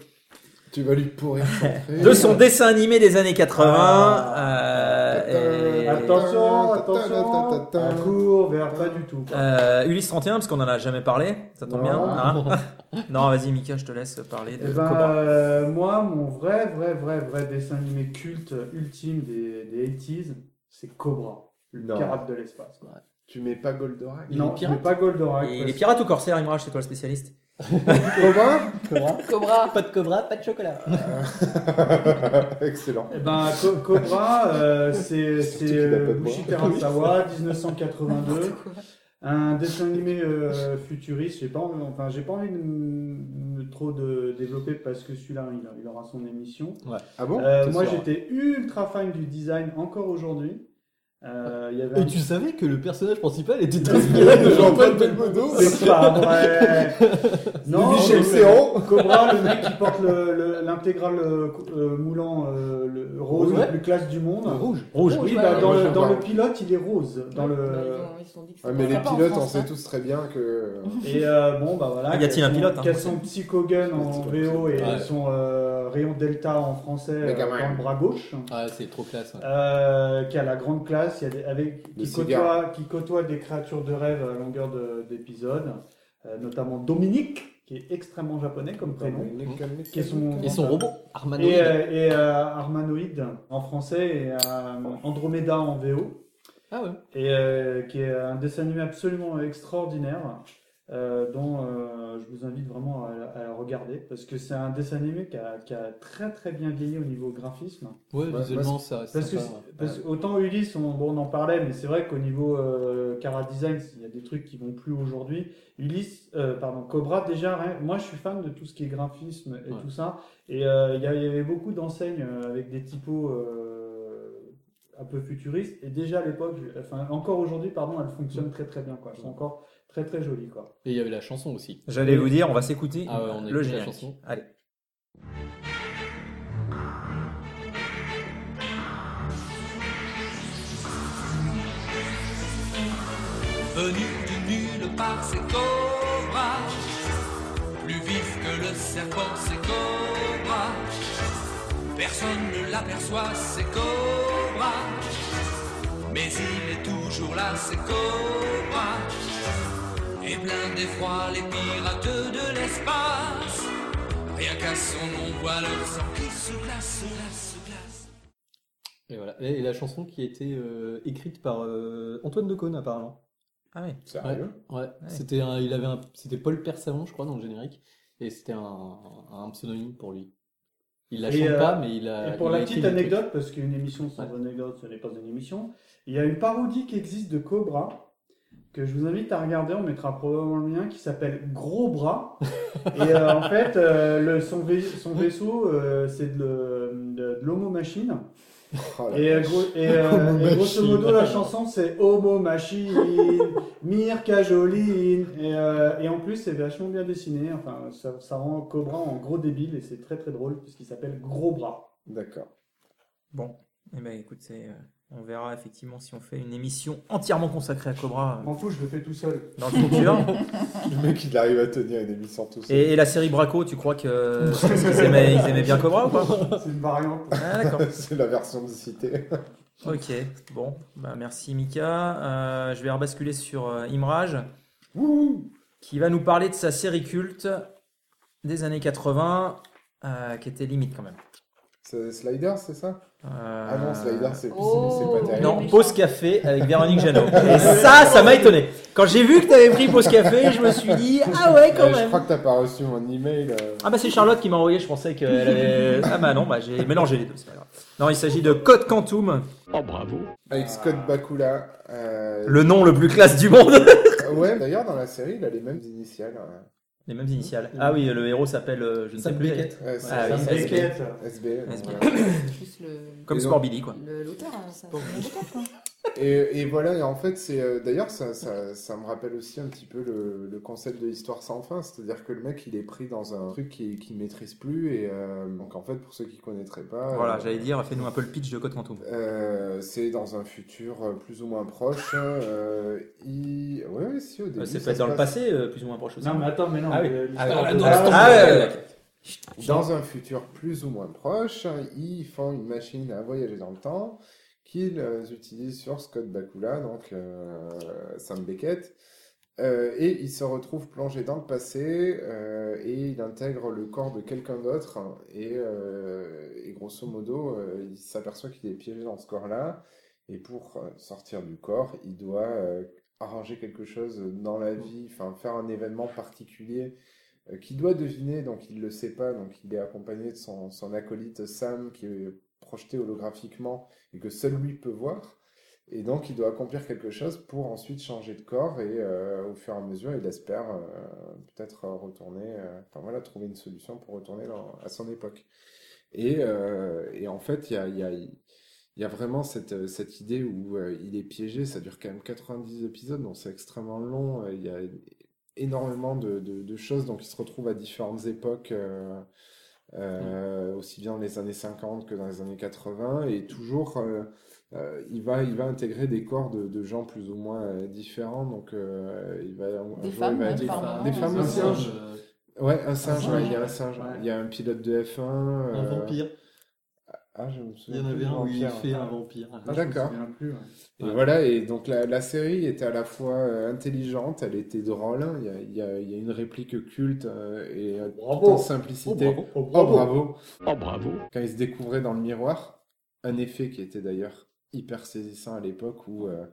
Speaker 4: Tu vas lui pourrir son Ah. truc.
Speaker 1: de son dessin animé des années 80. euh, et-
Speaker 5: Attention,
Speaker 4: Ta- ta- ta- ta- ta-
Speaker 5: attention,
Speaker 4: ta-
Speaker 5: un cours vers pas du tout. quoi.
Speaker 1: Euh, Ulisse 31, parce qu'on en a jamais parlé, ça tombe
Speaker 5: Non.
Speaker 1: bien. hein non, vas-y, Mika, je te laisse parler de
Speaker 5: Eh ben,
Speaker 1: Cobra.
Speaker 5: euh, moi, mon vrai, vrai, vrai, vrai dessin animé culte euh, ultime des, des 80s, c'est Cobra, le
Speaker 4: Non.
Speaker 5: pirate de l'espace. quoi.
Speaker 4: Tu mets pas Goldorak
Speaker 5: Non,
Speaker 8: pirate
Speaker 5: mais pas Goldorak.
Speaker 1: Et
Speaker 5: parce-
Speaker 1: les pirates ou corsaires, Imraj, c'est toi le spécialiste
Speaker 4: Cobra
Speaker 8: Cobra.
Speaker 2: Cobra.
Speaker 8: Pas de cobra, pas de chocolat.
Speaker 1: Ah,
Speaker 4: Excellent.
Speaker 5: Eh ben, Co- Cobra, euh, c'est c'est,
Speaker 4: qu'il a pas de
Speaker 5: euh,
Speaker 4: bras.
Speaker 5: Bushi Terasawa, 1982. Un dessin animé euh, futuriste, j'ai pas, envie- enfin j'ai pas envie de me- me trop de développer parce que celui-là il, a- il aura son émission.
Speaker 4: Ah bon
Speaker 5: Euh,
Speaker 8: c'est
Speaker 5: moi
Speaker 8: sûr.
Speaker 5: j'étais ultra fan du design encore aujourd'hui. Euh, il y
Speaker 1: bah
Speaker 5: avait
Speaker 8: Et
Speaker 5: un-
Speaker 8: tu savais que le personnage principal était inspiré de Jean-Paul Belmondo
Speaker 5: C'est pas vrai.
Speaker 4: Le Michel
Speaker 5: le-
Speaker 4: Serrault.
Speaker 5: Cobra, le mec qui porte le- le- l'intégrale euh, cou- euh, moulant euh, le rose
Speaker 8: Ouais.
Speaker 5: le plus classe du monde.
Speaker 8: Rouge.
Speaker 2: Rouge,
Speaker 5: Oui,
Speaker 2: ouais,
Speaker 5: bah,
Speaker 2: ouais,
Speaker 5: dans,
Speaker 4: moi,
Speaker 5: le,
Speaker 4: j'aime
Speaker 5: dans
Speaker 4: pas.
Speaker 5: le pilote, il est rose. Dans le...
Speaker 2: Bah,
Speaker 4: Ouais, Ah, mais les pilotes, on
Speaker 2: hein.
Speaker 4: sait tous très bien que.
Speaker 5: Et euh, bon, bah voilà.
Speaker 1: Y a-t-il un
Speaker 5: qu'elles
Speaker 1: pilote,
Speaker 5: sont-
Speaker 1: hein,
Speaker 5: Qu'elles
Speaker 1: pour
Speaker 5: sont Psycho Gun en VO et elles sont euh, Rayon Delta en français euh,
Speaker 4: Megaman.
Speaker 5: dans le bras gauche.
Speaker 3: Ah, c'est trop classe. ouais.
Speaker 5: Euh, qui a la grande classe, il y a des- avec,
Speaker 4: Le
Speaker 5: qui,
Speaker 4: cigare.
Speaker 5: côtoie, qui côtoie des créatures de rêve à longueur de- d'épisodes, euh, notamment Dominique, qui est extrêmement japonais comme prénom, qui est son,
Speaker 3: Et son robot, Armando.
Speaker 5: et, euh, et, euh, Armanoïde en français et euh, Andromeda en VO,
Speaker 3: Ah ouais.
Speaker 5: et euh, qui est un dessin animé absolument extraordinaire. euh, dont euh, je vous invite vraiment à, à regarder parce que c'est un dessin animé qui a, qui a très très bien vieilli au niveau graphisme
Speaker 3: Ouais,
Speaker 4: Ouais,
Speaker 3: visuellement, ça reste.
Speaker 5: parce que,
Speaker 3: sympa, ouais.
Speaker 5: parce que autant Ulysse, on, bon, on en parlait, mais c'est vrai qu'au niveau euh, Cara Design, il y a des trucs qui vont plus aujourd'hui. Ulysse, euh, pardon, Cobra, déjà, rien- moi je suis fan de tout ce qui est graphisme et
Speaker 3: Ouais.
Speaker 5: tout ça. Et euh, il y, a- il y avait beaucoup d'enseignes euh, avec des typos euh, un peu futuristes. Et déjà à l'époque, je- enfin encore aujourd'hui, pardon, elles fonctionnent très très bien. Quoi. Elles sont encore très très jolies. Quoi.
Speaker 3: Et il y avait la chanson aussi.
Speaker 1: J'allais vous dire, on va s'écouter
Speaker 3: Ah ouais, on
Speaker 1: le
Speaker 3: a écouté la
Speaker 1: générique.
Speaker 3: chanson.
Speaker 1: Allez.
Speaker 7: Venu de nulle part, c'est Cobra. Plus vif que le serpent, c'est Cobra. Personne ne l'aperçoit, c'est Cobra. Mais il est toujours là, c'est Cobra. Et plein d'effroi, les pirates de l'espace. Rien qu'à son nom, voit leur sang qui se glace, se glace, se glace.
Speaker 3: Et voilà. Et et la chanson qui a été euh, écrite par euh, Antoine Decaune, apparemment.
Speaker 1: Ah ouais.
Speaker 4: Sérieux
Speaker 3: Ouais, c'était un, il avait un, c'était Paul Persavant, je crois, dans le générique, et c'était un, un pseudonyme pour lui. Il la
Speaker 5: Et,
Speaker 3: chante
Speaker 5: euh,
Speaker 3: pas, mais il a.
Speaker 5: et pour
Speaker 3: il
Speaker 5: la
Speaker 3: a écrit
Speaker 5: petite
Speaker 3: des trucs.
Speaker 5: anecdote, parce qu'une émission sans anecdote, ce n'est pas une émission, il y a une parodie qui existe de Cobra que je vous invite à regarder, on mettra probablement le lien, qui s'appelle Gros Bras. Et euh, en fait, euh, le, son, vais- son vaisseau, euh, c'est de, le- de- de l'Homo Machine.
Speaker 4: Oh là
Speaker 5: Et, euh,
Speaker 4: là.
Speaker 5: gros- et, euh,
Speaker 3: Homo
Speaker 5: et grosso
Speaker 3: Machine.
Speaker 5: modo, la chanson, c'est Homo Machine, Mirka Joline. Et, euh, et en plus, c'est vachement bien dessiné. Enfin, ça, ça rend Cobra en gros débile et c'est très très drôle, puisqu'il s'appelle Gros Bras.
Speaker 4: D'accord.
Speaker 1: Bon, eh ben écoute, c'est, euh, on verra effectivement si on fait une émission entièrement consacrée à Cobra euh,
Speaker 5: M'en fous, je le fais tout seul.
Speaker 1: dans le futur.
Speaker 4: Le mec, il arrive à tenir une émission tout seul.
Speaker 1: Et, et la série Braco, tu crois que euh, ils, aimaient, ils aimaient bien Cobra ou pas
Speaker 5: C'est une variante.
Speaker 1: Ah d'accord.
Speaker 4: C'est la version de cité.
Speaker 1: Ok. Bon, bah, merci Mika. Euh, je vais rebasculer sur euh, Imrage, qui va nous parler de sa série culte des années 80, euh, qui était limite quand même.
Speaker 4: C'est Slider, c'est ça
Speaker 1: Euh,
Speaker 4: Ah non, Slider, c'est c'est-
Speaker 2: Oh.
Speaker 4: c'est pas terrible.
Speaker 1: Non, pause café avec Véronique Jeannot. Et ça, ça m'a étonné. Quand j'ai vu que t'avais pris pause café, je me suis dit ah ouais quand
Speaker 4: Euh, je
Speaker 1: même.
Speaker 4: crois que t'as pas reçu mon email. euh.
Speaker 1: Ah bah c'est Charlotte qui m'a envoyé, je pensais qu'elle avait... Ah bah non, bah j'ai mélangé les deux, c'est pas grave. Non, il s'agit de Code Quantum,
Speaker 4: Avec Scott Bakula. euh,
Speaker 1: le nom le plus classe du monde.
Speaker 4: Ah Ouais, d'ailleurs, dans la série, il a les mêmes initiales. euh,
Speaker 1: Les mêmes initiales. Ah oui, le héros s'appelle, euh, je ne sais
Speaker 3: Sam
Speaker 1: plus.
Speaker 3: Beckett.
Speaker 4: euh, c'est-
Speaker 1: Ah oui,
Speaker 4: c'est-
Speaker 1: SB.
Speaker 5: Beckett.
Speaker 4: SB.
Speaker 1: SB.
Speaker 4: voilà.
Speaker 2: Juste le-
Speaker 1: Comme
Speaker 4: Et donc-
Speaker 1: Scorbilly quoi.
Speaker 2: le- l'auteur, hein, ça. c'est l'auteur, quoi.
Speaker 4: Et, et voilà, et en fait, c'est euh, d'ailleurs, ça, ça, ça me rappelle aussi un petit peu le, le concept de l'histoire sans fin, c'est-à-dire que le mec, il est pris dans un truc qu'il qu'il maîtrise plus, et euh, donc en fait, pour ceux qui connaîtraient pas,
Speaker 1: Voilà,
Speaker 4: euh,
Speaker 1: j'allais dire, fais-nous un peu le pitch de Code Quantum.
Speaker 4: euh, c'est dans un futur euh, plus ou moins proche. euh, il... Ouais, ouais, si, au début,
Speaker 1: Euh, c'est
Speaker 4: ça
Speaker 1: peut-être
Speaker 4: se
Speaker 1: dans le
Speaker 4: passe
Speaker 1: passé, euh, plus ou moins proche aussi.
Speaker 5: Non, mais attends, mais non.
Speaker 1: Ah oui.
Speaker 5: mais euh, l'histoire-
Speaker 1: Ah,
Speaker 5: de-
Speaker 1: Ah ouais, ouais,
Speaker 4: Dans un futur plus ou moins proche, ils font une machine à voyager dans le temps qu'ils euh, utilisent sur Scott Bakula, donc euh, Sam Beckett. Euh, et il se retrouve plongé dans le passé euh, et il intègre le corps de quelqu'un d'autre. Et, euh, et grosso modo, euh, il s'aperçoit qu'il est piégé dans ce corps-là. Et pour euh, sortir du corps, il doit euh, arranger quelque chose dans la vie, enfin faire un événement particulier euh, qui doit deviner, donc il le sait pas, donc il est accompagné de son, son acolyte Sam, qui est projeté holographiquement et que seul lui peut voir. Et donc il doit accomplir quelque chose pour ensuite changer de corps et euh, au fur et à mesure il espère euh, peut-être retourner, euh, enfin voilà, trouver une solution pour retourner dans- à son époque. Et, euh, et en fait, il y a, il y a- il y a vraiment cette, cette idée où euh, il est piégé, ça dure quand même 90 épisodes, donc c'est extrêmement long, euh, il y a énormément de, de- de choses, donc il se retrouve à différentes époques, euh, euh,
Speaker 2: Mm.
Speaker 4: aussi bien dans les années 50 que dans les années 80, et toujours euh, euh, il va, il va intégrer des corps de, de gens plus ou moins euh, différents, donc euh, il va, un
Speaker 2: Des
Speaker 4: jour,
Speaker 2: femmes,
Speaker 4: il va
Speaker 2: hein,
Speaker 4: être-
Speaker 2: par moment,
Speaker 4: des
Speaker 2: un
Speaker 4: femmes
Speaker 2: singe.
Speaker 4: aussi, hein. Ouais, un singe, ouais, il y a un singe.
Speaker 5: Ouais.
Speaker 4: Il y a un pilote de F1.
Speaker 8: Ah, Un
Speaker 4: euh,
Speaker 8: vampire.
Speaker 4: Ah, je me
Speaker 8: Il y
Speaker 4: souviens
Speaker 8: en
Speaker 4: plus
Speaker 8: avait
Speaker 4: du
Speaker 8: un où il
Speaker 4: vampire.
Speaker 8: fait un vampire.
Speaker 4: Ah, D'accord.
Speaker 5: euh, Je me souviens plus, hein. ouais.
Speaker 4: Et voilà, et donc la, la série était à la fois euh, intelligente, elle était drôle, hein. il y a, il y a- il y a une réplique culte euh, et euh, tout en simplicité.
Speaker 5: Oh, bravo. Oh,
Speaker 4: Oh,
Speaker 5: bravo.
Speaker 4: bravo.
Speaker 10: Oh, bravo.
Speaker 4: Quand il se découvrait dans le miroir, un effet qui était d'ailleurs hyper saisissant à l'époque où euh,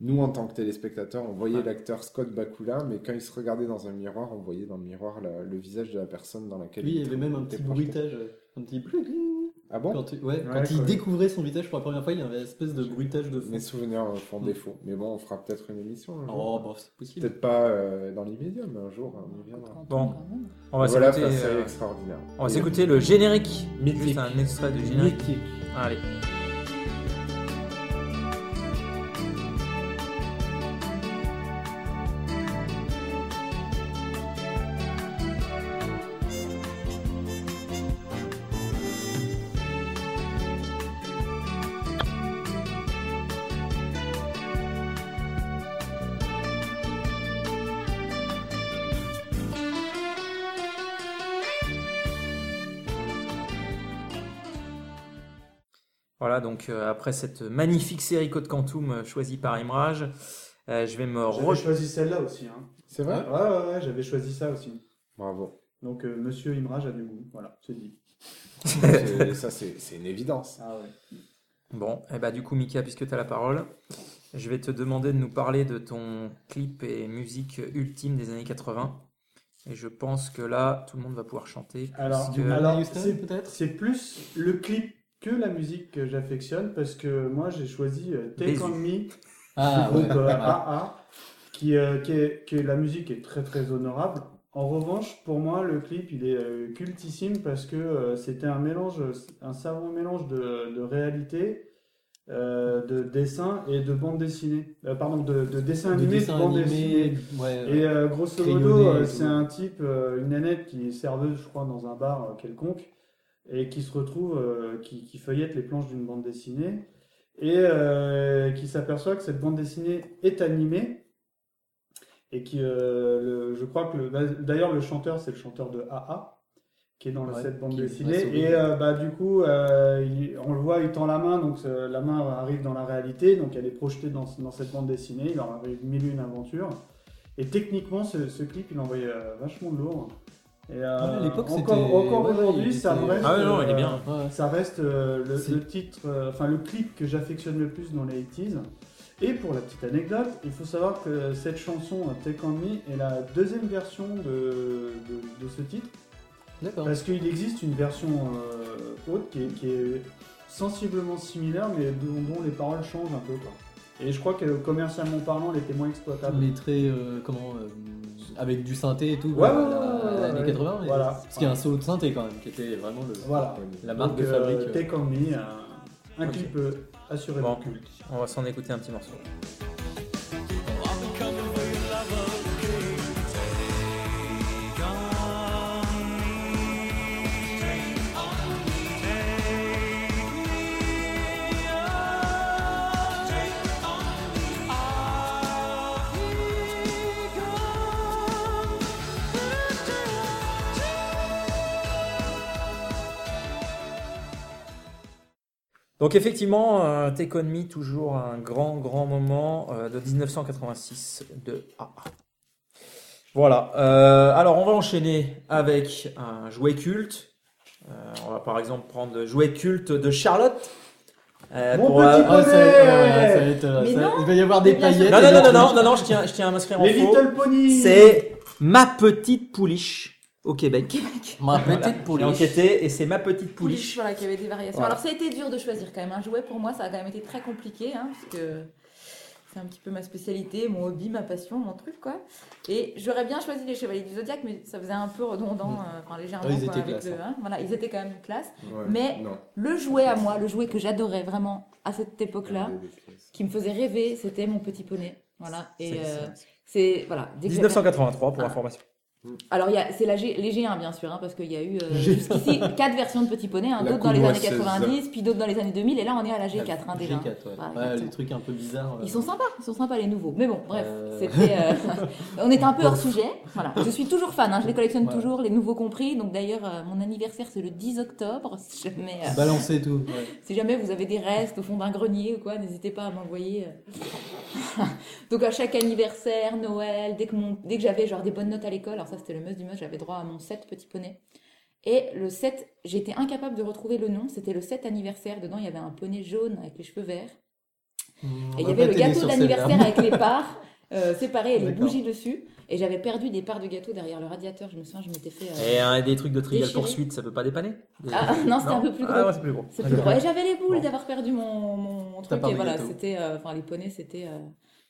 Speaker 4: nous, en tant que téléspectateurs, on voyait l'acteur Scott Bakula, mais quand il se regardait dans un miroir, on voyait dans le miroir la- le visage de la personne dans laquelle
Speaker 8: Lui, il y avait même un
Speaker 4: était
Speaker 8: petit
Speaker 4: projeté.
Speaker 8: bruitage, un petit bling-bling.
Speaker 4: Ah bon?
Speaker 8: Quand, tu- ouais,
Speaker 5: Ouais,
Speaker 8: quand il
Speaker 5: quoi.
Speaker 8: découvrait son visage pour la première fois, il y avait une espèce de bruitage de fond.
Speaker 4: Mes souvenirs euh, font
Speaker 1: Hmm.
Speaker 8: Mm.
Speaker 4: défaut. Mais bon, on fera peut-être une émission un jour.
Speaker 8: Oh, bah, c'est possible.
Speaker 4: Peut-être pas euh, dans l'immédiat, mais un jour, on y viendra.
Speaker 2: Bon.
Speaker 1: On va
Speaker 4: voilà,
Speaker 1: s'écouter,
Speaker 4: enfin, c'est
Speaker 1: euh,
Speaker 4: extraordinaire.
Speaker 1: on va
Speaker 4: Et-
Speaker 1: s'écouter le générique.
Speaker 4: Mythique.
Speaker 1: Juste un extrait du générique. Ah,
Speaker 4: Mythique.
Speaker 1: Allez. Voilà, donc euh, après cette magnifique série Code Quantum euh, choisie par Imrage, euh, je vais me
Speaker 5: J'avais
Speaker 1: re...
Speaker 5: choisi celle-là aussi. Hein.
Speaker 4: C'est
Speaker 5: Ouais,
Speaker 4: vrai?
Speaker 5: ouais, ouais, ouais, j'avais choisi ça aussi.
Speaker 4: Bravo.
Speaker 5: Donc, euh, Monsieur Imraj a du goût. Voilà, c'est dit.
Speaker 4: C'est- ça, c'est c'est une évidence.
Speaker 5: Ah ouais.
Speaker 1: Bon, et bah du coup, Mika, puisque tu as la parole, je vais te demander de nous parler de ton clip et musique ultime des années 80. Et je pense que là, tout le monde va pouvoir chanter.
Speaker 5: Alors,
Speaker 1: puisque-
Speaker 5: alors,
Speaker 8: Euh, Houston,
Speaker 5: c'est
Speaker 8: peut-être
Speaker 5: c'est plus le clip que la musique que j'affectionne parce que moi j'ai choisi euh, Take
Speaker 1: Bézu.
Speaker 5: On Me
Speaker 3: Ah,
Speaker 5: du
Speaker 3: ouais.
Speaker 5: groupe euh, AA qui, euh, qui est, qui est- la musique est très très honorable. En revanche, pour moi, le clip il est euh, cultissime parce que euh, c'était un mélange, un savant mélange de, de réalité, euh, de dessin et de bande dessinée. Euh, pardon, de, de dessin
Speaker 3: De
Speaker 5: animé, de
Speaker 3: dessin
Speaker 5: bande dessinée.
Speaker 3: animé. Ouais, ouais.
Speaker 5: Et euh, grosso
Speaker 3: Crayonné
Speaker 5: modo, euh,
Speaker 3: et
Speaker 5: c'est
Speaker 3: tout.
Speaker 5: un type, euh, une nanette qui est serveuse, je crois, dans un bar euh, quelconque, et qui se retrouve, euh, qui, qui feuillette les planches d'une bande dessinée, et euh, qui s'aperçoit que cette bande dessinée est animée, et qui, euh, le- je crois que, le- bah, d'ailleurs, le chanteur, c'est le chanteur de AA, qui est dans
Speaker 3: Ouais,
Speaker 5: cette bande
Speaker 3: qui-
Speaker 5: dessinée,
Speaker 3: ouais, c'est
Speaker 5: et
Speaker 3: horrible.
Speaker 5: euh, bah, du coup, euh, il- on le voit, il tend la main, donc euh, la main arrive dans la réalité, donc elle est projetée dans, dans cette bande dessinée, il leur arrive mille et une aventures. Et techniquement, ce, ce clip, il envoyait euh, vachement de lourd. Et, euh,
Speaker 3: Ouais, à l'époque,
Speaker 5: encore,
Speaker 3: c'était-
Speaker 5: encore
Speaker 3: ouais,
Speaker 5: aujourd'hui,
Speaker 3: il
Speaker 5: ça
Speaker 3: était-
Speaker 5: me reste.
Speaker 1: Ah ouais, non, il est
Speaker 5: euh,
Speaker 1: bien.
Speaker 3: Ouais.
Speaker 5: Ça reste euh, le,
Speaker 3: C'est-
Speaker 5: le titre, euh, enfin le clip que j'affectionne le plus dans les 80s. Et pour la petite anecdote, il faut savoir que cette chanson euh, Take On Me est la deuxième version de, de- de ce titre.
Speaker 3: D'accord.
Speaker 5: Parce qu'il existe une version euh, haute qui est, qui est sensiblement similaire, mais dont, dont les paroles changent un peu. quoi. Et je crois que euh, commercialement parlant, elle était moins exploitable.
Speaker 3: Les traits, euh, comment, euh, avec du synthé et tout,
Speaker 5: Ouais,
Speaker 3: euh,
Speaker 5: ouais,
Speaker 3: la-
Speaker 5: ouais, ouais,
Speaker 3: l'année
Speaker 5: ouais.
Speaker 3: 80. mais-
Speaker 5: Voilà.
Speaker 3: Parce qu'il y a un solo de synthé quand même, qui était vraiment le-
Speaker 5: Voilà.
Speaker 3: la marque
Speaker 5: Donc,
Speaker 3: de
Speaker 5: euh,
Speaker 3: fabrique. euh.
Speaker 5: Take On Me, un, un
Speaker 1: Ok.
Speaker 5: clip euh, assurément
Speaker 1: Bon.
Speaker 5: culte.
Speaker 1: On va s'en écouter un petit morceau. Donc effectivement, euh, Take On Me, toujours un grand, grand moment euh, de 1986 de AA. Voilà. Euh, alors on va enchaîner avec un jouet culte. Euh, on va par exemple prendre le jouet culte de Charlotte. Euh,
Speaker 5: Mon
Speaker 1: pour,
Speaker 5: petit
Speaker 1: euh,
Speaker 3: Ah, ça va être, euh, ça va être, euh,
Speaker 2: Mais
Speaker 3: ça-
Speaker 2: non.
Speaker 3: il va y avoir des
Speaker 2: Mais bien sûr.
Speaker 3: paillettes.
Speaker 1: Non,
Speaker 3: et
Speaker 1: non,
Speaker 3: des
Speaker 1: non, non,
Speaker 3: trucs.
Speaker 1: non, non, non, je tiens, je tiens à m'inscrire en
Speaker 5: Les
Speaker 1: faux.
Speaker 5: Little Pony
Speaker 1: C'est ma petite pouliche. au Québec.
Speaker 3: Ma petite pouliche.
Speaker 1: J'ai enquêté et c'est ma petite pouliche.
Speaker 2: Voilà, qui avait des variations.
Speaker 1: Voilà.
Speaker 2: Alors ça a été dur de choisir quand même. Un jouet pour moi, ça a quand même été très compliqué, hein, parce que c'est un petit peu ma spécialité, mon hobby, ma passion, mon truc, quoi. Et j'aurais bien choisi les Chevaliers du Zodiac, mais ça faisait un peu redondant, euh, enfin légèrement.
Speaker 3: Ouais, ils
Speaker 2: quoi,
Speaker 3: étaient
Speaker 2: avec
Speaker 3: classe,
Speaker 2: le-
Speaker 3: hein.
Speaker 2: hein, voilà, ils étaient quand même classe.
Speaker 4: Ouais,
Speaker 2: mais
Speaker 4: non.
Speaker 2: le jouet à moi, le jouet que j'adorais vraiment à cette
Speaker 3: Ah
Speaker 2: époque-là, qui me faisait rêver, c'était mon petit poney. Voilà. Et
Speaker 1: C'est-
Speaker 2: euh, c'est voilà. dès que j'avais-
Speaker 1: 1983
Speaker 2: Ah.
Speaker 1: pour information.
Speaker 2: alors, il y a- c'est la G- les G1, bien sûr, hein, parce qu'il y a eu euh, jusqu'ici quatre versions de Petit Poney, hein,
Speaker 3: La
Speaker 2: d'autres dans les années
Speaker 3: couloisseuse.
Speaker 2: 90, puis d'autres dans les années 2000, et là on est à la G4 hein, déjà.
Speaker 3: G4, ouais.
Speaker 2: Voilà,
Speaker 3: Ouais,
Speaker 2: exactement.
Speaker 3: les trucs un peu bizarres.
Speaker 2: Ils sont sympas, ils sont sympas les nouveaux. Mais bon, bref,
Speaker 3: Euh.
Speaker 2: c'était, euh, on était un peu hors sujet. Voilà. Je suis toujours fan, hein, je les collectionne toujours, les nouveaux compris. Donc d'ailleurs, euh, mon anniversaire c'est le 10 octobre. Si jamais, euh,
Speaker 3: Balancer tout.
Speaker 2: si jamais vous avez des restes au fond d'un grenier ou quoi, n'hésitez pas à m'envoyer. euh. Donc à chaque anniversaire, Noël, dès que, mon- dès que j'avais genre des bonnes notes à l'école, alors ça c'était le must du must, j'avais droit à mon 7 petit poney. Et le 7, j'étais incapable de retrouver le nom, c'était le 7 anniversaire, dedans il y avait un poney jaune avec les cheveux verts. Et il y avait le gâteau d'anniversaire avec les parts euh, séparées et les
Speaker 1: D'accord.
Speaker 2: bougies dessus. Et j'avais perdu des parts de gâteau derrière le radiateur. Je me souviens, je m'étais fait. euh,
Speaker 1: Et un des trucs de trivial
Speaker 2: déchirer.
Speaker 1: poursuite, ça peut pas dépanner
Speaker 2: Ah, non, c'était un peu plus gros.
Speaker 1: Ah, ouais, c'est plus gros.
Speaker 2: C'est plus gros. Et j'avais les boules d'avoir perdu mon, mon
Speaker 1: Ta
Speaker 2: truc.
Speaker 1: part
Speaker 2: Et
Speaker 1: de
Speaker 2: voilà,
Speaker 1: gâteau.
Speaker 2: c'était. euh, Enfin, les poneys, c'était. euh,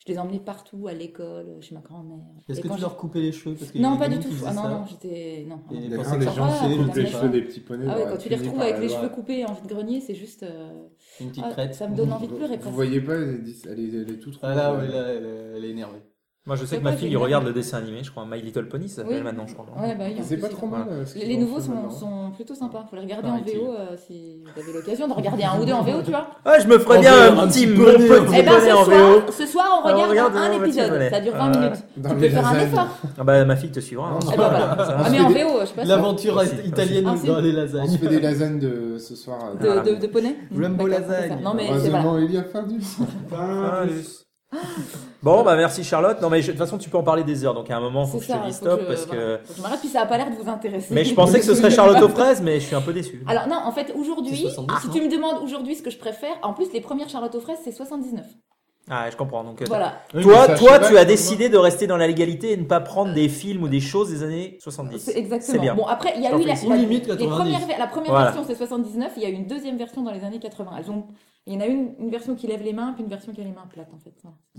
Speaker 2: je les emmenais partout, à l'école, chez ma grand-mère.
Speaker 3: Est-ce
Speaker 2: Et
Speaker 3: que
Speaker 2: quand
Speaker 3: tu leur coupais les cheveux parce
Speaker 2: j'ai-
Speaker 3: qu'il y
Speaker 2: Non,
Speaker 3: avait
Speaker 2: pas
Speaker 3: des
Speaker 2: du
Speaker 3: gens
Speaker 2: tout.
Speaker 3: qui
Speaker 2: Ah
Speaker 3: faisaient
Speaker 2: non,
Speaker 3: ça.
Speaker 2: non, j'étais. Non.
Speaker 3: Et
Speaker 2: non.
Speaker 3: quand
Speaker 2: Ça
Speaker 3: les gens
Speaker 2: va,
Speaker 3: faisaient,
Speaker 2: quand
Speaker 3: les
Speaker 2: t'as
Speaker 3: cheveux
Speaker 2: ça.
Speaker 3: des petits poneys,
Speaker 2: Ah ouais,
Speaker 3: bah,
Speaker 2: quand tu les
Speaker 3: finit
Speaker 2: retrouves
Speaker 3: par
Speaker 2: avec les
Speaker 3: avoir
Speaker 2: cheveux coupés en vide grenier, c'est juste. euh,
Speaker 3: Une petite
Speaker 2: ah,
Speaker 3: crête.
Speaker 2: Ça me donne envie de pleurer
Speaker 4: Vous
Speaker 2: presque.
Speaker 4: voyez pas, elle est, dis- elle est- elle est toute
Speaker 3: Ah là,
Speaker 4: rouge,
Speaker 3: ouais,
Speaker 4: là.
Speaker 3: là, elle, est- elle est énervée.
Speaker 1: Moi, je sais
Speaker 2: C'est
Speaker 1: que ma
Speaker 2: pas
Speaker 1: fille
Speaker 2: génial.
Speaker 1: regarde le dessin animé, je crois, My Little Pony, ça s'appelle
Speaker 2: Oui.
Speaker 1: maintenant, je crois. non
Speaker 2: Ouais, bah oui, en
Speaker 4: C'est
Speaker 2: plus,
Speaker 4: pas
Speaker 2: c'est
Speaker 4: trop mal. euh, ce
Speaker 2: Les,
Speaker 4: qu'ils
Speaker 2: les
Speaker 4: ont
Speaker 2: nouveaux
Speaker 4: fait
Speaker 2: sont,
Speaker 4: maintenant.
Speaker 2: sont plutôt sympas. Faut les regarder en
Speaker 1: Paraît-il.
Speaker 2: VO euh, si vous avez l'occasion de regarder un ou deux en VO, tu vois.
Speaker 1: Ah, je me ferais
Speaker 3: On
Speaker 1: bien
Speaker 3: veut
Speaker 1: un
Speaker 3: un
Speaker 1: petit
Speaker 3: petit
Speaker 1: mon
Speaker 3: poney,
Speaker 1: petit
Speaker 2: Eh ben,
Speaker 1: poney
Speaker 2: ce,
Speaker 1: en VO.
Speaker 2: soir, ce soir, on
Speaker 1: Alors,
Speaker 2: regarde,
Speaker 1: regarde,
Speaker 2: un
Speaker 1: on va
Speaker 2: épisode.
Speaker 1: tirer.
Speaker 2: Ça dure 20
Speaker 1: Euh,
Speaker 2: minutes.
Speaker 4: dans
Speaker 2: tu
Speaker 4: les
Speaker 2: peux faire un
Speaker 4: lasagnes.
Speaker 2: effort.
Speaker 1: Ah bah, ma fille te suivra. hein.
Speaker 2: Eh ben, voilà.
Speaker 1: Ça,
Speaker 2: Ah,
Speaker 1: on
Speaker 2: mais
Speaker 1: se
Speaker 2: en
Speaker 1: fait des-
Speaker 2: VO, je sais pas.
Speaker 3: L'aventure
Speaker 1: Aussi, aussi.
Speaker 3: italienne
Speaker 2: Ah, si.
Speaker 3: dans les
Speaker 4: On se
Speaker 3: lasagnes.
Speaker 4: fait des lasagnes de ce soir. euh,
Speaker 2: De, de, de poney
Speaker 1: Rumble
Speaker 2: D'accord, on fait ça.
Speaker 1: lasagne.
Speaker 2: Non, mais c'est voilà.
Speaker 4: Heureusement, Elia Fardus.
Speaker 1: Ah, Luce. Bon, bah merci Charlotte. Non, mais je- de toute façon, tu peux en parler des heures, donc à un moment, faut
Speaker 2: C'est
Speaker 1: que je te
Speaker 2: ça.
Speaker 1: dise
Speaker 2: faut que
Speaker 1: stop
Speaker 2: je-
Speaker 1: parce que.
Speaker 2: voilà. Faut que Je m'arrête, puis ça a pas l'air de vous intéresser.
Speaker 1: Mais je pensais que ce serait Charlotte aux fraises, mais je suis un peu déçu.
Speaker 2: Alors, non, en fait, aujourd'hui,
Speaker 3: C'est 70,
Speaker 2: si tu me demandes aujourd'hui ce que je préfère, en plus, les premières Charlotte aux fraises, c'est 79.
Speaker 1: Ah, je comprends. Donc, euh,
Speaker 2: Voilà.
Speaker 1: Toi,
Speaker 4: mais ça,
Speaker 1: toi
Speaker 4: je sais pas,
Speaker 1: tu as
Speaker 4: comment-
Speaker 1: décidé de rester dans la légalité et ne pas prendre des films ou des choses des années 70.
Speaker 2: C'est
Speaker 1: C'est
Speaker 2: exactement.
Speaker 1: bien.
Speaker 2: Bon, après, il y a
Speaker 1: T'en
Speaker 2: eu la,
Speaker 1: fais
Speaker 2: la-
Speaker 3: une limite,
Speaker 2: les
Speaker 3: 90.
Speaker 2: premières ver- la première
Speaker 1: Voilà.
Speaker 2: version, c'est 79. Il y a eu une deuxième version dans les années 80. Elles ont- il y en a une, une version qui lève les mains, puis une version qui a les mains plates, en fait.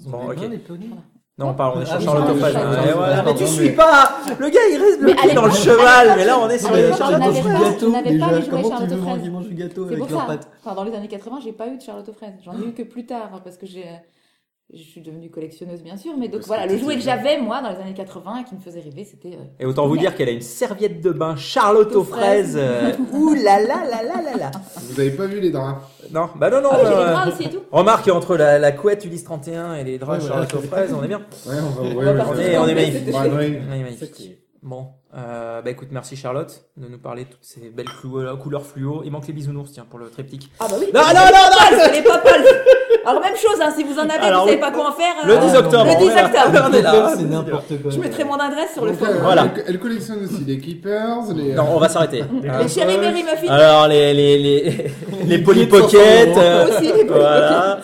Speaker 2: Voilà.
Speaker 1: Bon, ok.
Speaker 3: les poneys.
Speaker 1: Non, on parle, on est
Speaker 3: Ah,
Speaker 1: sur
Speaker 3: oui,
Speaker 1: Charlotte
Speaker 2: pardon,
Speaker 1: Offred.
Speaker 2: pardon,
Speaker 1: Ouais,
Speaker 3: pardon,
Speaker 1: voilà, mais
Speaker 3: pardon,
Speaker 1: tu
Speaker 3: mais-
Speaker 1: suis pas Le gars, il reste
Speaker 2: Mais
Speaker 1: bloqué
Speaker 2: à
Speaker 1: dans le
Speaker 2: l'époque-
Speaker 1: cheval,
Speaker 2: à
Speaker 1: mais là, on est sur
Speaker 2: à
Speaker 1: les
Speaker 2: l'époque,
Speaker 1: Charlotte
Speaker 2: on avait
Speaker 1: Offred.
Speaker 2: pas- on n'avait pas les jouets
Speaker 3: comment tu
Speaker 2: Charlotte
Speaker 3: veux
Speaker 2: aux
Speaker 3: vendre
Speaker 2: fraises.
Speaker 3: Ils mangent du gâteau
Speaker 2: C'est
Speaker 3: avec
Speaker 2: pour
Speaker 3: leurs
Speaker 2: ça.
Speaker 3: pattes.
Speaker 2: Enfin, dans les années 80, j'ai pas eu de Charlotte aux fraises. J'en ai eu que plus tard hein, parce que j'ai je suis devenue collectionneuse bien sûr, mais donc
Speaker 4: Parce
Speaker 2: voilà,
Speaker 4: que
Speaker 2: le
Speaker 4: t'étais
Speaker 2: jouet que
Speaker 4: jeune.
Speaker 2: j'avais moi dans les années 80 et qui me faisait rêver, c'était euh,
Speaker 1: Et autant vous dire qu'elle a une serviette de bain Charlotte aux
Speaker 2: Aux fraises.
Speaker 1: fraises. euh, Ouh là là là là là là.
Speaker 4: Vous avez pas vu les draps
Speaker 1: Non, bah non, non.
Speaker 2: Ah oui, j'ai les
Speaker 1: euh,
Speaker 2: bras aussi et tout.
Speaker 1: Remarque entre la, la couette Ulysse 31 et les draps
Speaker 3: Ouais,
Speaker 1: Charlotte
Speaker 3: voilà.
Speaker 1: aux fraises, on est bien.
Speaker 4: Ouais, on va
Speaker 1: On est- on est magnifique.
Speaker 4: Ouais, ouais.
Speaker 1: On est magnifique. Bon, euh, bah écoute, merci Charlotte de nous parler de toutes ces belles clou- euh, couleurs fluo. Il manque les bisounours, tiens, pour le triptyque.
Speaker 2: Ah bah oui.
Speaker 1: Non,
Speaker 2: les
Speaker 1: non, non,
Speaker 2: Popol's, les Popol's. Alors même chose, hein, si vous en avez,
Speaker 1: Alors,
Speaker 2: vous savez
Speaker 1: le-
Speaker 2: pas quoi en faire.
Speaker 1: Le
Speaker 2: euh,
Speaker 1: 10
Speaker 3: non,
Speaker 1: octobre.
Speaker 2: le
Speaker 1: on est
Speaker 2: 10
Speaker 1: là.
Speaker 2: octobre.
Speaker 1: On est là.
Speaker 3: C'est n'importe quoi.
Speaker 2: je mettrai mon adresse sur le
Speaker 4: Donc, euh, elle-
Speaker 2: forum.
Speaker 1: Voilà.
Speaker 4: Elle, elle collectionne aussi les keepers, les. euh,
Speaker 1: Non, on va s'arrêter.
Speaker 2: Les chéri Mary Muffin.
Speaker 1: Alors les les les les Polly
Speaker 3: Pocket,
Speaker 1: Pocket, euh,
Speaker 2: Aussi, les Polly
Speaker 1: voilà.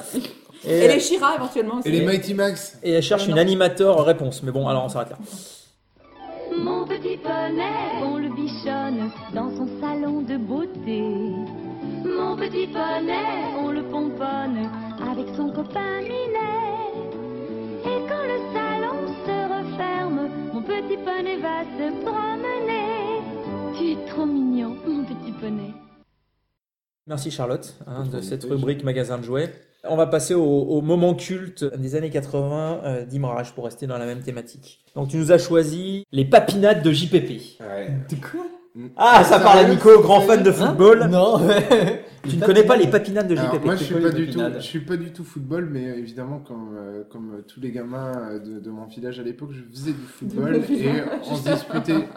Speaker 2: Et
Speaker 1: Et,
Speaker 2: les Shira éventuellement aussi.
Speaker 4: Et les Mighty Max.
Speaker 1: et elle cherche une animateur réponse, mais bon, alors on s'arrête là.
Speaker 12: Mon petit poney, on le bichonne dans son salon de beauté. Mon petit poney, on le pomponne avec son copain Minet. Et quand le salon se referme, mon petit poney va se promener. Tu es trop mignon, mon petit poney.
Speaker 1: Merci Charlotte hein, de cette rubrique magasin de jouets. On va passer au, au moment culte des années 80 euh, d'Imrage pour rester dans la même thématique. Donc tu nous as choisi les papinades de JPP.
Speaker 4: Ouais.
Speaker 1: Ah, ça
Speaker 4: Ça
Speaker 1: parle à
Speaker 4: arrive,
Speaker 1: Nico, grand
Speaker 4: ça
Speaker 1: fan
Speaker 4: arrive.
Speaker 1: de
Speaker 2: Hein
Speaker 1: football.
Speaker 3: Non, mais-
Speaker 1: tu ne connais pas les papinades de
Speaker 4: Alors,
Speaker 1: JPP.
Speaker 4: moi, je suis
Speaker 3: quoi,
Speaker 4: pas
Speaker 3: les
Speaker 4: du tout,
Speaker 3: papinades
Speaker 4: je suis pas du tout football, mais euh, évidemment, comme euh, comme euh, tous les gamins euh, de, de mon village à l'époque, je faisais du football et on se disputait,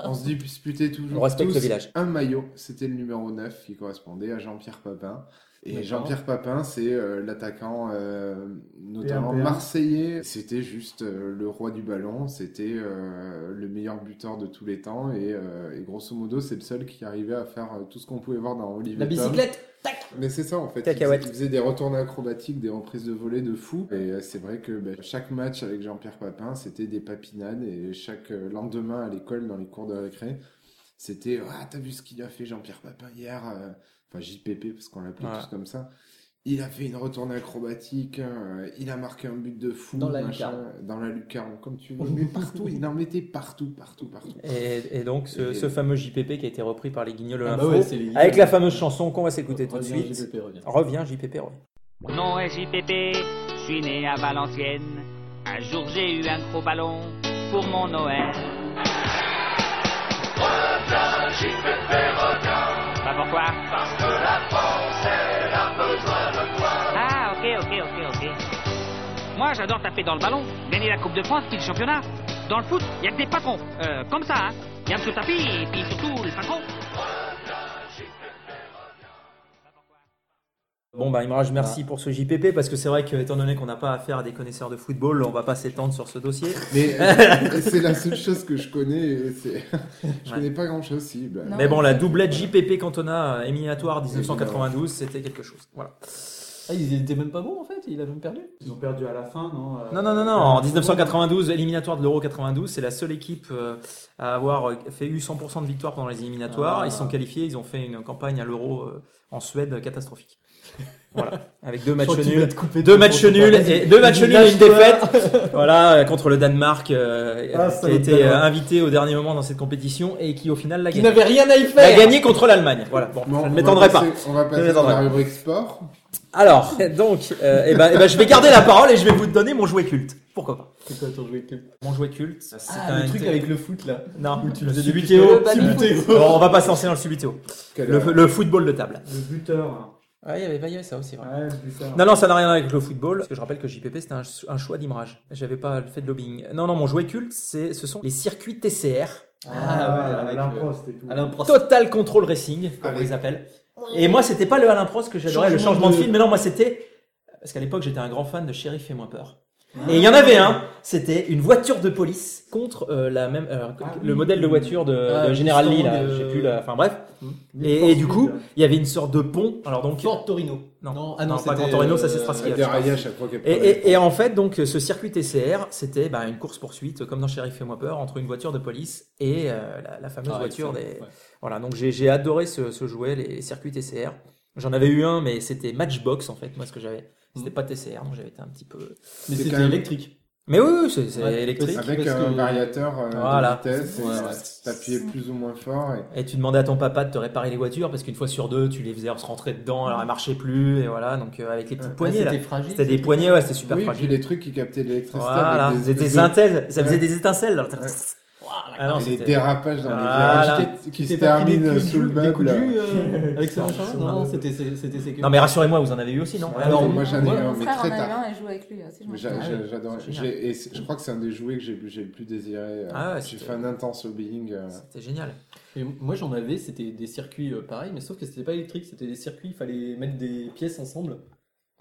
Speaker 4: on se disputait toujours
Speaker 1: On respecte
Speaker 4: tous
Speaker 1: le village.
Speaker 4: un maillot. C'était le numéro 9 qui correspondait à Jean-Pierre Papin. Et Jean-Pierre Papin, c'est euh, l'attaquant euh, notamment
Speaker 5: PMPM.
Speaker 4: marseillais. C'était juste euh, le roi du ballon, c'était euh, le meilleur buteur de tous les temps et, euh, et grosso modo, c'est le seul qui arrivait à faire euh, tout ce qu'on pouvait voir dans Olivier
Speaker 1: La
Speaker 4: Tom.
Speaker 1: bicyclette, tac
Speaker 4: Mais c'est ça en fait. Il faisait,
Speaker 1: Cacahuète.
Speaker 4: il faisait des retournées acrobatiques, des reprises de volée de fou. Et euh, c'est vrai que bah, chaque match avec Jean-Pierre Papin, c'était des papinades. Et chaque euh, lendemain à l'école, dans les cours de récré, c'était Ah, t'as vu ce qu'il a fait Jean-Pierre Papin hier euh, Enfin, JPP, parce qu'on l'appelait
Speaker 1: Ouais.
Speaker 4: tous comme ça. Il a fait une retournée acrobatique, euh, il a marqué un but de fou.
Speaker 1: Dans la
Speaker 4: machin,
Speaker 1: lucarne.
Speaker 4: Dans la lucarne, comme tu veux. Mais partout, il en mettait partout, partout, partout.
Speaker 1: Et, et donc ce,
Speaker 4: Et-
Speaker 1: ce fameux JPP qui a été repris par les Guignols de
Speaker 3: Ah bah
Speaker 1: l'info,
Speaker 3: ouais, c'est les Guignols.
Speaker 1: avec la fameuse chanson qu'on va s'écouter tout de
Speaker 3: Reviens,
Speaker 1: suite.
Speaker 3: JPP, reviens.
Speaker 1: Reviens JPP, reviens.
Speaker 13: Mon SJPP, je suis né à Valenciennes. Un jour j'ai eu un gros ballon pour mon Noël. Reviens, JPP, reviens. Bah pourquoi Parce que la France, elle a besoin de toi. Ah, ok, ok, ok, ok. Moi j'adore taper dans le ballon, gagner la Coupe de France puis le championnat. Dans le foot, il a que des patrons. Euh, comme ça, hein. Il y a M. Tapi et puis surtout le patron.
Speaker 1: Bon bah Imraj, merci pour ce JPP parce que c'est vrai que étant donné qu'on n'a pas affaire à des connaisseurs de football, on va pas s'étendre sur ce dossier.
Speaker 4: Mais euh, c'est la seule chose que je connais. et c'est- je
Speaker 1: Ouais.
Speaker 4: connais pas grand chose. Si, bah,
Speaker 1: Mais bon, la doublette JPP Cantona euh, éliminatoire 1992, c'était quelque chose. Voilà.
Speaker 3: Ah, il était même pas bon en fait, il a même perdu.
Speaker 5: Ils ont perdu à la fin, non euh,
Speaker 1: Non, non, non, non. En 1992, éliminatoire de l'Euro 92, c'est la seule équipe euh, à avoir euh, fait eu 100% de victoire pendant les éliminatoires.
Speaker 3: Ah.
Speaker 1: Ils se sont qualifiés, ils ont fait une campagne à l'Euro euh, en Suède euh, catastrophique. Voilà, avec deux
Speaker 3: Je
Speaker 1: matchs
Speaker 3: crois qu'il va
Speaker 1: nuls,
Speaker 3: te couper
Speaker 1: deux
Speaker 3: ton
Speaker 1: matchs
Speaker 3: compte,
Speaker 1: nuls
Speaker 3: vas-y.
Speaker 1: et deux matchs nuls et une
Speaker 3: Lâche-toi.
Speaker 1: défaite. voilà, euh, contre le Danemark euh,
Speaker 3: Ah, ça
Speaker 1: qui a
Speaker 3: va te
Speaker 1: été
Speaker 3: faire.
Speaker 1: euh, invité au derniy moment dans cette compétition et qui au final l'a
Speaker 3: Qui
Speaker 1: gagné.
Speaker 3: n'avait rien à y faire.
Speaker 1: L'a gagné contre l'Allemagne. Voilà, bon,
Speaker 4: Bon,
Speaker 1: je ne
Speaker 4: on
Speaker 1: m'étendrai
Speaker 4: va
Speaker 1: pas.
Speaker 4: passer- On va
Speaker 1: Je ne
Speaker 4: passer dans
Speaker 1: m'étendrai
Speaker 4: la
Speaker 1: pas.
Speaker 4: rubrique sport.
Speaker 1: Alors, donc, euh, eh ben, eh ben, je vais garder la parole et je vais vous donner mon jouet culte. Pourquoi pas
Speaker 3: C'est quoi ton jouet culte
Speaker 1: Mon jouet culte, c'est
Speaker 3: Ah, le truc avec le foot là.
Speaker 1: Non,
Speaker 3: Où tu
Speaker 1: le
Speaker 3: faisais du
Speaker 1: subutéo.
Speaker 3: Le baby-foot.
Speaker 1: Subutéo. Bon, on va pas se lancer dans le subutéo.
Speaker 4: Quel
Speaker 1: Le,
Speaker 4: heure
Speaker 1: le football de table.
Speaker 5: Le buteur. hein.
Speaker 1: Ah, il y avait, il y avait ça aussi, vrai.
Speaker 5: Ouais, le buteur.
Speaker 1: Non, non, ça n'a rien à voir avec le football. Parce que je rappelle que JPP, c'était un, un choix d'image. J'avais pas fait de lobbying. Non, non, mon jouet culte, c'est, ce sont les circuits TCR.
Speaker 5: Ah, ouais,
Speaker 3: avec
Speaker 5: Alain
Speaker 3: le-
Speaker 5: Prost et tout.
Speaker 3: Alain Prost.
Speaker 1: Total Control Racing, comme on les appelle. Et moi, c'était pas le Alain Prost que j'adorais, le
Speaker 3: Changement
Speaker 1: changement de
Speaker 3: de-
Speaker 1: film. Mais non, moi, c'était. Parce qu'à l'époque, j'étais un grand fan de Sheriff fait moins peur.
Speaker 5: Ah,
Speaker 1: Et il y en avait un, c'était une voiture de police contre euh, la même, euh, le modèle de voiture de,
Speaker 3: Ah,
Speaker 1: de General Lee, là,
Speaker 3: Mustang,
Speaker 1: je sais
Speaker 3: euh,
Speaker 1: plus, là, enfin bref.
Speaker 3: Mille
Speaker 1: Et,
Speaker 3: Ford
Speaker 1: et du coup,
Speaker 3: Speed.
Speaker 1: il y avait une sorte de pont. Alors donc,
Speaker 3: Ford Torino.
Speaker 1: non,
Speaker 3: Non,
Speaker 1: non,
Speaker 3: ah non,
Speaker 1: pas
Speaker 3: c'était,
Speaker 1: Grand Torino, ça c'est
Speaker 3: euh,
Speaker 1: Straski.
Speaker 3: un
Speaker 4: déraillage à chaque fois qu'il y a
Speaker 1: Et,
Speaker 4: pas mal de
Speaker 1: et, et en fait, donc, ce circuit TCR, c'était bah, une course-poursuite, comme dans Sheriff et moi peur, entre une voiture de police et euh, la, la fameuse
Speaker 3: Ah,
Speaker 1: voiture des.
Speaker 3: excellent, ouais.
Speaker 1: Voilà, donc j'ai j'ai adoré ce, ce jouet, les circuits TCR. J'en avais eu un, mais c'était Matchbox en fait, moi ce que j'avais.
Speaker 3: Mm.
Speaker 1: C'était pas TCR, donc j'avais été un petit peu.
Speaker 3: Mais
Speaker 4: C'est
Speaker 3: c'était
Speaker 4: quand même-
Speaker 3: électrique.
Speaker 1: Mais oui, oui, c'est c'est
Speaker 3: Ouais,
Speaker 1: électrique.
Speaker 3: parce
Speaker 4: Avec
Speaker 3: parce
Speaker 4: un
Speaker 3: que-
Speaker 4: variateur euh,
Speaker 1: Voilà.
Speaker 4: de vitesse, et
Speaker 3: Ouais, ouais.
Speaker 4: t'appuyais plus ou moins fort. Et...
Speaker 1: Et tu demandais à ton papa de te réparer les voitures parce qu'une fois sur deux, tu les faisais se rentrer dedans, alors elles marchaient plus, et voilà, donc euh, avec les petites
Speaker 4: Ouais,
Speaker 1: poignées là.
Speaker 3: c'était fragile,
Speaker 1: C'était des
Speaker 3: c'était-
Speaker 1: poignées, ouais, c'était super
Speaker 4: oui, puis
Speaker 1: fragile.
Speaker 4: les trucs qui captaient l'électricité.
Speaker 1: Voilà,
Speaker 4: avec
Speaker 1: c'était des
Speaker 4: espèces de-
Speaker 1: synthèses, ça faisait
Speaker 4: Ouais.
Speaker 1: des étincelles. là. Ah non,
Speaker 4: Et les
Speaker 1: c'était-
Speaker 4: dérapages dans
Speaker 1: Voilà.
Speaker 4: les virages qui, qui se terminent sous le meuble.
Speaker 3: euh, Avec ce machin
Speaker 5: c'est
Speaker 3: Non, non,
Speaker 5: marrant.
Speaker 3: c'était c'était sécu.
Speaker 1: Non mais rassurez-moi, vous en avez eu aussi, non Ah
Speaker 4: Ouais, Alors, moi, j'en ai
Speaker 2: Mon
Speaker 4: un, mais
Speaker 2: frère
Speaker 4: très
Speaker 2: en a eu
Speaker 4: tard.
Speaker 2: un et joue avec lui. Aussi, je
Speaker 4: Mais
Speaker 2: m'en
Speaker 4: j'a-
Speaker 2: souviens.
Speaker 4: j'a- J'adore.
Speaker 1: C'est
Speaker 4: J'ai- Et c'est- je crois que c'est un des jouets que j'ai j'ai le plus désiré. euh,
Speaker 1: Ah ouais,
Speaker 4: j'ai
Speaker 1: c'était-
Speaker 4: fait un intense lobbying. euh.
Speaker 1: C'était génial.
Speaker 3: Et moi j'en avais, c'était des circuits euh, pareils, mais sauf que c'était pas électrique, c'était des circuits, il fallait mettre des pièces ensemble.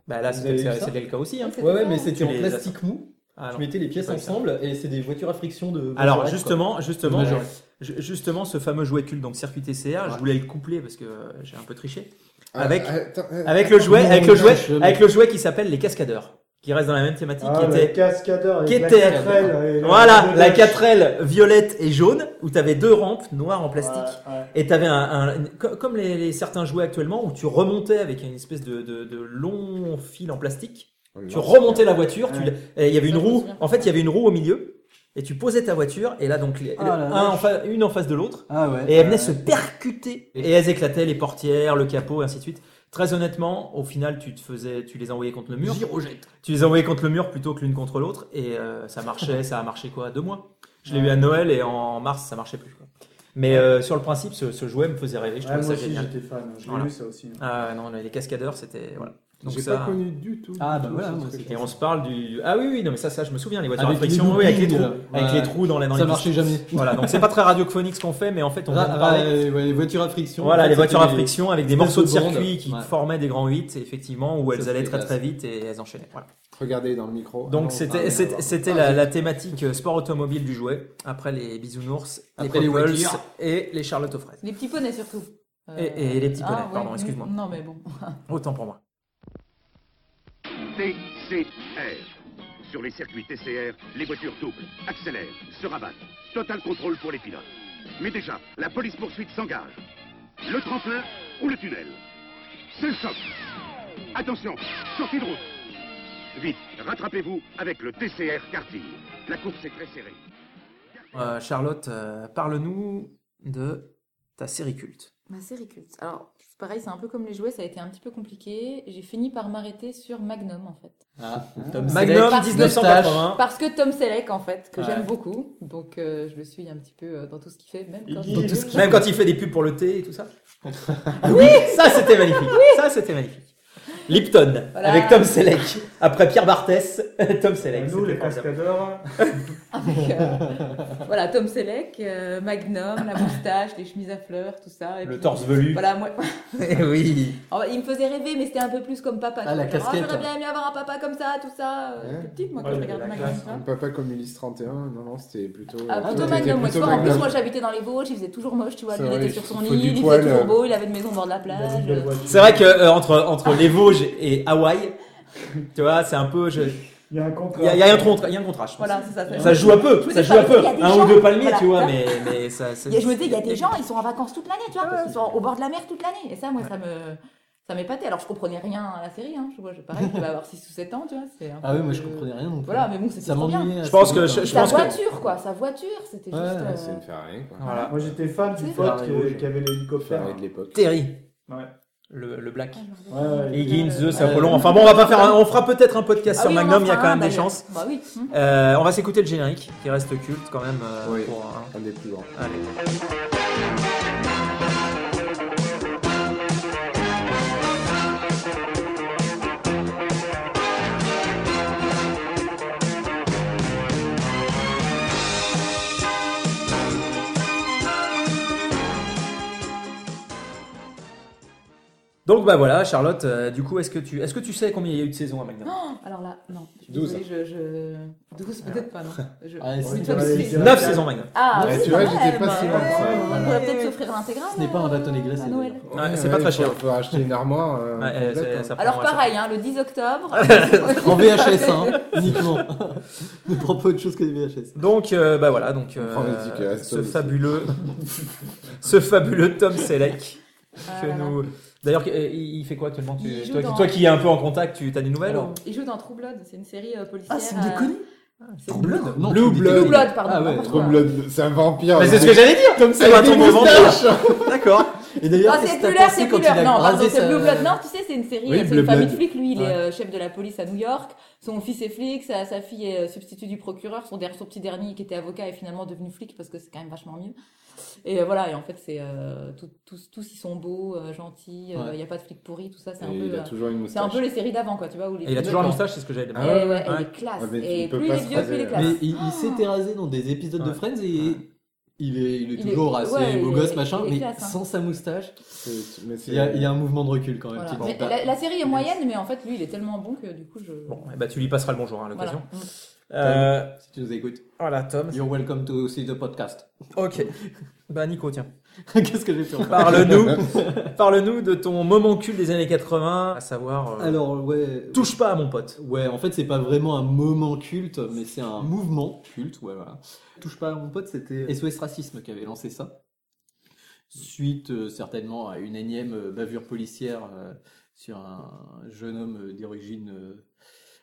Speaker 1: Bah là,
Speaker 3: Vous
Speaker 1: c'était
Speaker 3: avez vu ça
Speaker 1: c'était le cas aussi. Hein.
Speaker 2: C'était
Speaker 3: Ouais, ouais,
Speaker 2: ça,
Speaker 3: mais
Speaker 2: hein.
Speaker 3: c'était
Speaker 1: Tu
Speaker 3: en
Speaker 1: les as-
Speaker 3: plastique mou.
Speaker 1: Ah,
Speaker 3: Je
Speaker 1: non.
Speaker 3: mettais les pièces
Speaker 1: pas vu ça.
Speaker 3: ensemble et c'est des voitures à friction de.
Speaker 1: Alors
Speaker 3: Majorette,
Speaker 1: justement, justement, euh,
Speaker 3: Majorette.
Speaker 1: ju- justement, ce fameux jouet culte, donc circuit TCR, je
Speaker 3: Ouais.
Speaker 1: voulais le coupler parce que euh, j'ai un peu triché.
Speaker 4: Ah,
Speaker 1: Avec,
Speaker 4: attends, euh,
Speaker 1: avec le jouet,
Speaker 3: non,
Speaker 1: avec le
Speaker 3: je-
Speaker 1: jouet,
Speaker 3: je-
Speaker 1: avec le jouet qui s'appelle les cascadeurs, qui reste dans la même thématique,
Speaker 5: Ah,
Speaker 1: qui
Speaker 5: le
Speaker 1: était,
Speaker 5: cascadeur
Speaker 1: qui
Speaker 5: avec la
Speaker 1: était-
Speaker 5: 4L et la-
Speaker 1: voilà,
Speaker 5: le
Speaker 1: la
Speaker 5: dash.
Speaker 1: 4L violette et jaune, où t'avais deux rampes noires en plastique.
Speaker 5: Ouais, ouais.
Speaker 1: Et t'avais un, un- une- co- comme les, les certains jouets actuellement où tu remontais avec une espèce de, de- de long fil en plastique.
Speaker 4: Oh
Speaker 1: Tu remontais la voiture. tu
Speaker 5: Ouais.
Speaker 1: le- et il y avait une
Speaker 2: Ça, je me
Speaker 1: roue.
Speaker 2: souviens.
Speaker 1: En fait, il y avait une roue au milieu. Et tu posais ta voiture. Et là, donc, les-
Speaker 3: Ah
Speaker 1: le-
Speaker 3: la
Speaker 1: un
Speaker 3: vache.
Speaker 1: en fa- une en face de l'autre.
Speaker 3: Ah ouais.
Speaker 1: Et elles venaient
Speaker 3: Ouais.
Speaker 1: se percuter. Et elles éclataient les portières, le capot, et ainsi de suite. Très honnêtement, au final, tu te faisais, tu les envoyais contre le mur. Tu les envoyais contre le mur plutôt que l'une contre l'autre. Et euh, ça marchait. ça a marché quoi Deux mois. Je l'ai eu à Noël et en mars, ça marchait plus. quoi. Mais euh, sur le principe, ce, ce jouet me faisait rêver. Je
Speaker 5: Ouais,
Speaker 1: trouvais
Speaker 5: moi
Speaker 1: ça
Speaker 5: aussi
Speaker 1: génial.
Speaker 5: j'étais fan, je l'ai
Speaker 1: Voilà.
Speaker 5: lu ça aussi. hein.
Speaker 1: Ah non, les cascadeurs, c'était voilà. Donc
Speaker 4: J'ai
Speaker 1: ça-
Speaker 4: pas connu du tout.
Speaker 3: Ah,
Speaker 4: du
Speaker 3: bah
Speaker 4: tout
Speaker 3: voilà,
Speaker 4: ce
Speaker 3: moi,
Speaker 4: truc.
Speaker 1: Et on se parle du. Ah oui, oui, non, mais ça, ça, je me souviens, les voitures
Speaker 3: Avec
Speaker 1: à friction,
Speaker 3: les
Speaker 1: oui, avec les trous.
Speaker 3: loopings,
Speaker 1: Avec
Speaker 3: ouais.
Speaker 1: les trous dans la dans
Speaker 3: Ça
Speaker 1: les
Speaker 3: marchait
Speaker 1: pistes.
Speaker 3: jamais.
Speaker 1: Voilà, donc c'est pas très radiophonique ce qu'on fait, mais en fait, on vient
Speaker 3: Ra-
Speaker 1: de parler.
Speaker 3: ra- ouais, les voitures à friction.
Speaker 1: Voilà,
Speaker 3: euh, En fait,
Speaker 1: les voitures à
Speaker 3: c'était des
Speaker 1: friction avec des
Speaker 3: espèces
Speaker 1: morceaux de
Speaker 3: bandes.
Speaker 1: circuit qui
Speaker 3: Ouais.
Speaker 1: formaient des grands 8, effectivement, où
Speaker 3: Ça,
Speaker 1: elles allaient
Speaker 3: c'était
Speaker 1: très très
Speaker 3: classe.
Speaker 1: vite et elles enchaînaient. Voilà.
Speaker 4: Regardez dans le micro. Ah non,
Speaker 1: Donc
Speaker 4: ah,
Speaker 1: c'était
Speaker 4: oui,
Speaker 1: c'était-
Speaker 4: voilà.
Speaker 1: c'était la, la thématique euh, sport automobile du jouet. Après les bisounours,
Speaker 3: Après
Speaker 1: les
Speaker 3: les
Speaker 1: Purples
Speaker 3: voitures.
Speaker 1: et les Charlotte aux fraises.
Speaker 2: Les petits poneys surtout. Euh,
Speaker 1: Et- et les petits
Speaker 2: ah,
Speaker 1: poneys,
Speaker 2: ouais,
Speaker 1: pardon,
Speaker 2: non,
Speaker 1: excuse-moi.
Speaker 2: Non, mais bon.
Speaker 1: Autant pour moi.
Speaker 9: TCR. Sur les circuits TCR, les voitures doublent, accélèrent, se rabattent. Total contrôle pour les pilotes. Mais déjà, la police poursuite s'engage. Le tremplin ou le tunnel. C'est le choc. Attention, sortie de route. Vite, rattrapez-vous avec le TCR karting. La course est très serrée.
Speaker 1: Euh, Charlotte, euh, parle-nous de ta série culte.
Speaker 2: Ma série culte. Alors, c'est pareil, c'est un peu comme les jouets, ça a été un petit peu compliqué. J'ai fini par m'arrêter sur Magnum, en fait.
Speaker 3: Ah,
Speaker 1: Magnum
Speaker 3: Selleck,
Speaker 1: 1980.
Speaker 2: Parce que Tom Selleck, en fait, que
Speaker 1: Ouais.
Speaker 2: j'aime beaucoup. Donc, euh, je le suis un petit peu euh, dans tout ce qu'il fait, même quand
Speaker 1: Dans tout ce qui- Même quand il fait des pubs pour le thé et tout ça.
Speaker 2: Ah
Speaker 1: oui, ça c'était magnifique. Ça c'était magnifique. Lipton
Speaker 2: Voilà.
Speaker 1: avec Tom Selleck. Après Pierre Barthès, Tom Selleck.
Speaker 5: Euh, Nous,
Speaker 1: c'était
Speaker 5: les
Speaker 1: formidable.
Speaker 5: cascadeurs.
Speaker 2: Avec, euh, voilà, Tom Selleck, euh, Magnum, la moustache, les chemises à fleurs, tout ça. et
Speaker 1: Le
Speaker 2: puis-
Speaker 1: torse velu.
Speaker 2: Voilà, moi.
Speaker 1: Eh oui.
Speaker 2: Alors, il me faisait rêver, mais c'était un peu plus comme papa.
Speaker 3: Ah,
Speaker 2: tu
Speaker 3: la
Speaker 2: vois, genre,
Speaker 3: casquette.
Speaker 2: J'aurais bien aimé avoir un papa comme ça, tout ça. euh,
Speaker 4: Ouais.
Speaker 2: j'étais petite, moi, quand
Speaker 4: Ouais,
Speaker 2: je
Speaker 4: la
Speaker 2: regardais Magnum.
Speaker 4: classe.
Speaker 2: tu vois.
Speaker 4: Un papa comme Ulysse 31, non, non, c'était plutôt.
Speaker 2: Ah,
Speaker 4: euh,
Speaker 2: plutôt
Speaker 4: c'était
Speaker 2: Magnum, moi, tu
Speaker 4: plutôt
Speaker 2: vois, en plus,
Speaker 4: Magnum.
Speaker 2: moi j'habitais dans les Vosges, il faisait toujours moche, tu vois.
Speaker 4: C'est
Speaker 2: Lui, il
Speaker 4: vrai,
Speaker 2: était
Speaker 4: il
Speaker 2: sur
Speaker 4: faut
Speaker 2: son
Speaker 4: du
Speaker 2: île, il
Speaker 4: poil,
Speaker 2: faisait toujours
Speaker 4: euh.
Speaker 2: beau, il avait une maison au bord de la plage.
Speaker 1: C'est vrai que euh, entre entre les Vosges et Hawaï, tu vois, c'est un peu. je-
Speaker 5: Il y a un
Speaker 1: Il y a,
Speaker 5: contrat.
Speaker 1: il y a un contrat, il y a un contrat, je pense.
Speaker 2: Voilà, c'est ça. c'est-
Speaker 1: Ça se joue un
Speaker 2: Je
Speaker 1: peu,
Speaker 2: me
Speaker 1: ça
Speaker 2: dis,
Speaker 1: se joue un
Speaker 2: parfois,
Speaker 1: peu.
Speaker 2: il y a des
Speaker 1: Un
Speaker 2: gens-
Speaker 1: ou deux palmiers,
Speaker 2: voilà,
Speaker 1: tu vois,
Speaker 2: ça.
Speaker 1: mais, mais ça. ça-
Speaker 2: Il y a- Je me disais, il y a des gens, ils sont en vacances toute l'année, tu vois, parce qu'ils sont au bord de la mer toute l'année. Et ça, moi, ça me. Ça m'épatait. Alors, je comprenais rien à la série, hein. Je vois, je pareil, je vais avoir 6 ou 7 ans, tu vois. c'est un
Speaker 3: Ah oui,
Speaker 2: peu-
Speaker 3: moi je comprenais rien non plus.
Speaker 2: Voilà, mais bon, c'était
Speaker 3: Ça
Speaker 2: trop bien.
Speaker 3: m'ennuyait à
Speaker 1: Je
Speaker 3: ce
Speaker 1: pense que-
Speaker 3: moment-là.
Speaker 1: je- je
Speaker 2: Sa
Speaker 1: pense que-
Speaker 2: voiture, quoi, sa voiture, c'était
Speaker 3: Ouais,
Speaker 2: juste. euh,
Speaker 4: C'est une Ferrari, quoi.
Speaker 1: Voilà.
Speaker 5: Moi, j'étais fan d'une
Speaker 2: C'est
Speaker 5: pote
Speaker 4: vrai.
Speaker 5: qui, qui avait l'hélicoptère.
Speaker 4: Ferrari de l'époque.
Speaker 1: Terry,
Speaker 5: Ouais.
Speaker 1: le, le black.
Speaker 5: Ouais, ouais.
Speaker 1: Higgins,
Speaker 2: Euh,
Speaker 1: Zeus, Apollon. Enfin bon, on va pas faire. un- On fera peut-être un podcast
Speaker 2: Ah
Speaker 1: sur
Speaker 2: oui, on en
Speaker 1: Magnum. Il y a
Speaker 2: fera
Speaker 1: quand
Speaker 2: un,
Speaker 1: même des
Speaker 2: d'ailleurs.
Speaker 1: chances.
Speaker 2: Bah oui. hum.
Speaker 1: Euh, on va s'écouter le générique qui reste culte quand même. euh,
Speaker 4: Oui.
Speaker 1: pour un-
Speaker 4: Un des plus grands.
Speaker 1: Allez. Donc bah voilà Charlotte, euh, du coup est-ce que tu est-ce que tu sais combien il y a eu de saisons à Magnum
Speaker 2: Oh, alors là, non. Je suis
Speaker 4: 12.
Speaker 2: désolée, Je, je... 12, peut-être pas, non. Je...
Speaker 3: Ah,
Speaker 2: Oui,
Speaker 3: c'est-
Speaker 2: toi,
Speaker 5: ouais,
Speaker 2: tu-
Speaker 5: c'est-
Speaker 1: 9 saisons Magnum.
Speaker 2: Ah,
Speaker 4: Ouais,
Speaker 2: oui,
Speaker 4: tu
Speaker 2: quand
Speaker 4: vois, j'étais
Speaker 2: même.
Speaker 4: pas si loin.
Speaker 2: Ouais,
Speaker 4: Ouais,
Speaker 2: On
Speaker 4: ouais.
Speaker 2: pourrait peut-être s'offrir l'intégrale.
Speaker 3: Ce n'est pas un bâton
Speaker 2: hein. à
Speaker 3: dégraissé.
Speaker 2: Noël.
Speaker 1: Ouais, c'est pas très cher.
Speaker 4: Faut, faut acheter une armoire. euh,
Speaker 1: Ouais, euh,
Speaker 4: complète,
Speaker 1: c'est-
Speaker 4: hein.
Speaker 1: ça prend-
Speaker 2: Alors
Speaker 1: ouais, ça
Speaker 2: pareil, hein, le 10 octobre.
Speaker 3: En VHS, hein, uniquement. ne prends pas autre chose que des VHS.
Speaker 1: Donc euh, bah voilà, donc euh,
Speaker 4: prend les tickets, Aston
Speaker 1: ce
Speaker 4: aussi.
Speaker 1: fabuleux, ce fabuleux Tom Selleck.
Speaker 2: Ah
Speaker 1: que
Speaker 2: là là.
Speaker 1: nous- D'ailleurs, euh, il il fait quoi actuellement tu-
Speaker 2: Il joue
Speaker 1: toi, qui-
Speaker 2: dans-
Speaker 1: toi qui es un peu en contact, tu as des nouvelles
Speaker 3: Alors,
Speaker 1: ou-
Speaker 2: Il joue dans True Blood, c'est une série euh, policière.
Speaker 3: Ah, c'est
Speaker 2: euh,
Speaker 3: déconné.
Speaker 2: c'est-
Speaker 3: Non,
Speaker 4: Blue
Speaker 3: tu me
Speaker 4: Blood.
Speaker 3: déconnes.
Speaker 2: Blue Blood, pardon.
Speaker 3: Ah ouais,
Speaker 2: n'importe
Speaker 4: Trop
Speaker 2: quoi.
Speaker 4: bleu- C'est un vampire.
Speaker 1: Mais c'est
Speaker 4: hein.
Speaker 1: ce que j'allais dire. Tom Selleck,
Speaker 4: Avec
Speaker 1: ton
Speaker 4: des
Speaker 1: revanche. D'accord.
Speaker 3: Et d'ailleurs,
Speaker 2: Ah,
Speaker 3: qu'est-ce
Speaker 2: c'est
Speaker 3: que t'as
Speaker 2: plus l'air,
Speaker 3: pensé
Speaker 2: c'est
Speaker 3: quand
Speaker 2: plus
Speaker 3: il a
Speaker 2: l'air. Non, pardon,
Speaker 3: rasé
Speaker 2: c'est
Speaker 3: sa-
Speaker 2: Blue Blood. Non, tu sais, c'est une série, euh,
Speaker 4: Oui,
Speaker 2: c'est
Speaker 4: Blue
Speaker 2: une famille
Speaker 4: Blood.
Speaker 2: flic. Lui, il est
Speaker 3: Ouais.
Speaker 2: euh, chef de la police à New York. Son fils est flic, sa, sa fille est euh, substitut du procureur. Son, der- son petit dernier qui était avocat est finalement devenu flic parce que c'est quand même vachement mieux. Et euh, voilà, et en fait, c'est euh, tout- tous, tous ils sont beaux, euh, gentils, euh, il
Speaker 3: Ouais.
Speaker 2: n'y a pas de flic pourri, tout ça. C'est un,
Speaker 4: Et
Speaker 2: peu,
Speaker 4: il a
Speaker 2: euh,
Speaker 4: toujours une
Speaker 2: c'est un
Speaker 4: moustache.
Speaker 2: peu les séries d'avant, quoi, tu vois. Où les
Speaker 1: Et il a
Speaker 2: flics-
Speaker 1: toujours la moustache, c'est ce que j'allais
Speaker 2: Et
Speaker 1: dire.
Speaker 4: Ah ouais,
Speaker 2: Eh ouais, et
Speaker 1: ouais.
Speaker 2: les classes.
Speaker 4: Ah, mais tu
Speaker 2: et
Speaker 4: peux
Speaker 2: plus
Speaker 4: pas
Speaker 2: les
Speaker 4: se
Speaker 2: vieux, plus
Speaker 4: raser,
Speaker 2: les
Speaker 4: euh.
Speaker 2: classes.
Speaker 3: Mais il, il s'était rasé dans des épisodes de
Speaker 1: Ouais.
Speaker 3: Friends et il est, il est
Speaker 2: Ah. Il est-
Speaker 3: toujours assez
Speaker 2: ouais,
Speaker 3: beau
Speaker 2: il est-
Speaker 3: gosse, machin,
Speaker 2: il est
Speaker 3: mais
Speaker 2: classe, hein.
Speaker 3: sans sa moustache.
Speaker 4: C'est- mais c'est-
Speaker 3: Il y, a, il y a un mouvement de recul quand même.
Speaker 2: Voilà.
Speaker 3: qui
Speaker 2: Mais
Speaker 3: te dit
Speaker 2: la, la série est moyenne, mais en fait, lui, il est tellement bon que du coup, je.
Speaker 1: Bon, eh ben, tu lui passeras le bonjour hein, à
Speaker 2: voilà.
Speaker 1: l'occasion.
Speaker 2: Mm.
Speaker 1: Euh,
Speaker 3: pas. Si tu nous écoutes,
Speaker 1: voilà, Tom.
Speaker 3: you're welcome to see the podcast.
Speaker 1: Ok. Bah Nico, tiens.
Speaker 3: Qu'est-ce que j'ai fait
Speaker 1: Ah.
Speaker 3: encore
Speaker 1: Parle-nous, parle-nous de ton moment cul des années 80, à savoir. euh,
Speaker 3: Alors, ouais.
Speaker 1: touche pas à mon pote.
Speaker 3: Ouais, en fait, c'est pas vraiment un moment culte, mais c'est un mouvement culte. Ouais, voilà. Touche pas à mon pote, c'était euh, SOS Racisme qui avait lancé ça. Suite euh, certainement à une énième euh, bavure policière euh, sur un jeune homme euh, d'origine euh,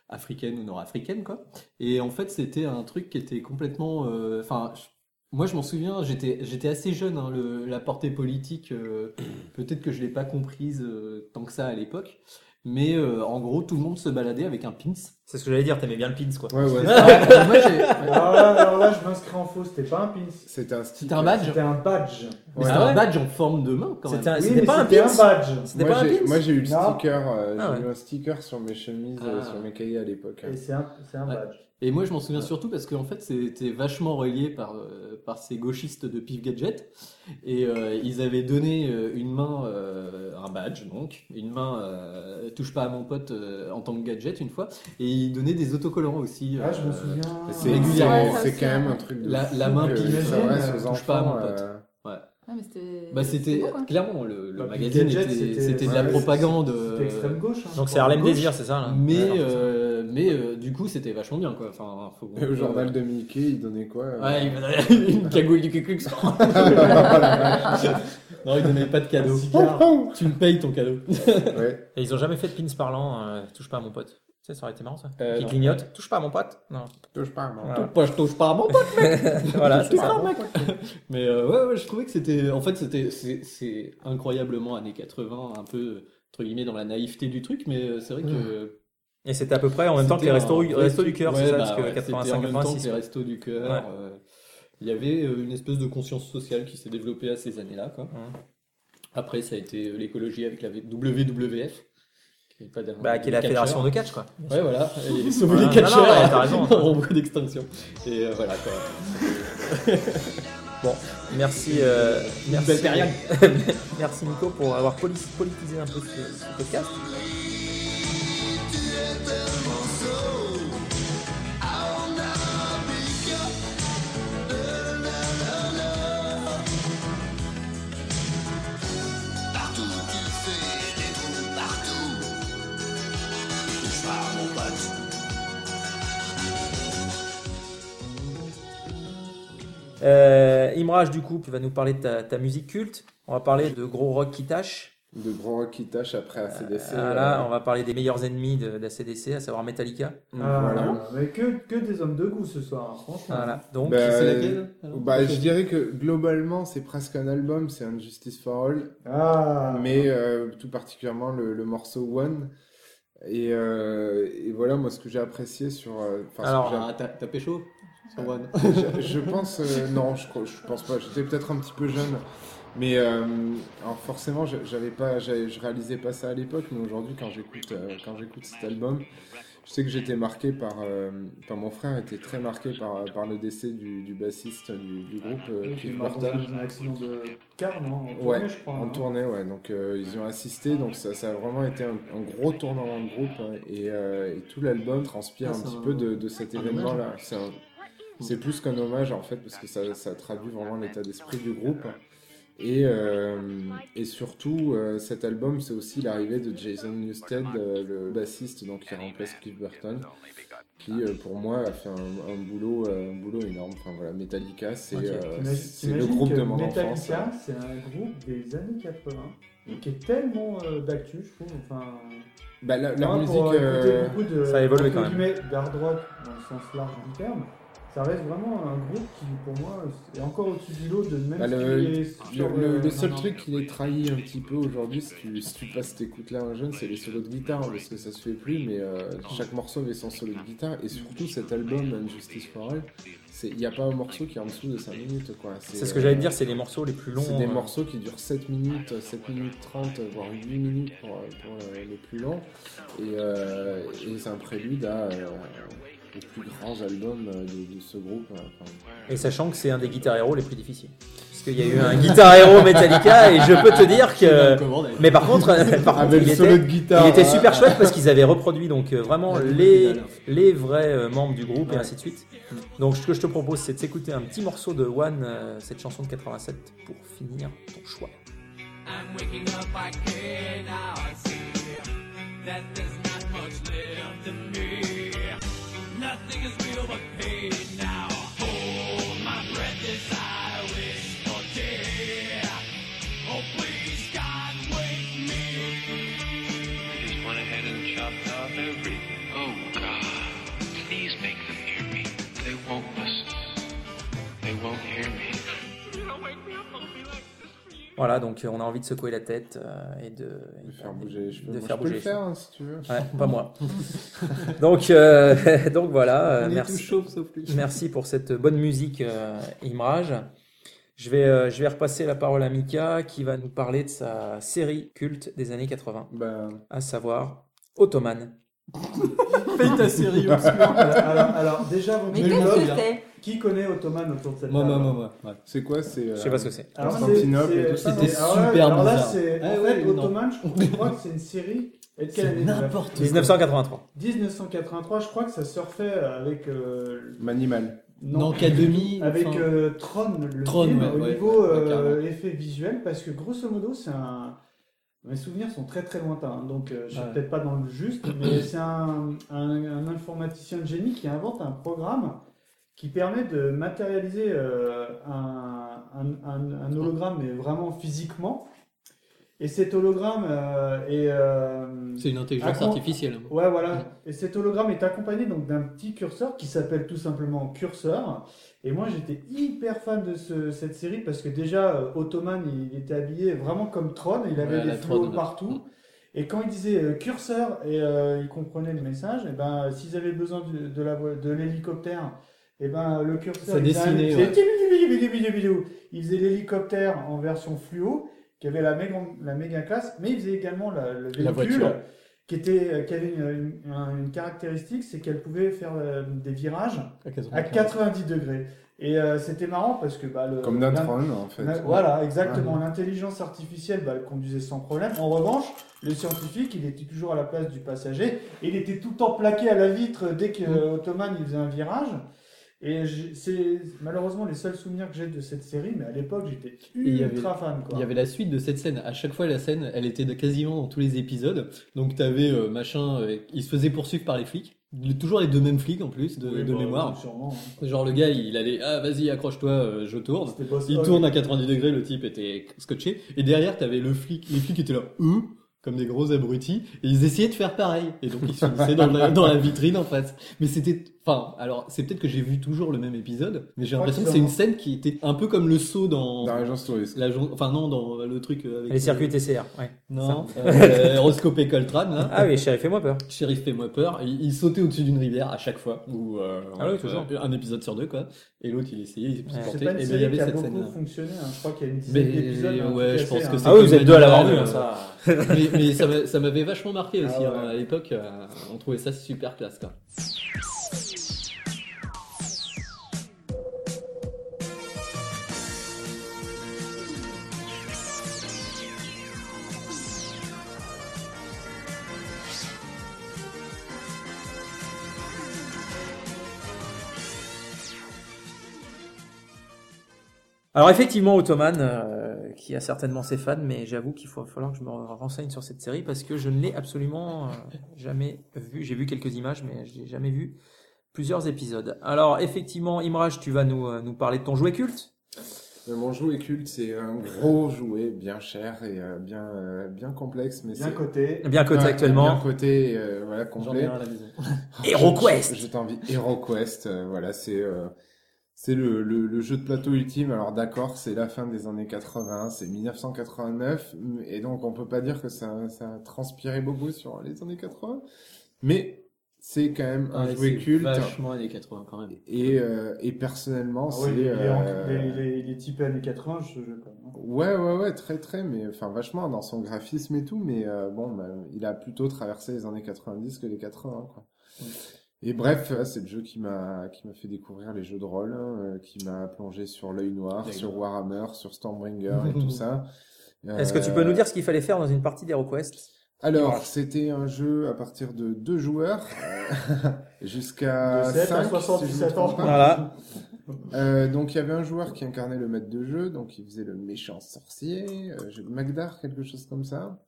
Speaker 3: africaine ou nord-africaine, quoi. Et en fait, c'était un truc qui était complètement. euh, Enfin, je- moi, je m'en souviens, j'étais j'étais assez jeune. hein, le- la portée politique, euh, peut-être que je l'ai pas comprise euh, tant que ça à l'époque. Mais euh, en gros, tout le monde se baladait avec un pins.
Speaker 1: C'est ce que j'allais dire. T'aimais bien le pins, quoi.
Speaker 4: Ouais, ouais.
Speaker 3: Ah Moi, j'ai-
Speaker 5: Alors là, alors là, je m'inscris en faux, c'était pas un pins.
Speaker 4: C'était un stick.
Speaker 5: C'était un badge C'était un badge.
Speaker 3: Mais c'était un badge en forme de main quand même.
Speaker 5: C'était un-
Speaker 3: Oui,
Speaker 5: c'était
Speaker 3: mais
Speaker 5: pas un pins. C'était
Speaker 4: Moi,
Speaker 5: pas un
Speaker 4: j'ai-
Speaker 5: pins
Speaker 4: Moi j'ai eu le
Speaker 5: Non.
Speaker 4: sticker, euh,
Speaker 3: Ah
Speaker 4: j'ai
Speaker 3: ouais.
Speaker 4: eu un sticker sur mes chemises, euh,
Speaker 3: Ah.
Speaker 4: sur mes cahiers à l'époque. hein.
Speaker 5: Et c'est un, c'est un
Speaker 3: Ouais.
Speaker 5: badge.
Speaker 3: Et moi, je m'en souviens surtout parce qu'en fait, c'était vachement relié par, euh, par ces gauchistes de Pif Gadget. Et euh, ils avaient donné euh, une main, euh, un badge donc, une main euh, touche pas à mon pote euh, en tant que gadget une fois. Et ils donnaient des autocollants aussi.
Speaker 5: Ah, je m'en
Speaker 3: euh,
Speaker 5: souviens.
Speaker 4: C'est-
Speaker 3: régulièrement.
Speaker 4: c'est- c'est quand même un truc de
Speaker 3: La,
Speaker 4: fou
Speaker 3: la main
Speaker 4: que
Speaker 3: Pif,
Speaker 4: les gens
Speaker 3: euh,
Speaker 4: laissent aux
Speaker 3: touche pas à mon
Speaker 4: enfants,
Speaker 3: pote.
Speaker 4: euh,
Speaker 3: Ouais.
Speaker 14: Ouais, mais c'était-
Speaker 3: Bah, c'était
Speaker 14: beau, hein.
Speaker 3: clairement le, le
Speaker 5: Bah,
Speaker 3: magazine
Speaker 5: Gadget,
Speaker 3: était-
Speaker 5: c'était-
Speaker 3: c'était de
Speaker 5: ouais,
Speaker 3: la
Speaker 5: c'est-
Speaker 3: propagande.
Speaker 5: c'était
Speaker 3: euh,
Speaker 5: extrême gauche, hein.
Speaker 1: Donc, c'est Harlem
Speaker 3: gauche.
Speaker 1: Désir, c'est ça, là
Speaker 3: Mais
Speaker 1: Ouais,
Speaker 3: euh, mais euh, du coup c'était vachement bien quoi. Enfin faut.
Speaker 1: Euh,
Speaker 3: euh,
Speaker 4: Et au journal de Mickey, il donnait quoi euh,
Speaker 3: Ouais, il donnait une cagoule du cucu. non, il donnait pas de cadeau. tu me payes ton cadeau.
Speaker 1: Et ils ont jamais fait de pins parlant, euh, touche pas à mon pote. Tu sais, ça aurait été marrant ça.
Speaker 3: Euh,
Speaker 1: qui
Speaker 3: non.
Speaker 1: clignote, touche pas à mon pote. Non.
Speaker 4: Touche pas à
Speaker 1: hein.
Speaker 4: mon
Speaker 3: Touche pas, je touche pas à mon pote, mec.
Speaker 1: Voilà, Ah. Bah, c'est
Speaker 3: je touche pas
Speaker 1: ça.
Speaker 3: à mon pote. Mais euh, ouais, ouais, je trouvais que c'était, en fait, c'était, c'est, c'est incroyablement années 80, un peu entre guillemets dans la naïveté du truc, mais euh, c'est vrai que.
Speaker 1: Et c'était à peu près en même temps que les restos,
Speaker 3: C'était un vrai
Speaker 1: restos du
Speaker 3: truc.
Speaker 1: cœur,
Speaker 3: Ouais,
Speaker 1: c'est ça,
Speaker 3: bah
Speaker 1: parce que
Speaker 3: ouais,
Speaker 1: 85,
Speaker 3: c'était en même temps que
Speaker 1: 86.
Speaker 3: les restos du cœur.
Speaker 1: Ouais.
Speaker 3: euh, Il y avait euh, une espèce de conscience sociale qui s'est développée à ces années-là. quoi. Après, ça a été euh, l'écologie avec la WWF. Qui est, pas d'un-
Speaker 1: Bah, qui est la
Speaker 3: des
Speaker 1: fédération
Speaker 3: catcheurs.
Speaker 1: de catch, quoi. Bien
Speaker 3: Ouais,
Speaker 1: sûr.
Speaker 3: voilà. Et
Speaker 1: Voilà. Non,
Speaker 3: sauver les
Speaker 1: non, ouais,
Speaker 3: catcheurs
Speaker 1: t'as raison.
Speaker 3: en voie d'extinction. Et euh, voilà, quoi.
Speaker 1: Bon, merci. euh,
Speaker 3: Une
Speaker 1: merci.
Speaker 3: belle période.
Speaker 1: merci Nico pour avoir poli- politisé un peu ce, ce podcast.
Speaker 9: Partout tu fais des trous, partout. Touche pas à mon pote.
Speaker 1: Euh, Imraj, du coup, tu vas nous parler de ta, ta musique culte. On va parler de gros rock qui tâche.
Speaker 4: De gros rock qui tâche après ACDC.
Speaker 1: Voilà,
Speaker 4: euh,
Speaker 1: on va parler des meilleurs ennemis d'ACDC, à savoir Metallica.
Speaker 5: Ah, mais que, que des hommes de goût ce soir, hein, franchement.
Speaker 1: Voilà. Donc,
Speaker 4: Bah,
Speaker 1: c'est laquelle, alors
Speaker 4: bah, Je dirais que globalement, c'est presque un album, c'est un Justice for All.
Speaker 5: Ah.
Speaker 4: Mais euh, tout particulièrement le, le morceau One. Et, euh, et voilà, moi, ce que j'ai apprécié sur. euh, enfin, ce que j'ai
Speaker 3: Alors, t'as t'as pécho sur One
Speaker 4: je, je pense, euh, non, je, crois- je pense pas. J'étais peut-être un petit peu jeune, mais euh, alors forcément, je- j'avais pas, j'avais- je réalisais pas ça à l'époque. Mais aujourd'hui, quand j'écoute, euh, quand j'écoute cet album, je sais que j'étais marqué par, euh, enfin, mon frère était très marqué par, par le décès du, du bassiste du, du groupe euh,
Speaker 5: Oui,
Speaker 4: Cliff
Speaker 5: mort dans
Speaker 4: Burton.
Speaker 5: un accident de car, non En
Speaker 4: Ouais,
Speaker 5: tournée, je crois.
Speaker 4: en
Speaker 5: hein.
Speaker 4: tournée, ouais. Donc euh, ils y ont assisté, donc ça, ça a vraiment été un, un gros tournant de groupe hein, et, euh, et tout l'album transpire
Speaker 3: Ah,
Speaker 4: un
Speaker 3: c'est
Speaker 4: petit
Speaker 3: un-
Speaker 4: peu de, de cet
Speaker 3: un
Speaker 4: événement-là.
Speaker 3: hommage.
Speaker 4: C'est un- c'est plus qu'un hommage en fait parce que ça, ça traduit vraiment l'état d'esprit du groupe. hein. Et, euh, et surtout, euh, cet album, c'est aussi l'arrivée de Jason Newsted, euh, le bassiste donc, qui remplace Cliff Burton, qui euh, pour moi a fait un, un boulot, euh, un boulot énorme. Enfin, voilà, Metallica, c'est
Speaker 5: Ok.
Speaker 4: euh,
Speaker 5: T'imagines-
Speaker 4: c'est le
Speaker 5: t'imagines
Speaker 4: groupe
Speaker 5: que
Speaker 4: de mon
Speaker 5: Metallica,
Speaker 4: enfance. hein.
Speaker 5: c'est un groupe des années 80 qui est tellement euh, d'actu, je trouve. Enfin,
Speaker 4: Bah, la- leur
Speaker 5: moi,
Speaker 4: musique,
Speaker 5: pour, euh, écouter
Speaker 4: euh,
Speaker 5: beaucoup de,
Speaker 4: ça a évolué
Speaker 5: entre
Speaker 4: quand même.
Speaker 5: guillemets, D'hard rock dans le sens large du terme. Ça reste vraiment un groupe qui, pour moi, est encore au-dessus du lot de même
Speaker 4: Bah,
Speaker 5: ce
Speaker 4: le,
Speaker 5: qui est sur,
Speaker 4: le- le-
Speaker 5: euh,
Speaker 4: le seul
Speaker 5: maintenant.
Speaker 4: truc qui les trahit un petit peu aujourd'hui, si tu, si tu passes cette écoute-là à un jeune, c'est les solos de guitare, parce que ça se fait plus, mais euh, chaque morceau avait son solo de guitare, et surtout cet album, Unjustice for All, il n'y a pas un morceau qui est en dessous de 5 minutes. quoi.
Speaker 1: C'est ce que j'allais dire, c'est les morceaux les plus longs,
Speaker 4: C'est des
Speaker 1: euh.
Speaker 4: morceaux qui durent 7 minutes, 7 minutes 30, voire 8 minutes pour, euh, pour, euh, les plus longs, et, euh, et c'est un prélude à, euh, aux plus grands albums euh, de, de ce groupe. euh, enfin,
Speaker 1: Et sachant que c'est un des guitar héros les plus difficiles. Parce qu'il y a eu un guitar héros Metallica et je peux te dire
Speaker 4: Qui m'a
Speaker 1: que.
Speaker 4: commandé.
Speaker 1: Mais par contre, euh, par contre,
Speaker 4: Avec
Speaker 1: il,
Speaker 4: le solo
Speaker 1: était,
Speaker 4: de guitare,
Speaker 1: il était
Speaker 4: hein.
Speaker 1: super chouette parce qu'ils avaient reproduit donc euh, vraiment
Speaker 4: La double
Speaker 1: les,
Speaker 4: pédale.
Speaker 1: les vrais euh, membres du groupe et
Speaker 4: Ouais.
Speaker 1: ainsi de suite. Donc ce que je te propose, c'est de s'écouter un petit morceau de One, euh, cette chanson de 87, pour finir ton choix.
Speaker 7: I'm waking up, I can now I see that there's not much left in me. Nothing is real but pain now. Hold my breath as I wish for dear. Oh please God wake me.
Speaker 15: They just went ahead and chopped off everything. Oh, God. Please make them hear me. They won't listen. They won't hear me.
Speaker 7: You don't wake me up, I'll be like this for you.
Speaker 1: Voilà, donc euh, on a envie de secouer la tête euh, et de, et de faire
Speaker 4: bouger les cheveux.
Speaker 1: De
Speaker 4: Moi,
Speaker 1: faire
Speaker 4: je peux
Speaker 1: bouger
Speaker 4: le
Speaker 1: les
Speaker 4: faire,
Speaker 1: cheveux. Ah.
Speaker 4: hein, si tu veux.
Speaker 1: Ouais, pas moi. donc, euh, donc voilà, euh,
Speaker 3: On est
Speaker 1: merci.
Speaker 3: tous chauves, sauf lui.
Speaker 1: Merci pour cette bonne musique, euh, Imrage. Je vais, euh, je vais repasser la parole à Mika qui va nous parler de sa série culte des années 80,
Speaker 4: Bah,
Speaker 1: à savoir Ottoman.
Speaker 5: Fais ta série obscure. alors, alors, déjà, vous
Speaker 2: Mais
Speaker 5: pouvez
Speaker 2: qu'est-ce
Speaker 5: me
Speaker 2: que
Speaker 5: dire,
Speaker 2: c'est
Speaker 5: Qui connaît Ottoman autour de cette
Speaker 4: Moi,
Speaker 5: table
Speaker 4: moi, moi, moi. Ouais. C'est quoi C'est. euh,
Speaker 1: Je sais pas ce que c'est.
Speaker 5: Alors, c'est-
Speaker 4: Constantinople
Speaker 5: c'est-
Speaker 4: et tout ça.
Speaker 5: c'est- ah ouais, Alors là, c'est.
Speaker 4: Ah
Speaker 5: En fait, Ottoman, je crois que c'est une série. Et de quelle
Speaker 4: C'est
Speaker 5: année déjà
Speaker 4: n'importe quoi.
Speaker 1: 1983.
Speaker 5: 1983, je crois que ça surfait avec. euh,
Speaker 4: Manimal.
Speaker 5: non, Avec
Speaker 4: enfin.
Speaker 5: euh, Tron, le
Speaker 4: Tron,
Speaker 5: film,
Speaker 4: ouais,
Speaker 5: au
Speaker 4: ouais,
Speaker 5: niveau
Speaker 4: ouais,
Speaker 5: euh,
Speaker 4: carrément.
Speaker 5: effet visuel, parce que grosso modo, c'est un. Mes souvenirs sont très très lointains, hein, donc euh, je suis
Speaker 3: Ouais.
Speaker 5: peut-être pas dans le juste, mais c'est un, un- un informaticien de génie qui invente un programme qui permet de matérialiser euh, un, un- un- un hologramme, mais vraiment physiquement. Et cet hologramme euh, est. euh,
Speaker 3: C'est une intelligence
Speaker 5: accom-
Speaker 3: artificielle.
Speaker 5: Ouais, voilà. Et cet hologramme est accompagné donc d'un petit curseur qui s'appelle tout simplement curseur. Et moi, j'étais hyper fan de ce- cette série parce que déjà, euh, Ottoman, il était habillé vraiment comme Tron. Il avait
Speaker 3: Ouais,
Speaker 5: des
Speaker 3: la
Speaker 5: flots
Speaker 3: Tron, ouais.
Speaker 5: partout. Et quand il disait euh, curseur et euh, il comprenait le message, et ben s'ils avaient besoin de, de la voie- de l'hélicoptère, et ben le curseur
Speaker 3: Ça
Speaker 5: il faisait un-
Speaker 3: dessinait,
Speaker 5: il faisait
Speaker 3: ouais.
Speaker 5: tibi, tibi, tibi, tibi, tibi. Il faisait l'hélicoptère en version fluo, qui avait la méga, la méga classe, mais il faisait également la- le véhicule,
Speaker 3: La voiture.
Speaker 5: qui, était, euh, qui avait une, une- un- une caractéristique, c'est qu'elle pouvait faire euh, des virages
Speaker 3: À
Speaker 5: à
Speaker 3: 90.
Speaker 5: 90, degrés. Et euh, c'était marrant parce que bah, le,
Speaker 4: Comme notre
Speaker 5: l'in-
Speaker 4: Tron, en fait.
Speaker 5: la- voilà, exactement. L'intelligence artificielle bah, elle conduisait sans problème. En revanche, le scientifique, il était toujours à la place du passager. Et il était tout le temps plaqué à la vitre dès que
Speaker 3: Mm.
Speaker 5: euh, Ottoman il faisait un virage. Et j'ai- c'est malheureusement les seuls souvenirs que j'ai de cette série, mais à l'époque j'étais
Speaker 3: Et il y
Speaker 5: ultra
Speaker 3: avait-
Speaker 5: fan. Quoi.
Speaker 3: Il y avait la suite de cette scène. À chaque fois, la scène, elle était de- quasiment dans tous les épisodes. Donc, t'avais euh, machin, euh, il se faisait poursuivre par les flics. Le- toujours les deux mêmes flics en plus de,
Speaker 5: Oui,
Speaker 3: de
Speaker 5: bah,
Speaker 3: mémoire.
Speaker 5: sûrement,
Speaker 3: Genre le gars, il allait, ah vas-y, accroche-toi, euh, je tourne.
Speaker 5: Boss
Speaker 3: Il
Speaker 5: Hog.
Speaker 3: tourne à 90 degrés, le type était scotché. Et derrière, t'avais le flic, les flics étaient là, eux, comme des gros abrutis, et ils essayaient de faire pareil. Et donc ils se finissaient dans la, dans la vitrine en face. Mais c'était, enfin, alors c'est peut-être que j'ai vu toujours le même épisode, mais j'ai
Speaker 5: crois
Speaker 3: l'impression
Speaker 5: que
Speaker 3: que c'est
Speaker 5: c'est
Speaker 3: une
Speaker 5: un-
Speaker 3: scène qui était un peu comme le saut dans.
Speaker 4: Dans l'agence touriste.
Speaker 3: Enfin non, dans le truc euh, avec
Speaker 1: Les circuits TCR, ouais.
Speaker 3: Non.
Speaker 1: Ça.
Speaker 3: Euh, Roscoe et Coltrane. Là.
Speaker 1: Ah oui, Sheriff et moi peur.
Speaker 3: Sheriff et moi peur. Il, il sautait au-dessus d'une rivière à chaque fois. Ou euh,
Speaker 1: Ah oui, toujours.
Speaker 3: un épisode sur deux quoi. Et l'autre il essayait, il se
Speaker 5: C'est
Speaker 3: portait.
Speaker 5: pas une
Speaker 3: Et ben, il
Speaker 5: série
Speaker 3: y avait
Speaker 5: qui a
Speaker 3: cette
Speaker 5: beaucoup
Speaker 3: scène.
Speaker 5: fonctionné. hein. Je crois qu'il y a une
Speaker 3: Mais
Speaker 5: dizaine d'épisodes. hein, tout
Speaker 3: ouais, je
Speaker 5: cassés,
Speaker 3: pense que
Speaker 1: Ah
Speaker 5: hein.
Speaker 3: c'est comme Manuel,
Speaker 1: vu, hein,
Speaker 3: euh,
Speaker 1: ça.
Speaker 3: mais mais ça m'a- ça m'avait vachement marqué aussi.
Speaker 1: Ah ouais.
Speaker 3: hein. à l'époque, euh, on trouvait ça super classe quoi.
Speaker 1: Alors effectivement, Ottoman, euh, qui a certainement ses fans, mais j'avoue qu'il faut- va falloir que je me renseigne sur cette série parce que je ne l'ai absolument euh, jamais vue. J'ai vu quelques images, mais je n'ai jamais vu plusieurs épisodes. Alors effectivement, Imraj, tu vas nous, euh, nous parler de ton jouet culte.
Speaker 4: Mais Mon jouet culte, c'est un gros jouet bien cher et euh, bien, euh, bien complexe. Mais
Speaker 5: Bien
Speaker 4: c'est-
Speaker 5: coté.
Speaker 3: Ah,
Speaker 1: Bien coté actuellement.
Speaker 4: Bien coté, euh, voilà,
Speaker 5: ai
Speaker 4: complet.
Speaker 5: un à la maison.
Speaker 1: HeroQuest.
Speaker 4: Je, je, je t'envie. HeroQuest, euh, voilà, c'est euh, c'est le, le, le jeu de plateau ultime. Alors d'accord, c'est la fin des années 80, c'est 1989, et donc on peut pas dire que ça, ça a transpiré beaucoup sur les années 80, mais c'est quand même un
Speaker 3: Ouais,
Speaker 4: jouet
Speaker 3: c'est
Speaker 4: culte.
Speaker 3: Vachement années 80 quand même.
Speaker 4: Et, euh, et personnellement,
Speaker 5: Ah
Speaker 4: c'est...
Speaker 5: ouais, les, les-
Speaker 4: euh,
Speaker 5: les, les, les types années 80, je je- quand même.
Speaker 4: Ouais, ouais, ouais, très, très, mais enfin, vachement dans son graphisme et tout, mais euh, bon, bah, il a plutôt traversé les années 90 que les 80, quoi. Et bref, euh, c'est le jeu qui m'a qui m'a fait découvrir les jeux de rôle, euh, qui m'a plongé sur l'œil noir,
Speaker 1: D'accord.
Speaker 4: sur Warhammer, sur Stormbringer et tout ça.
Speaker 1: Est-ce que tu peux
Speaker 4: Euh,
Speaker 1: nous dire ce qu'il fallait faire dans une partie d'HeroQuest
Speaker 4: alors, c'était un jeu à partir de deux joueurs euh, jusqu'à
Speaker 5: De sept à
Speaker 4: 5,
Speaker 5: 77 ans.
Speaker 1: Voilà.
Speaker 4: Euh, donc il y avait un joueur qui incarnait le maître de jeu, donc il faisait le méchant sorcier, euh, je- Magdar, quelque chose comme ça.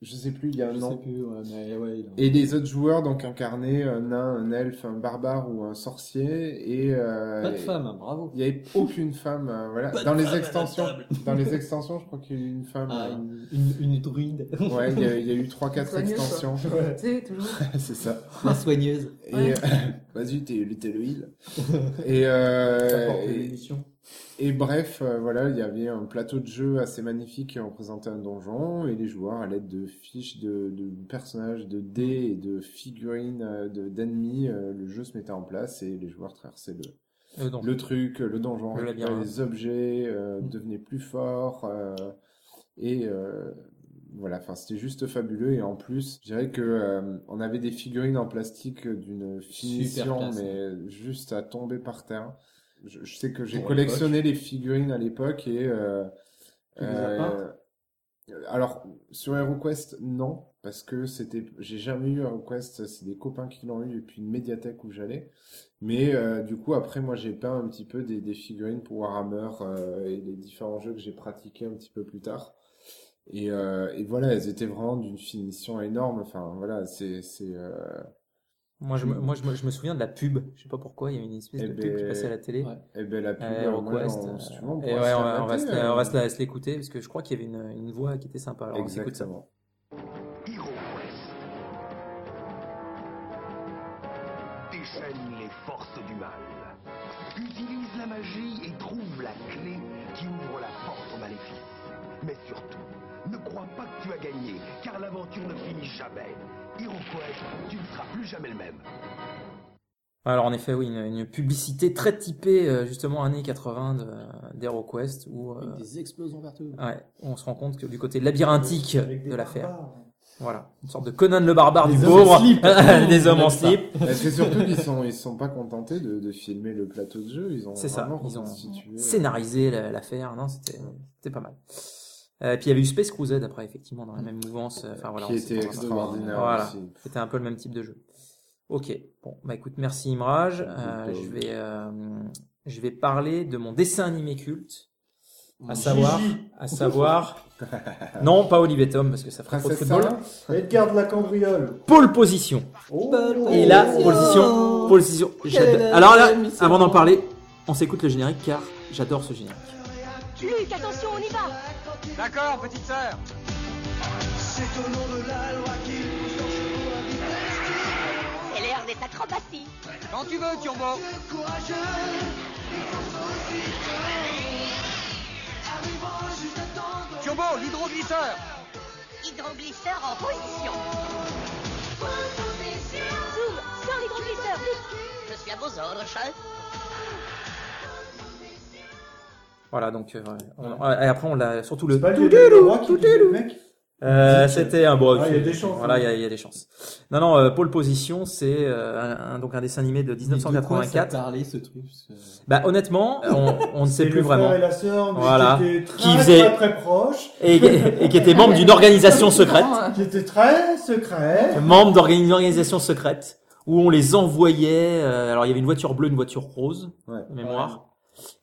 Speaker 4: Je sais plus, il y a un
Speaker 3: Je
Speaker 4: nom.
Speaker 3: sais plus, ouais, mais ouais, il-
Speaker 4: Et les autres joueurs donc incarnaient un nain, un elfe, un barbare ou un sorcier et euh,
Speaker 3: Pas de
Speaker 4: et-
Speaker 3: femme, hein, bravo.
Speaker 4: Il y avait aucune femme, euh, voilà.
Speaker 3: Pas de
Speaker 4: dans
Speaker 3: femme
Speaker 4: les
Speaker 3: à la
Speaker 4: extensions,
Speaker 3: table.
Speaker 4: dans les extensions, je crois qu'il y a eu une femme.
Speaker 3: Ah,
Speaker 4: euh,
Speaker 3: Une, une druide.
Speaker 4: Ouais, il y a- il y a eu trois, quatre
Speaker 3: Soigneuse, quoi.
Speaker 4: extensions.
Speaker 2: hein.
Speaker 3: Ouais. Tu sais, toujours.
Speaker 4: C'est ça.
Speaker 3: La soigneuse.
Speaker 4: Et
Speaker 3: Ouais.
Speaker 4: vas-y, t'es t'es le heal. Et euh,
Speaker 3: Ça porte
Speaker 4: et-
Speaker 3: l'émission.
Speaker 4: Et bref, euh, voilà, il y avait un plateau de jeu assez magnifique qui représentait un donjon et les joueurs à l'aide de fiches de, de personnages, de dés et de figurines euh, de- d'ennemis, euh, le jeu se mettait en place et les joueurs traversaient le,
Speaker 1: Le donjon.
Speaker 4: le truc, le donjon,
Speaker 1: Le
Speaker 4: récupéraient
Speaker 1: labyrinthe.
Speaker 4: les objets, euh, devenaient plus forts euh, et euh, voilà, enfin c'était juste fabuleux et en plus, je dirais que euh, on avait des figurines en plastique d'une finition
Speaker 3: classe.
Speaker 4: mais juste à tomber par terre. Je, je sais que j'ai
Speaker 3: Pour
Speaker 4: collectionné les figurines à l'époque et euh,
Speaker 3: Tu les as peintes
Speaker 4: alors sur HeroQuest non parce que c'était j'ai jamais eu HeroQuest c'est des copains qui l'ont eu depuis une médiathèque où j'allais mais euh, du coup après moi j'ai peint un petit peu des, des figurines pour Warhammer euh, et les différents jeux que j'ai pratiqués un petit peu plus tard et, euh, et voilà elles étaient vraiment d'une finition énorme enfin voilà c'est c'est euh,
Speaker 1: Moi, je, me- moi je, me, je me souviens de la pub. Je sais pas pourquoi, il y a une espèce
Speaker 4: Eh
Speaker 1: de pub qui
Speaker 4: ben-
Speaker 1: passait à la télé.
Speaker 4: eh ben, la pub,
Speaker 1: Euh,
Speaker 4: euh, moi,
Speaker 1: Request,
Speaker 4: on-
Speaker 1: euh,
Speaker 4: si tu veux, on
Speaker 1: et
Speaker 4: pourra
Speaker 1: ouais,
Speaker 4: se
Speaker 1: on,
Speaker 4: la
Speaker 1: va- on va se,
Speaker 4: mater, euh.
Speaker 1: on va se la- se l'écouter parce que je crois qu'il y avait une, une voix qui était sympa. Alors on s'écoute ça.
Speaker 4: Exactement.
Speaker 15: Déchaîne les forces du mal. Utilise la magie et trouve la clé qui ouvre la porte au maléfice. Mais surtout, ne crois pas que tu as gagné, car l'aventure ne finit jamais. HeroQuest, tu ne seras plus jamais le même.
Speaker 1: Alors en effet, oui, une, une publicité très typée euh, justement années 80 de- d'HeroQuest où euh,
Speaker 3: Des explosions partout.
Speaker 1: ouais, on se rend compte que du côté labyrinthique
Speaker 3: Avec des
Speaker 1: de l'affaire. Voilà, une sorte de Conan le barbare du pauvre, des hommes en slip.
Speaker 4: Mais Bah, c'est surtout qu'ils sont, ils sont pas contentés de, de filmer le plateau de jeu. Ils ont
Speaker 1: C'est ça,
Speaker 4: vraiment euh,
Speaker 1: ils ont
Speaker 4: restitué.
Speaker 1: scénarisé la- l'affaire, non, c'était c'était pas mal. Euh, puis il y avait eu Space Crusade après, effectivement, dans la même mouvance. euh, Enfin, voilà,
Speaker 4: Qui
Speaker 1: on
Speaker 4: était
Speaker 1: s'est-
Speaker 4: extraordinaire
Speaker 1: Voilà,
Speaker 4: aussi.
Speaker 1: c'était un peu le même type de jeu. Ok, bon, bah écoute, merci Imrage. Euh, je, vais, euh, je vais parler de mon dessin animé culte. À
Speaker 3: Mon
Speaker 1: savoir,
Speaker 3: Gigi.
Speaker 1: à savoir, non, pas Olivier Tom, parce que ça ferait trop de
Speaker 3: Princesse
Speaker 1: football.
Speaker 5: Sarah Edgar de la cambriole. Oh,
Speaker 1: Pole position. Et là, position, position. j'adore. Alors là, avant d'en parler, on s'écoute le générique car j'adore ce générique.
Speaker 16: Luc, attention, on y va
Speaker 7: D'accord, petite sœur. C'est au nom de la loi qui
Speaker 16: C'est l'heure des acrobaties
Speaker 7: Quand tu veux, Turbo. Turbo, l'hydroglisseur.
Speaker 16: Hydroglisseur en position Zoom, sors l'hydroglisseur, vite Je suis à vos ordres, chef
Speaker 1: Voilà, donc euh, on- et après on l'a surtout le.
Speaker 5: Pas le Diablo Rock qui disait le mec
Speaker 1: Euh, c'était un bon.
Speaker 5: Ah, il y a des chances,
Speaker 1: Voilà,
Speaker 5: hein.
Speaker 1: il y a- il y, a des chances. Non, non, euh, Pole Position, c'est euh, un, un- donc un dessin animé de
Speaker 3: ça
Speaker 1: 1984.
Speaker 3: parlait ce truc
Speaker 1: Bah honnêtement, on, on ne sait
Speaker 3: C'est
Speaker 1: plus
Speaker 3: le frère
Speaker 1: vraiment.
Speaker 3: et la sœur, mais
Speaker 1: voilà.
Speaker 3: qui étaient
Speaker 5: très, très, très proches.
Speaker 1: Et, et qui était membre d'une organisation secrète.
Speaker 5: Qui était très secret.
Speaker 1: Membre d'organi- d'une organisation secrète où on les envoyait. euh, alors il y avait une voiture bleue, une voiture rose, de mémoire.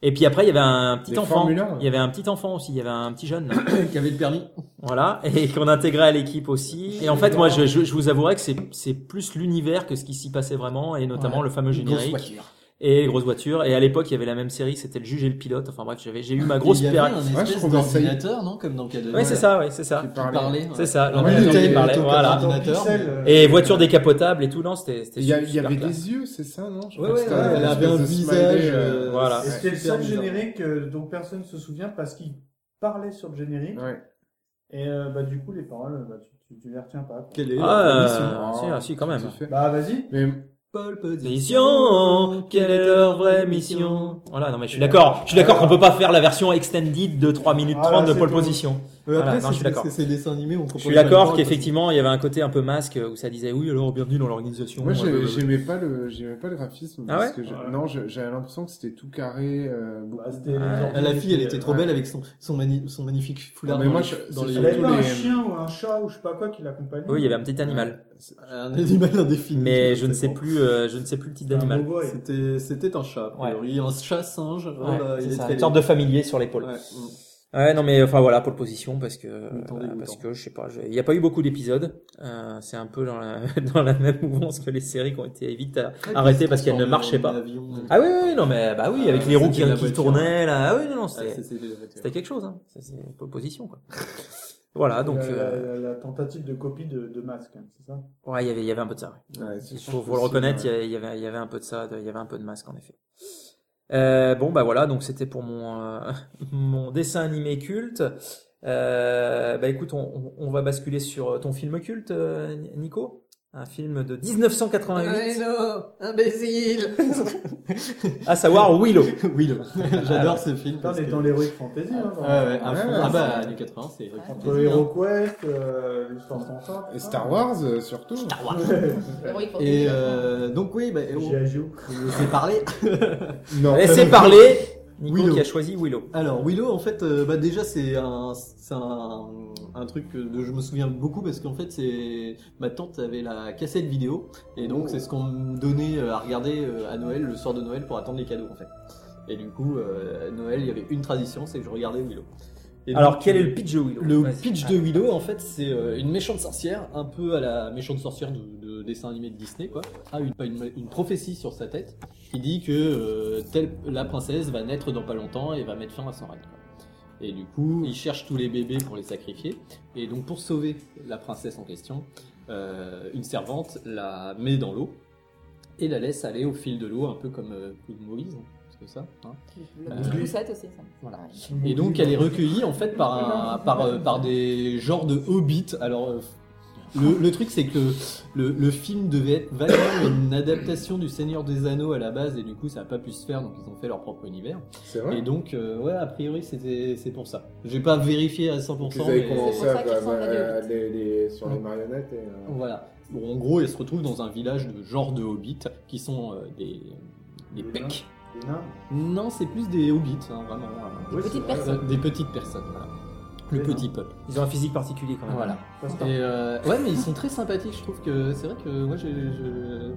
Speaker 1: Et puis après il y avait un petit
Speaker 3: Des
Speaker 1: enfant.
Speaker 3: Formule 1, ouais.
Speaker 1: Il y avait un petit enfant aussi. Il y avait un petit jeune.
Speaker 3: qui avait le permis.
Speaker 1: Voilà, et qu'on intégrait à l'équipe aussi. Et en fait, moi, je, je, je vous avouerai que c'est c'est plus l'univers que ce qui s'y passait vraiment, et notamment
Speaker 3: Ouais.
Speaker 1: le fameux
Speaker 3: Une grosse
Speaker 1: générique.
Speaker 3: voiture.
Speaker 1: Et les grosses voitures. Et à l'époque, il y avait la même série, c'était le juge et le pilote. Enfin bref, j'avais j'ai eu ma grosse
Speaker 3: Il y avait
Speaker 1: période.
Speaker 3: un espèce d'ordinateur, non Comme dans le cas de.
Speaker 1: Ouais, c'est ça, ouais, c'est ça.
Speaker 3: parlait.
Speaker 1: C'est ça,
Speaker 4: Ah,
Speaker 3: Ouais.
Speaker 1: l'ordinateur
Speaker 3: Ouais.
Speaker 1: qui parlait,
Speaker 3: Ton
Speaker 1: voilà.
Speaker 3: ordinateur.
Speaker 1: Et voiture
Speaker 5: Euh,
Speaker 1: décapotable et tout, non, c'était c'était
Speaker 4: Il y, a-
Speaker 1: super
Speaker 4: il y avait
Speaker 1: classe.
Speaker 4: des yeux, c'est ça, non Je crois
Speaker 3: Ouais,
Speaker 4: que
Speaker 3: ouais,
Speaker 4: c'était
Speaker 3: ouais,
Speaker 1: euh,
Speaker 4: une
Speaker 3: elle avait
Speaker 4: espèce
Speaker 3: un
Speaker 4: de
Speaker 3: visage,
Speaker 4: smiley,
Speaker 3: euh,
Speaker 1: voilà.
Speaker 5: Et c'était le
Speaker 3: super
Speaker 5: seul
Speaker 3: bizarre.
Speaker 5: générique euh, dont personne se souvient parce qu'il parlait sur le générique. Et euh, bah, du coup, les paroles, euh, bah, tu, tu, tu les retiens pas. quoi.
Speaker 3: Quelle est
Speaker 1: Ah, euh, si, ah, si, quand même.
Speaker 5: Bah, vas-y.
Speaker 3: Paul
Speaker 1: Mission, quelle est leur vraie mission Voilà, non mais je suis d'accord. Je suis d'accord qu'on peut pas faire la version extended de 3 minutes 30 de
Speaker 3: c'est
Speaker 1: pole
Speaker 3: tout.
Speaker 1: position.
Speaker 3: Ouais,
Speaker 1: Voilà,
Speaker 3: après,
Speaker 1: non, je suis
Speaker 3: c'est-
Speaker 1: d'accord.
Speaker 3: c'est- c'est dessin animé, on
Speaker 1: Je
Speaker 3: comprend
Speaker 1: suis
Speaker 3: pas
Speaker 1: d'accord
Speaker 3: le
Speaker 1: qu'effectivement, il y avait un côté un peu masque où ça disait oui, alors bienvenue dans l'organisation.
Speaker 4: Moi, j'ai-
Speaker 1: Euh,
Speaker 4: j'aimais pas le, j'aimais pas le graphisme.
Speaker 1: Ah
Speaker 4: parce
Speaker 1: ouais Bah,
Speaker 4: que je- non, je- j'avais l'impression que c'était tout carré. euh, beaucoup-
Speaker 5: Bah, c'était-
Speaker 3: Ah, la fille, elle
Speaker 1: euh,
Speaker 3: était trop
Speaker 4: Ouais.
Speaker 3: belle avec son, son, mani- son magnifique foulard.
Speaker 4: Mais
Speaker 3: dans
Speaker 4: moi,
Speaker 3: les-
Speaker 4: je-
Speaker 3: dans
Speaker 4: c'est
Speaker 3: les-
Speaker 5: Il avait pas un chien ou un chat ou je sais pas quoi qui l'accompagnait.
Speaker 1: Oui, il y avait un petit animal.
Speaker 3: Un animal indéfini.
Speaker 1: Mais je ne sais plus, euh, je ne sais plus le type d'animal.
Speaker 3: C'était, c'était un chat, a priori. Un chat singe.
Speaker 1: Ouais,
Speaker 4: Oh
Speaker 3: voilà,
Speaker 1: c'est
Speaker 3: il
Speaker 1: ça,
Speaker 3: était-
Speaker 1: une sorte de familier sur l'épaule.
Speaker 3: Ouais.
Speaker 1: Ouais. non mais enfin voilà pour le position parce que
Speaker 3: Le temps
Speaker 1: euh,
Speaker 3: dégoûtant.
Speaker 1: parce que je sais pas, je- il n'y a pas eu beaucoup d'épisodes. Euh, c'est un peu dans la dans la même mouvance que les séries qui ont été vite à-
Speaker 3: puis
Speaker 1: arrêtées
Speaker 3: ils se
Speaker 1: parce qu'elles ne
Speaker 3: transformaient en
Speaker 1: marchaient pas.
Speaker 3: avion.
Speaker 1: Ah oui, oui oui, non mais bah oui
Speaker 3: Mm. Ah,
Speaker 1: avec les roues qui,
Speaker 3: c'était la
Speaker 1: qui
Speaker 3: voiture.
Speaker 1: tournaient là, ah oui non non
Speaker 3: Ah,
Speaker 1: c'était
Speaker 3: c'était la voiture.
Speaker 1: c'était quelque chose hein. Ça, c'est une pole position quoi. voilà donc
Speaker 5: La, la-
Speaker 1: euh,
Speaker 5: la- la tentative de copie de, de masque, hein, c'est ça
Speaker 1: Ouais, il y avait, il y avait un peu de ça.
Speaker 5: Ouais,
Speaker 1: Il
Speaker 5: c'est
Speaker 1: faut,
Speaker 5: sûr
Speaker 1: faut le
Speaker 5: que
Speaker 4: euh,
Speaker 1: reconnaître,
Speaker 5: si,
Speaker 1: il y avait- il y avait, il y avait un peu de ça, de- il y avait un peu de masque en effet. Euh, bon, bah voilà, donc c'était pour mon, euh, mon dessin animé culte. Euh, bah écoute, on, on- on va basculer sur ton film culte, euh, Nico. Un film de 1988,
Speaker 3: imbécile
Speaker 1: à savoir Willow.
Speaker 3: Willow.
Speaker 8: J'adore ce film.
Speaker 5: Putain, on est dans l'Heroic Fantasy. Hein, dans-
Speaker 3: Ah ouais, à fond. Ah bah,
Speaker 5: c'est-
Speaker 3: années 80, c'est Heroic
Speaker 5: Entre
Speaker 3: Fantasy, hein.
Speaker 5: Hero Quest, euh, l'histoire sans fin.
Speaker 4: Et Star Wars, euh, surtout. Star
Speaker 5: Wars.
Speaker 3: Et euh, donc oui, bah, on, laissez parler.
Speaker 4: Non.
Speaker 1: Laissez parler Nico qui a choisi Willow.
Speaker 3: Alors Willow, en fait, euh, bah, déjà c'est un, c'est un, un truc de je me souviens beaucoup parce qu'en fait c'est ma tante avait la cassette vidéo et donc c'est ce qu'on me donnait euh, à regarder euh, à Noël le soir de Noël pour attendre les cadeaux en fait. Et du coup, euh, à Noël, il y avait une tradition, c'est que je regardais Willow. Et
Speaker 1: Alors,
Speaker 3: donc, euh,
Speaker 1: quel est le pitch de Willow
Speaker 3: Le
Speaker 1: Vas-y. Ah,
Speaker 3: pitch de Willow, en fait, c'est euh, une méchante sorcière, un peu à la méchante sorcière de, de dessin animé de Disney, quoi, a une, une, une prophétie sur sa tête qui dit que euh, telle- la princesse va naître dans pas longtemps et va mettre fin à son règne. quoi. Et du coup, ils cherchent tous les bébés pour les sacrifier. Et donc, pour sauver la princesse en question, euh, une servante la met dans l'eau et la laisse aller au fil de l'eau, un peu comme euh, Claude Moïse, c'est ça. hein.
Speaker 2: La
Speaker 3: Euh,
Speaker 2: petite poussette aussi, ça.
Speaker 3: Voilà. et donc elle est recueillie en fait par, un- par, euh, par des genres de hobbits. Alors euh, le, le truc c'est que le, le, le film devait être vaguement une adaptation du Seigneur des Anneaux à la base et du coup ça n'a pas pu se faire donc ils ont fait leur propre univers.
Speaker 4: C'est vrai
Speaker 3: Et donc euh, ouais a priori c'était c'est pour ça. J'ai pas vérifié à 100%.
Speaker 4: Ils avaient
Speaker 3: mais-
Speaker 4: commencé à, bah, à- les- les- sur les marionnettes. Et, euh,
Speaker 3: Voilà. Bon, en gros, elle se retrouve dans un village de genre de hobbits qui sont euh, des, des pecs. Non, c'est plus des hobbits, hein, vraiment.
Speaker 2: Des Oui, petites c'est vrai. personnes.
Speaker 3: Des petites personnes, voilà. Le
Speaker 1: Des
Speaker 3: petit
Speaker 1: nains.
Speaker 3: peuple.
Speaker 1: Ils ont un physique particulier quand même.
Speaker 3: Voilà.
Speaker 1: Passe-temps.
Speaker 3: Et euh, ouais, mais ils sont très sympathiques. Je trouve que c'est vrai que moi, je, je-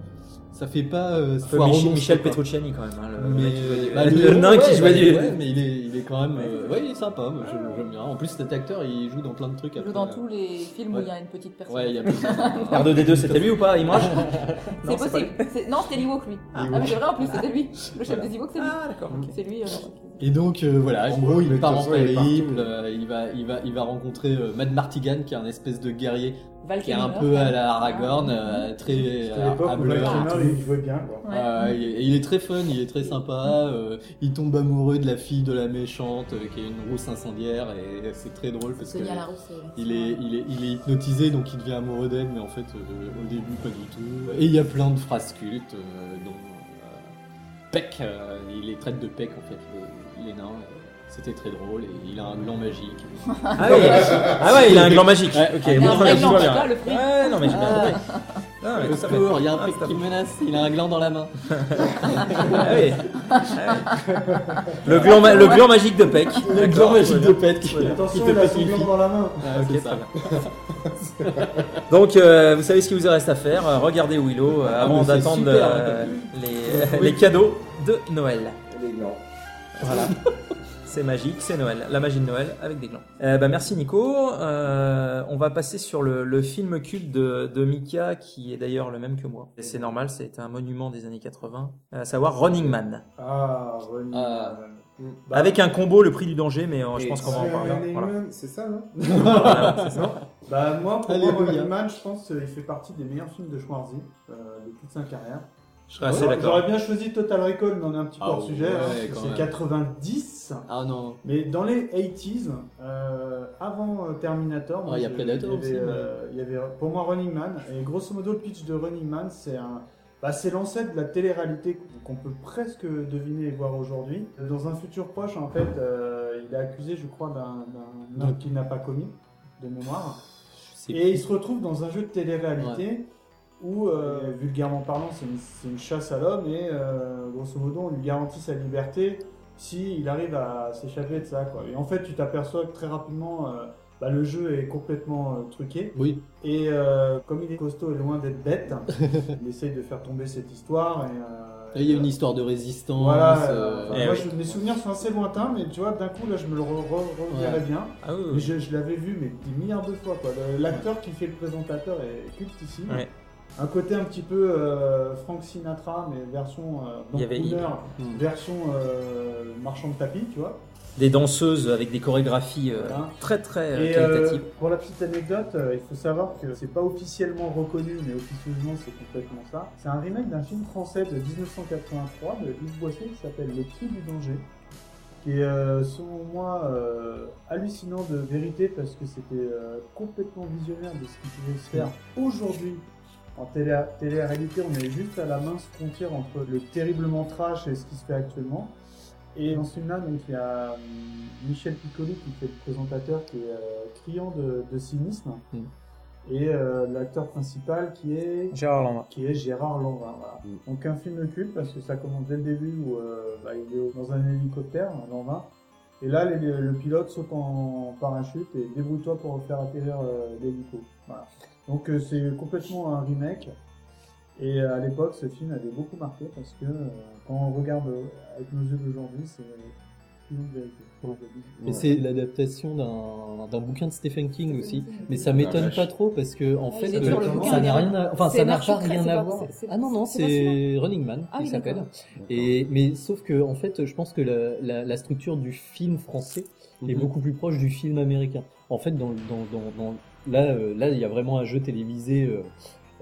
Speaker 3: ça fait pas. euh,
Speaker 1: Un peu
Speaker 3: foire au
Speaker 1: Michel-
Speaker 3: monstre,
Speaker 1: Michel
Speaker 3: quoi.
Speaker 1: Petrucciani, quand même, hein, le
Speaker 3: mais,
Speaker 1: mec qui jouait-
Speaker 3: bah,
Speaker 1: le nain qui
Speaker 3: ouais,
Speaker 1: jouait
Speaker 3: bah,
Speaker 1: du-
Speaker 3: ouais, mais il est, il est quand même. euh, ouais, il est sympa. moi, je- J'aime bien. En plus, cet acteur, il joue dans plein de trucs. euh,
Speaker 2: Il joue dans tous les films où il y a une petite personne.
Speaker 3: Ouais, il y a.
Speaker 1: R2D2, c'était lui ou pas Image
Speaker 2: C'est possible. C'est- Non, c'était Ewok lui. Ah, mais c'est vrai en plus, c'était lui. Le chef des Ewoks, c'est lui. Ah, d'accord. C'est lui. euh,
Speaker 3: Et donc euh, voilà, en gros il
Speaker 4: Mais de
Speaker 3: part
Speaker 4: toute
Speaker 3: en
Speaker 4: façon, il est
Speaker 3: périple, euh, il va, il va, il va rencontrer euh, Mad Martigan qui est un espèce de guerrier
Speaker 2: Val
Speaker 3: qui est un
Speaker 2: Kilmer.
Speaker 3: peu à la Aragorn, euh, très
Speaker 5: C'était à l'époque où
Speaker 3: hableur et
Speaker 5: Valkymer,
Speaker 3: tout.
Speaker 5: il jouait bien, quoi.
Speaker 3: Ouais, Ah, il, est- il est très fun, il est très sympa. euh, il tombe amoureux de la fille de la méchante, euh, qui est une rousse incendiaire, et c'est très drôle parce que
Speaker 2: Sonia la rousse, euh,
Speaker 3: il est, il est, il est hypnotisé, donc il devient amoureux d'elle, mais en fait euh, au début pas du tout. Et il y a plein de phrases cultes, euh, dont euh, Peck, euh, il les traite de Peck en fait, les, les nains. euh, C'était très drôle, et il a un gland magique.
Speaker 1: Ah oui. Ah ouais, il a un gland magique.
Speaker 3: Ouais,
Speaker 1: Ok,
Speaker 3: ah,
Speaker 1: bon,
Speaker 3: un vrai
Speaker 1: je vois
Speaker 3: gland,
Speaker 1: bien.
Speaker 3: c'est pas le prix.
Speaker 1: Ouais, non, mais j'ai bien
Speaker 3: Ah.
Speaker 1: compris. Ah, mais
Speaker 3: Au
Speaker 1: ça va.
Speaker 3: secours, il y a
Speaker 1: Ah,
Speaker 3: un Peck
Speaker 1: ça
Speaker 3: qui
Speaker 1: va.
Speaker 3: menace, il a un gland dans la main.
Speaker 1: Ah oui. Ah Le gland, ma- Ah, le gland magique de Peck.
Speaker 3: Le
Speaker 1: D'accord,
Speaker 3: gland magique
Speaker 1: très
Speaker 3: de
Speaker 1: bien.
Speaker 3: Peck. qui-
Speaker 5: Attention,
Speaker 3: qui te
Speaker 5: il a
Speaker 3: pète
Speaker 5: son
Speaker 3: une
Speaker 5: gland
Speaker 3: fille.
Speaker 5: dans la main.
Speaker 3: Ah,
Speaker 1: Ok,
Speaker 3: c'est
Speaker 1: très
Speaker 3: ça.
Speaker 1: bien. Donc, euh, vous savez ce qu'il vous reste à faire. euh, Regardez Willow euh,
Speaker 3: Ah,
Speaker 1: avant
Speaker 3: mais c'est
Speaker 1: d'attendre
Speaker 3: super,
Speaker 1: euh,
Speaker 3: hein,
Speaker 1: les,
Speaker 3: Oui.
Speaker 1: les cadeaux de Noël.
Speaker 4: Les glands.
Speaker 1: Voilà. C'est magique, c'est Noël. La magie de Noël avec des glands. Euh, bah, merci Nico. Euh, on va passer sur le, le film culte de, de Mika, qui est d'ailleurs le même que moi. Et c'est normal, c'est un monument des années 80, à savoir Running Man.
Speaker 5: Ah, ouais. Bah,
Speaker 1: avec un combo, le prix du danger, mais euh, je
Speaker 5: Et
Speaker 1: pense qu'on va en
Speaker 5: c'est
Speaker 1: parler.
Speaker 5: Running
Speaker 1: Voilà.
Speaker 5: Man, c'est ça, non
Speaker 1: Voilà, c'est ça.
Speaker 5: Bah, moi, pour moi,
Speaker 1: Alléluia.
Speaker 5: Running Man, je pense qu'il fait partie des meilleurs films de Schwarzy euh, de toute sa carrière. Je
Speaker 1: serais assez Ah, d'accord.
Speaker 5: J'aurais bien choisi Total Recall, mais on est un petit peu
Speaker 3: Ah,
Speaker 5: hors sujet.
Speaker 3: ouais,
Speaker 5: hein,
Speaker 3: quand
Speaker 5: c'est
Speaker 3: même.
Speaker 5: 90.
Speaker 3: Ah non.
Speaker 5: Mais dans les 80s, euh, avant euh, Terminator, moi,
Speaker 3: Ah, il y a
Speaker 5: je-
Speaker 3: Predator
Speaker 5: il y avait,
Speaker 3: aussi, mais-
Speaker 5: euh, il y avait pour moi Running Man. Et grosso modo, le pitch de Running Man, c'est un. Bah, c'est l'ancêtre de la télé-réalité qu'on peut presque deviner et voir aujourd'hui. Dans un futur proche, en fait, euh, il est accusé, je crois, d'un d'un acte qu'il n'a pas commis, de mémoire.
Speaker 3: sais
Speaker 5: Et il se retrouve dans un jeu de télé-réalité où, euh, vulgairement parlant, c'est une, c'est une chasse à l'homme et euh, grosso modo, on lui garantit sa liberté si il arrive à s'échapper de ça. Quoi. Et en fait, tu t'aperçois que très rapidement, euh, bah, le jeu est complètement euh, truqué.
Speaker 3: Oui.
Speaker 5: Et euh, comme il est costaud et loin d'être bête, il essaye de faire tomber cette histoire. Et, euh,
Speaker 3: Et il y a une histoire de résistance.
Speaker 5: voilà,
Speaker 3: euh,
Speaker 5: euh, enfin, moi, je- mes souvenirs sont assez lointains, mais tu vois, d'un coup, là, je me le re- re- reverrai
Speaker 3: Ouais.
Speaker 5: bien.
Speaker 1: Ah oui, oui.
Speaker 5: Mais je, je l'avais vu, mais des milliards de fois, quoi. Le- L'acteur qui fait le présentateur est culte ici.
Speaker 1: Ouais.
Speaker 5: un côté un petit peu euh, Frank Sinatra, mais version euh,
Speaker 1: Il y avait-
Speaker 5: Vancouver,
Speaker 1: Hmm.
Speaker 5: version euh, marchand de tapis, tu vois.
Speaker 1: Des danseuses avec des chorégraphies euh,
Speaker 5: Voilà.
Speaker 1: très très euh,
Speaker 5: Ah. Et euh,
Speaker 1: qualitatives.
Speaker 5: pour la petite anecdote, euh, il faut savoir que c'est pas officiellement reconnu, mais officieusement c'est complètement ça. C'est un remake d'un film français de 1983 de Yves Boisset qui s'appelle Le Pied du Danger, qui est euh, selon moi euh, hallucinant de vérité parce que c'était euh, complètement visionnaire de ce qui pouvait se faire
Speaker 1: Mm.
Speaker 5: aujourd'hui. En télé- télé-réalité, on est juste à la mince frontière entre le terriblement trash et ce qui se fait actuellement. Et dans ce film-là, donc, il y a euh, Michel Piccoli qui fait le présentateur qui est euh, criant de, de cynisme.
Speaker 1: Mm.
Speaker 5: Et euh, l'acteur principal qui est
Speaker 1: Gérard Lanvin.
Speaker 5: Qui est Gérard Lanvin, voilà. Donc un film culte parce que ça commence dès le début où euh, bah, il est au- dans un hélicoptère, hein, Lanvin. Et là, les- le, pilote saute en parachute et débrouille-toi pour faire atterrir euh, l'hélico. Voilà. Donc euh, c'est complètement un remake. Et euh, à l'époque, ce film avait beaucoup marqué parce que euh, quand on regarde euh, avec nos yeux d'aujourd'hui, c'est une autre vérité.
Speaker 3: Et c'est l'adaptation d'un- d'un bouquin de Stephen King aussi. Mais ça
Speaker 5: Ah,
Speaker 3: m'étonne
Speaker 5: vache.
Speaker 3: pas trop parce que, en
Speaker 5: Ah,
Speaker 3: fait,
Speaker 5: il est dur, le
Speaker 3: euh,
Speaker 5: bouquin,
Speaker 3: ça
Speaker 5: il est
Speaker 3: n'a rien
Speaker 5: rare.
Speaker 3: à, enfin,
Speaker 5: C'est
Speaker 3: ça n'a
Speaker 5: Narcisse,
Speaker 3: pas rien
Speaker 5: c'est
Speaker 3: à
Speaker 5: pas-
Speaker 3: voir.
Speaker 5: c'est- c'est-
Speaker 3: Ah non, non,
Speaker 5: c'est pas celui-là
Speaker 3: c'est Running Man,
Speaker 5: Ah oui,
Speaker 3: il s'appelle.
Speaker 5: d'accord.
Speaker 3: Et, mais sauf que, en fait, je pense que la, la- la structure du film français est
Speaker 1: Mhm.
Speaker 3: beaucoup plus proche du film américain. En fait, dans, dans, dans, dans- là, euh, là, il y a vraiment un jeu télévisé, euh,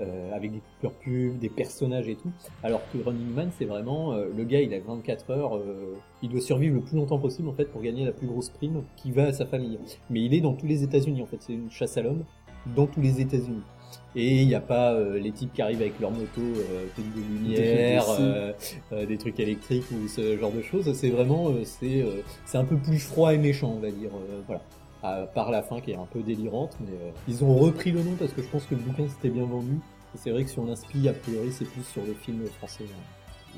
Speaker 3: euh, avec des coupures pubs, des personnages et tout. Alors que Running Man, c'est vraiment euh, le gars, il a 24 heures, euh, il doit survivre le plus longtemps possible en fait pour gagner la plus grosse prime qui va à sa famille. Mais il est dans tous les États-Unis en fait, c'est une chasse à l'homme dans tous les États-Unis. Et il n'y a pas euh, les types qui arrivent avec leur moto, euh, pleine de lumière,
Speaker 1: Des- des-
Speaker 3: euh, euh, des trucs électriques ou ce genre de choses. C'est vraiment, euh, c'est, euh, c'est un peu plus froid et méchant, on va dire. euh, voilà. À part la fin qui est un peu délirante, mais euh, ils ont repris le nom parce que je pense que le bouquin s'était bien vendu. Et c'est vrai que si on inspire, a priori, c'est plus sur le film français, euh,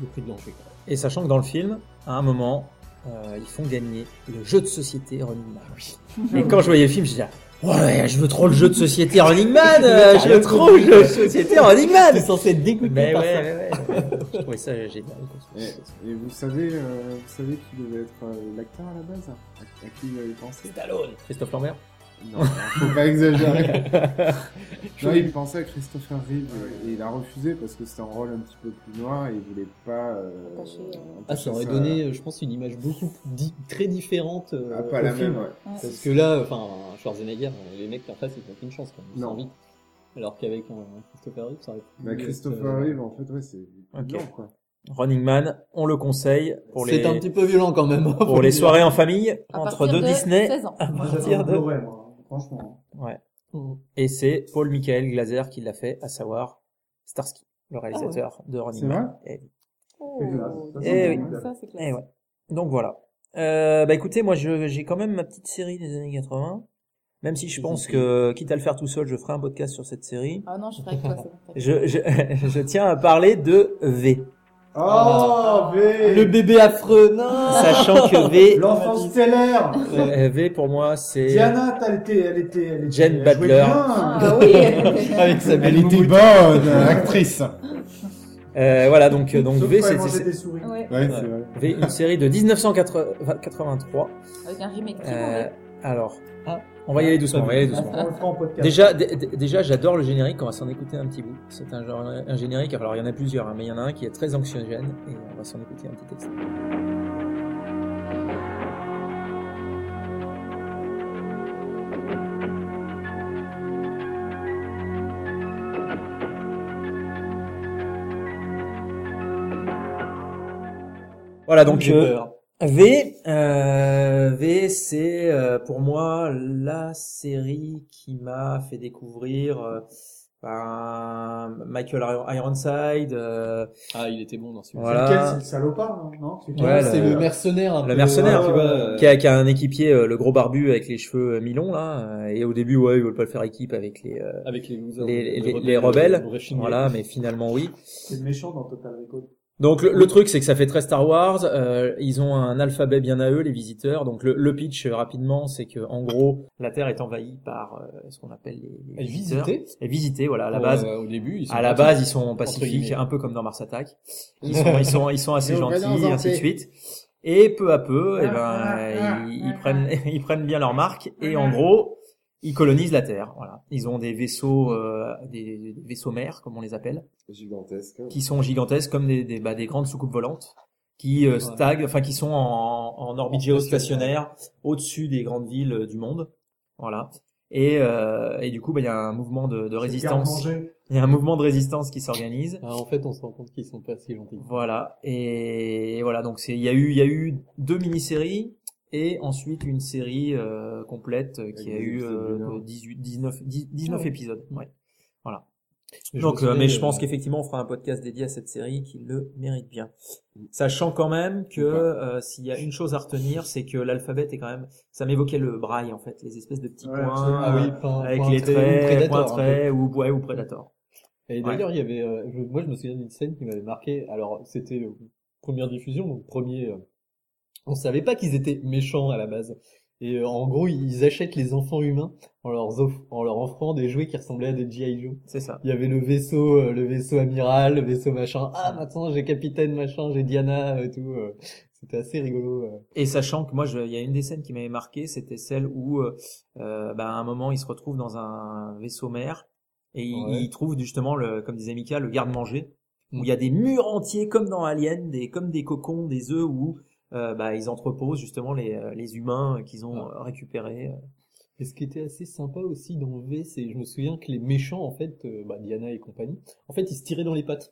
Speaker 3: le prix de l'enjeu.
Speaker 1: Et sachant que dans le film, à un moment, euh, ils font gagner le jeu de société Running Man. Et quand je voyais le film, je disais, ouais, je veux trop le jeu de société Running
Speaker 3: Ah,
Speaker 1: Man, euh, je veux trop le jeu de société Running Man.
Speaker 3: C'est censé être dégoûté
Speaker 1: Mais
Speaker 3: par
Speaker 1: ouais,
Speaker 3: ça.
Speaker 1: ouais, ouais. Je trouvais ça génial. quoi.
Speaker 4: Eh, Et, et vous savez, euh, vous savez qui devait être euh, l'acteur à la base à, à qui vous avez pensé
Speaker 1: Stallone. Christophe Lambert
Speaker 4: Non, faut pas exagérer. non, il pensait à Christopher Reeve euh, et il a refusé parce que c'était un rôle un petit peu plus noir et il voulait pas. euh,
Speaker 3: Ah, ça aurait
Speaker 4: attacher
Speaker 3: donné, euh, je pense, une image beaucoup di- très différente euh,
Speaker 4: Ah, pas
Speaker 3: au
Speaker 4: la
Speaker 3: film.
Speaker 4: même, ouais. Ouais.
Speaker 3: Parce que là, enfin, Schwarzenegger, euh, les mecs en face, ils n'ont aucune chance. Quand même. Ils
Speaker 4: Non.
Speaker 3: sont vite. Alors qu'avec un un Christopher Reeve, ça aurait pu
Speaker 4: Bah,
Speaker 3: être,
Speaker 4: Christopher
Speaker 3: euh,
Speaker 4: Reeve, en fait, ouais, c'est
Speaker 1: Ok.
Speaker 4: blanc, quoi.
Speaker 1: Running Man, on le conseille pour les.
Speaker 3: C'est un petit peu violent quand même. hein.
Speaker 1: Pour les soirées en famille
Speaker 3: À
Speaker 1: entre
Speaker 3: partir
Speaker 1: deux
Speaker 3: de
Speaker 1: Disney.
Speaker 3: 16 ans.
Speaker 1: À
Speaker 3: Moi,
Speaker 1: partir
Speaker 3: j'adore
Speaker 1: de.
Speaker 5: Ouais, moi, hein, franchement.
Speaker 1: Ouais.
Speaker 3: Mm.
Speaker 1: Et c'est Paul Michael Glaser qui l'a fait, à savoir Starsky, le réalisateur de Running
Speaker 4: C'est
Speaker 1: Man. Et- Eh oui. Eh ouais. Donc voilà. Euh, bah écoutez, moi je- j'ai quand même ma petite série des années 80. Même si je pense que, quitte à le faire tout seul, je ferai un podcast sur cette série.
Speaker 2: Ah non, je ferai avec toi, c'est bon.
Speaker 1: Je, je, je tiens à parler de V.
Speaker 5: Oh, V
Speaker 3: Le bébé affreux, non
Speaker 1: Sachant que V.
Speaker 5: L'enfant stellaire
Speaker 1: Euh, V pour moi c'est.
Speaker 5: Diana, t'as été, elle était, elle était,
Speaker 1: Jane
Speaker 5: elle jouait
Speaker 1: Butler.
Speaker 5: bien.
Speaker 3: Avec sa belle
Speaker 1: était
Speaker 4: bonne, actrice.
Speaker 1: Euh, voilà, donc, euh, donc
Speaker 5: Sauf
Speaker 1: V,
Speaker 5: quand
Speaker 1: c'est
Speaker 5: elle mangeait
Speaker 1: c'est-
Speaker 5: des souris. Ouais.
Speaker 1: Ouais,
Speaker 4: c'est vrai.
Speaker 1: V, une série de 1983.
Speaker 2: Avec un remake très
Speaker 1: Euh,
Speaker 2: mauvais.
Speaker 1: alors,
Speaker 3: Ah.
Speaker 1: on va y aller doucement. On va y aller doucement.
Speaker 5: On le fera en podcast.
Speaker 1: Déjà, d- d- déjà, j'adore le générique. On va s'en écouter un petit bout. C'est un genre un générique. Alors, il y en a plusieurs, hein, mais il y en a un qui est très anxiogène et on va s'en écouter un petit extrait. Voilà, donc
Speaker 3: J'ai
Speaker 1: euh,
Speaker 3: peur.
Speaker 1: V, euh, V, c'est euh, pour moi la série qui m'a fait découvrir euh, ben, Michael Iron- Ironside. euh,
Speaker 3: Ah, il était bon dans celui-là.
Speaker 1: Voilà.
Speaker 5: Lequel, c'est le salopard, non, non
Speaker 1: Ouais,
Speaker 5: quel-
Speaker 1: le-
Speaker 3: un
Speaker 1: le
Speaker 3: peu,
Speaker 1: mercenaire,
Speaker 3: euh,
Speaker 1: tu vois,
Speaker 3: euh,
Speaker 1: qui a, qui a un équipier, euh, le gros barbu avec les cheveux euh, mi-longs là. euh, Et au début, ouais, ils veulent pas le faire équipe avec les euh,
Speaker 3: Avec les losers,
Speaker 1: les,
Speaker 3: les
Speaker 1: les-
Speaker 3: rebelles, euh,
Speaker 1: les rebelles.
Speaker 3: les Brechtiens.
Speaker 1: Voilà, mais finalement oui.
Speaker 5: C'est le méchant dans Total Recall.
Speaker 1: Donc le, le truc c'est que ça fait très Star Wars, euh, ils ont un alphabet bien à eux les visiteurs. Donc le, le pitch euh, rapidement c'est que en gros la Terre est envahie par euh, ce qu'on appelle les, les
Speaker 3: Elle
Speaker 1: visiteurs.
Speaker 3: visitait
Speaker 1: Et visitée voilà à la
Speaker 3: Ouais,
Speaker 1: base.
Speaker 3: Euh, au début, ils sont
Speaker 1: à la
Speaker 3: gentils,
Speaker 1: base ils sont
Speaker 3: entre
Speaker 1: pacifiques,
Speaker 3: guillemets.
Speaker 1: un peu comme dans Mars Attack. Ils sont ils sont ils sont assez
Speaker 3: Mais on va
Speaker 1: gentils
Speaker 3: dans un
Speaker 1: ainsi de
Speaker 3: thé.
Speaker 1: suite. Et peu à peu eh ben
Speaker 3: Ah, ah. ah,
Speaker 1: ils, ils prennent ils prennent bien leur marque et en gros Ils colonisent la Terre, voilà. Ils ont des vaisseaux, euh, des, des vaisseaux mères, comme on les appelle,
Speaker 4: Gigantesque.
Speaker 1: qui sont gigantesques comme des, des, bah, des grandes soucoupes volantes, qui euh, stagnent, enfin qui sont en, en orbite géostationnaire au-dessus des grandes villes euh, du monde, voilà. Et, euh, et du coup, bah, il y a un mouvement de, de résistance.
Speaker 3: garde-manger.
Speaker 1: Il y a un mouvement de résistance qui s'organise.
Speaker 3: Ah, en fait, on se rend compte qu'ils sont pas si gentils.
Speaker 1: Voilà. Et voilà, donc c'est il y a eu il y a eu deux mini-séries et ensuite une série euh, complète euh, qui a
Speaker 3: Avec
Speaker 1: eu
Speaker 3: des
Speaker 1: euh,
Speaker 3: épisodes.
Speaker 1: 18 19 dix- 19
Speaker 3: Ouais.
Speaker 1: épisodes, ouais. Voilà.
Speaker 3: Et je
Speaker 1: Donc
Speaker 3: me
Speaker 1: euh, mais
Speaker 3: souviens,
Speaker 1: je pense
Speaker 3: euh,
Speaker 1: qu'effectivement on fera un podcast dédié à cette série qui le mérite bien.
Speaker 3: Mm.
Speaker 1: Sachant quand même que euh, s'il y a une chose à retenir, c'est que l'alphabet est quand même ça m'évoquait le braille en fait, les espèces de petits
Speaker 3: Ouais, absolument.
Speaker 1: points
Speaker 3: Ah oui,
Speaker 1: euh,
Speaker 3: point-
Speaker 1: avec
Speaker 3: point
Speaker 1: les
Speaker 3: trait ou
Speaker 1: traits,
Speaker 3: Predator,
Speaker 1: points
Speaker 3: un peu.
Speaker 1: traits ou ouais, ou Predator.
Speaker 3: Et
Speaker 1: Ouais.
Speaker 3: d'ailleurs, il y avait, euh, je- moi, je me souviens d'une scène qui m'avait marqué. Alors, c'était euh, première diffusion, donc premier. euh, on savait pas qu'ils étaient méchants à la base. Et euh, en gros, ils achètent les enfants humains en leur off- en leur offrant des jouets qui ressemblaient à des GI Joe.
Speaker 1: C'est ça.
Speaker 3: Il y avait le vaisseau, euh, le vaisseau amiral, le vaisseau machin. Ah, maintenant j'ai capitaine machin, j'ai Diana et tout. euh, C'était assez rigolo. euh.
Speaker 1: Et sachant que moi, je- il y a une des scènes qui m'avait marqué, c'était celle où, euh, euh, bah, à un moment, ils se retrouvent dans un vaisseau mère et ils,
Speaker 3: Ouais. Mm.
Speaker 1: ils trouvent justement, le, comme disait Mika, le garde-manger, où il y a des murs entiers, comme dans Alien, des, comme des cocons, des œufs, où euh, bah, ils entreposent justement les, euh, les humains qu'ils ont euh, récupérés.
Speaker 3: Et ce qui était assez sympa aussi dans V, c'est je me souviens que les méchants, en fait, euh, bah, Diana et compagnie, en fait, ils se tiraient dans les pattes. Ce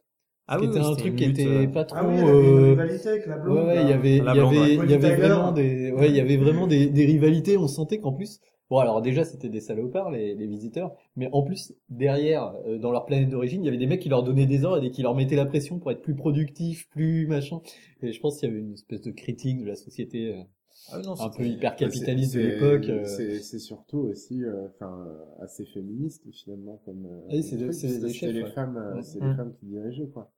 Speaker 1: Ah
Speaker 3: qui
Speaker 1: oui,
Speaker 3: était
Speaker 1: oui,
Speaker 3: un
Speaker 1: c'était
Speaker 3: truc
Speaker 1: une
Speaker 3: qui
Speaker 1: lutte,
Speaker 3: était
Speaker 1: euh.
Speaker 3: pas trop.
Speaker 5: Ah oui, il y avait une
Speaker 3: euh,
Speaker 5: rivalité avec la blonde,
Speaker 3: Ouais, ouais, il y
Speaker 5: là.
Speaker 3: avait,
Speaker 5: La
Speaker 3: il y
Speaker 5: blonde, ouais.
Speaker 3: avait, il y avait
Speaker 5: Bonnie Tyler.
Speaker 3: vraiment des, ouais, il y avait vraiment des, des rivalités. On sentait qu'en plus, bon, alors déjà, c'était des salopards, les, les visiteurs, mais en plus, derrière, euh, dans leur planète d'origine, il y avait des mecs qui leur donnaient des ordres et qui leur mettaient la pression pour être plus productifs, plus machin. Et je pense qu'il y avait une espèce de critique de la société. euh,
Speaker 1: Ah oui, non,
Speaker 3: un peu
Speaker 1: c'était-
Speaker 3: hyper capitaliste de
Speaker 4: C'est-
Speaker 3: l'époque.
Speaker 4: c'est-
Speaker 3: euh.
Speaker 4: C'est c'est surtout aussi, euh, enfin, euh, assez féministe finalement comme. euh,
Speaker 3: Ah oui, c'est
Speaker 4: comme
Speaker 3: le-
Speaker 4: truc.
Speaker 3: c'est les chefs,
Speaker 4: les
Speaker 3: ouais.
Speaker 4: femmes, euh,
Speaker 3: Ouais.
Speaker 4: c'est
Speaker 3: Mm.
Speaker 4: les femmes qui dirigeaient quoi.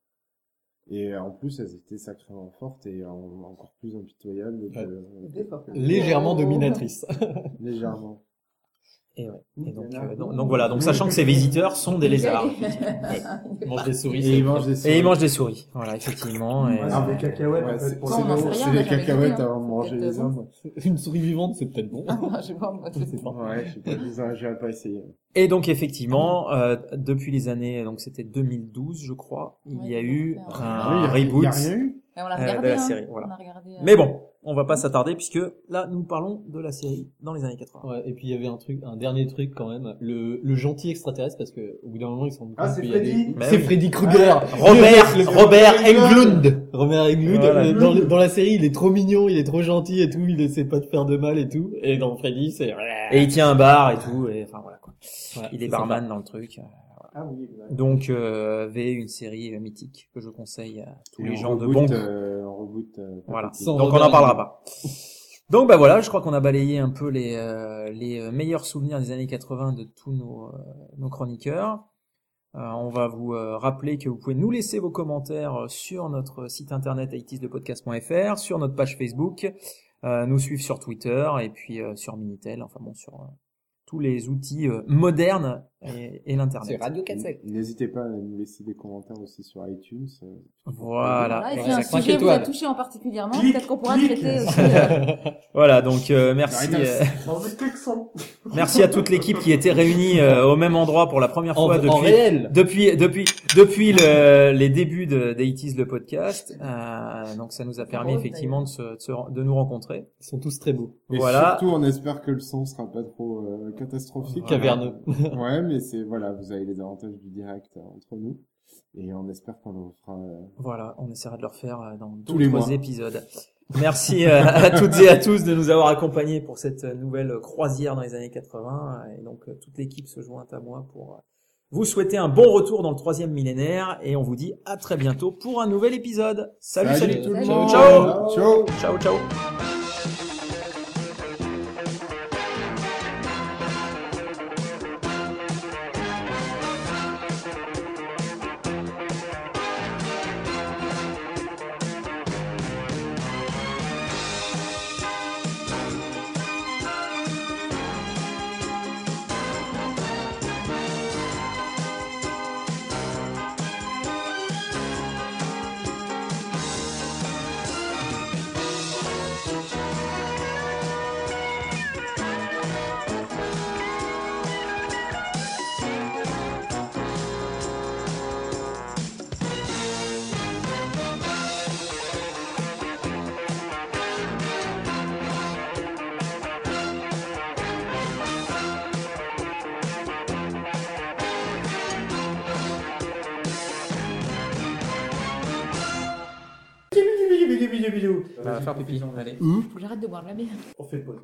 Speaker 4: Et euh, en plus, elles étaient sacrément fortes et en- encore plus impitoyables. que- que-
Speaker 3: euh, Légèrement dominatrices.
Speaker 4: Légèrement.
Speaker 1: Et, ouais. Et donc, euh, donc, donc voilà, donc sachant que ces visiteurs sont des lézards. Ouais.
Speaker 3: Ils mangent des souris.
Speaker 1: Et
Speaker 3: c'est-
Speaker 1: ils mangent des souris. Et ils mangent des souris. Voilà, effectivement. et- euh,
Speaker 3: Ah, des cacahuètes, en fait,
Speaker 4: c'est
Speaker 3: pour
Speaker 4: c'est
Speaker 3: ça, on en
Speaker 4: des-
Speaker 3: sait rien,
Speaker 4: c'est
Speaker 3: on a
Speaker 4: des
Speaker 3: jamais
Speaker 4: cacahuètes
Speaker 3: goûté, hein.
Speaker 4: avant de manger
Speaker 3: Peut-être,
Speaker 4: les
Speaker 3: euh,
Speaker 4: hommes.
Speaker 3: Une souris vivante, c'est peut-être bon.
Speaker 2: Je vois, moi,
Speaker 3: Je sais pas.
Speaker 4: Ouais, je sais pas, je les ai- j'aurais pas essayé.
Speaker 1: Et donc effectivement, euh, depuis les années, donc c'était 2012 je crois, il y a eu
Speaker 4: Ah Oui, il
Speaker 1: un
Speaker 4: y a- il y a
Speaker 1: reboot
Speaker 4: rien eu.
Speaker 2: Ouais, on l'a
Speaker 1: euh,
Speaker 2: regardé,
Speaker 1: de la
Speaker 2: hein.
Speaker 1: série.
Speaker 2: On
Speaker 1: Voilà.
Speaker 2: a regardé, euh,
Speaker 1: Mais bon, on va pas s'attarder puisque là nous parlons de la série dans les années 80.
Speaker 3: Ouais, et puis il y avait un truc, un dernier truc quand même, le, le gentil extraterrestre parce que au bout d'un moment ils se rendent compte
Speaker 5: Ah, c'est
Speaker 3: qu'il y a
Speaker 5: Freddy
Speaker 3: des- Bah
Speaker 5: Mais
Speaker 3: c'est
Speaker 5: oui.
Speaker 3: Freddy Krueger,
Speaker 5: Ah, Robert-
Speaker 3: Le- le-
Speaker 5: Robert
Speaker 3: Englund, Robert Englund.
Speaker 5: Voilà.
Speaker 3: euh, Dans, le- dans la série il est trop mignon, il est trop gentil et tout, il essaie pas de faire de mal et tout, et dans Freddy c'est
Speaker 1: Et il tient un bar et tout, et enfin voilà quoi.
Speaker 4: Ah,
Speaker 1: il est
Speaker 3: c'est
Speaker 1: barman
Speaker 3: sympa.
Speaker 1: dans le truc. euh, voilà.
Speaker 5: Ah oui, exact.
Speaker 1: Donc euh, V, une série euh, mythique que je conseille à tous
Speaker 4: Et
Speaker 1: les
Speaker 4: on
Speaker 1: gens de bon
Speaker 4: reboot,
Speaker 1: goût.
Speaker 4: euh, on reboot, euh,
Speaker 1: Voilà.
Speaker 4: Sans
Speaker 1: Donc on
Speaker 4: regard.
Speaker 1: n'en parlera pas. Donc bah voilà, je crois qu'on a balayé un peu les, euh, les euh, meilleurs souvenirs des années 80 de tous nos, euh, nos chroniqueurs. Euh, on va vous euh, rappeler que vous pouvez nous laisser vos commentaires euh, sur notre site internet itisdepodcast.fr, sur notre page Facebook, euh, nous suivre sur Twitter et puis euh, sur Minitel, enfin bon, sur euh, tous les outils euh, modernes et, et l'internet.
Speaker 4: N'hésitez pas à nous laisser des commentaires aussi sur iTunes. euh,
Speaker 1: Voilà.
Speaker 2: Voilà, et puis un
Speaker 1: Cinq
Speaker 2: sujet vous a
Speaker 1: étoiles.
Speaker 2: touché en particulièrement, peut-être qu'on pourra traiter aussi. euh.
Speaker 1: voilà, donc euh, merci. euh, Merci à toute l'équipe qui était réunie euh, au même endroit pour la première
Speaker 3: En-
Speaker 1: fois
Speaker 3: en
Speaker 1: depuis,
Speaker 3: réel.
Speaker 1: depuis depuis depuis le- les débuts de d'Aitis le podcast. Euh, donc ça nous a permis
Speaker 3: Rose,
Speaker 1: effectivement de, se- de, se ren- de nous rencontrer.
Speaker 3: Ils sont tous très beaux.
Speaker 4: Et
Speaker 1: voilà.
Speaker 4: surtout, on espère que le son sera pas trop euh, catastrophique.
Speaker 3: Caverneux.
Speaker 4: ouais, mais c'est voilà, vous avez les avantages du direct euh, entre nous, et on espère qu'on le refera. euh,
Speaker 1: Voilà, on essaiera de le refaire euh, dans
Speaker 4: Tous les
Speaker 1: d'autres
Speaker 4: mois.
Speaker 1: épisodes. Merci euh, à toutes et à tous de nous avoir accompagnés pour cette nouvelle croisière dans les années 80. Et donc euh, toute l'équipe se joint à moi pour euh, vous souhaiter un bon retour dans le troisième millénaire. Et on vous dit à très bientôt pour un nouvel épisode. Salut, salut,
Speaker 4: Salut tout le
Speaker 1: Ciao,
Speaker 4: monde.
Speaker 1: Ciao,
Speaker 4: Ciao.
Speaker 1: ciao, ciao.
Speaker 7: Thank you.
Speaker 2: bidou, bidou, bidou.
Speaker 17: va faire pipi. Allez.
Speaker 1: Faut que j'arrête de boire de la bière.
Speaker 2: On fait pause.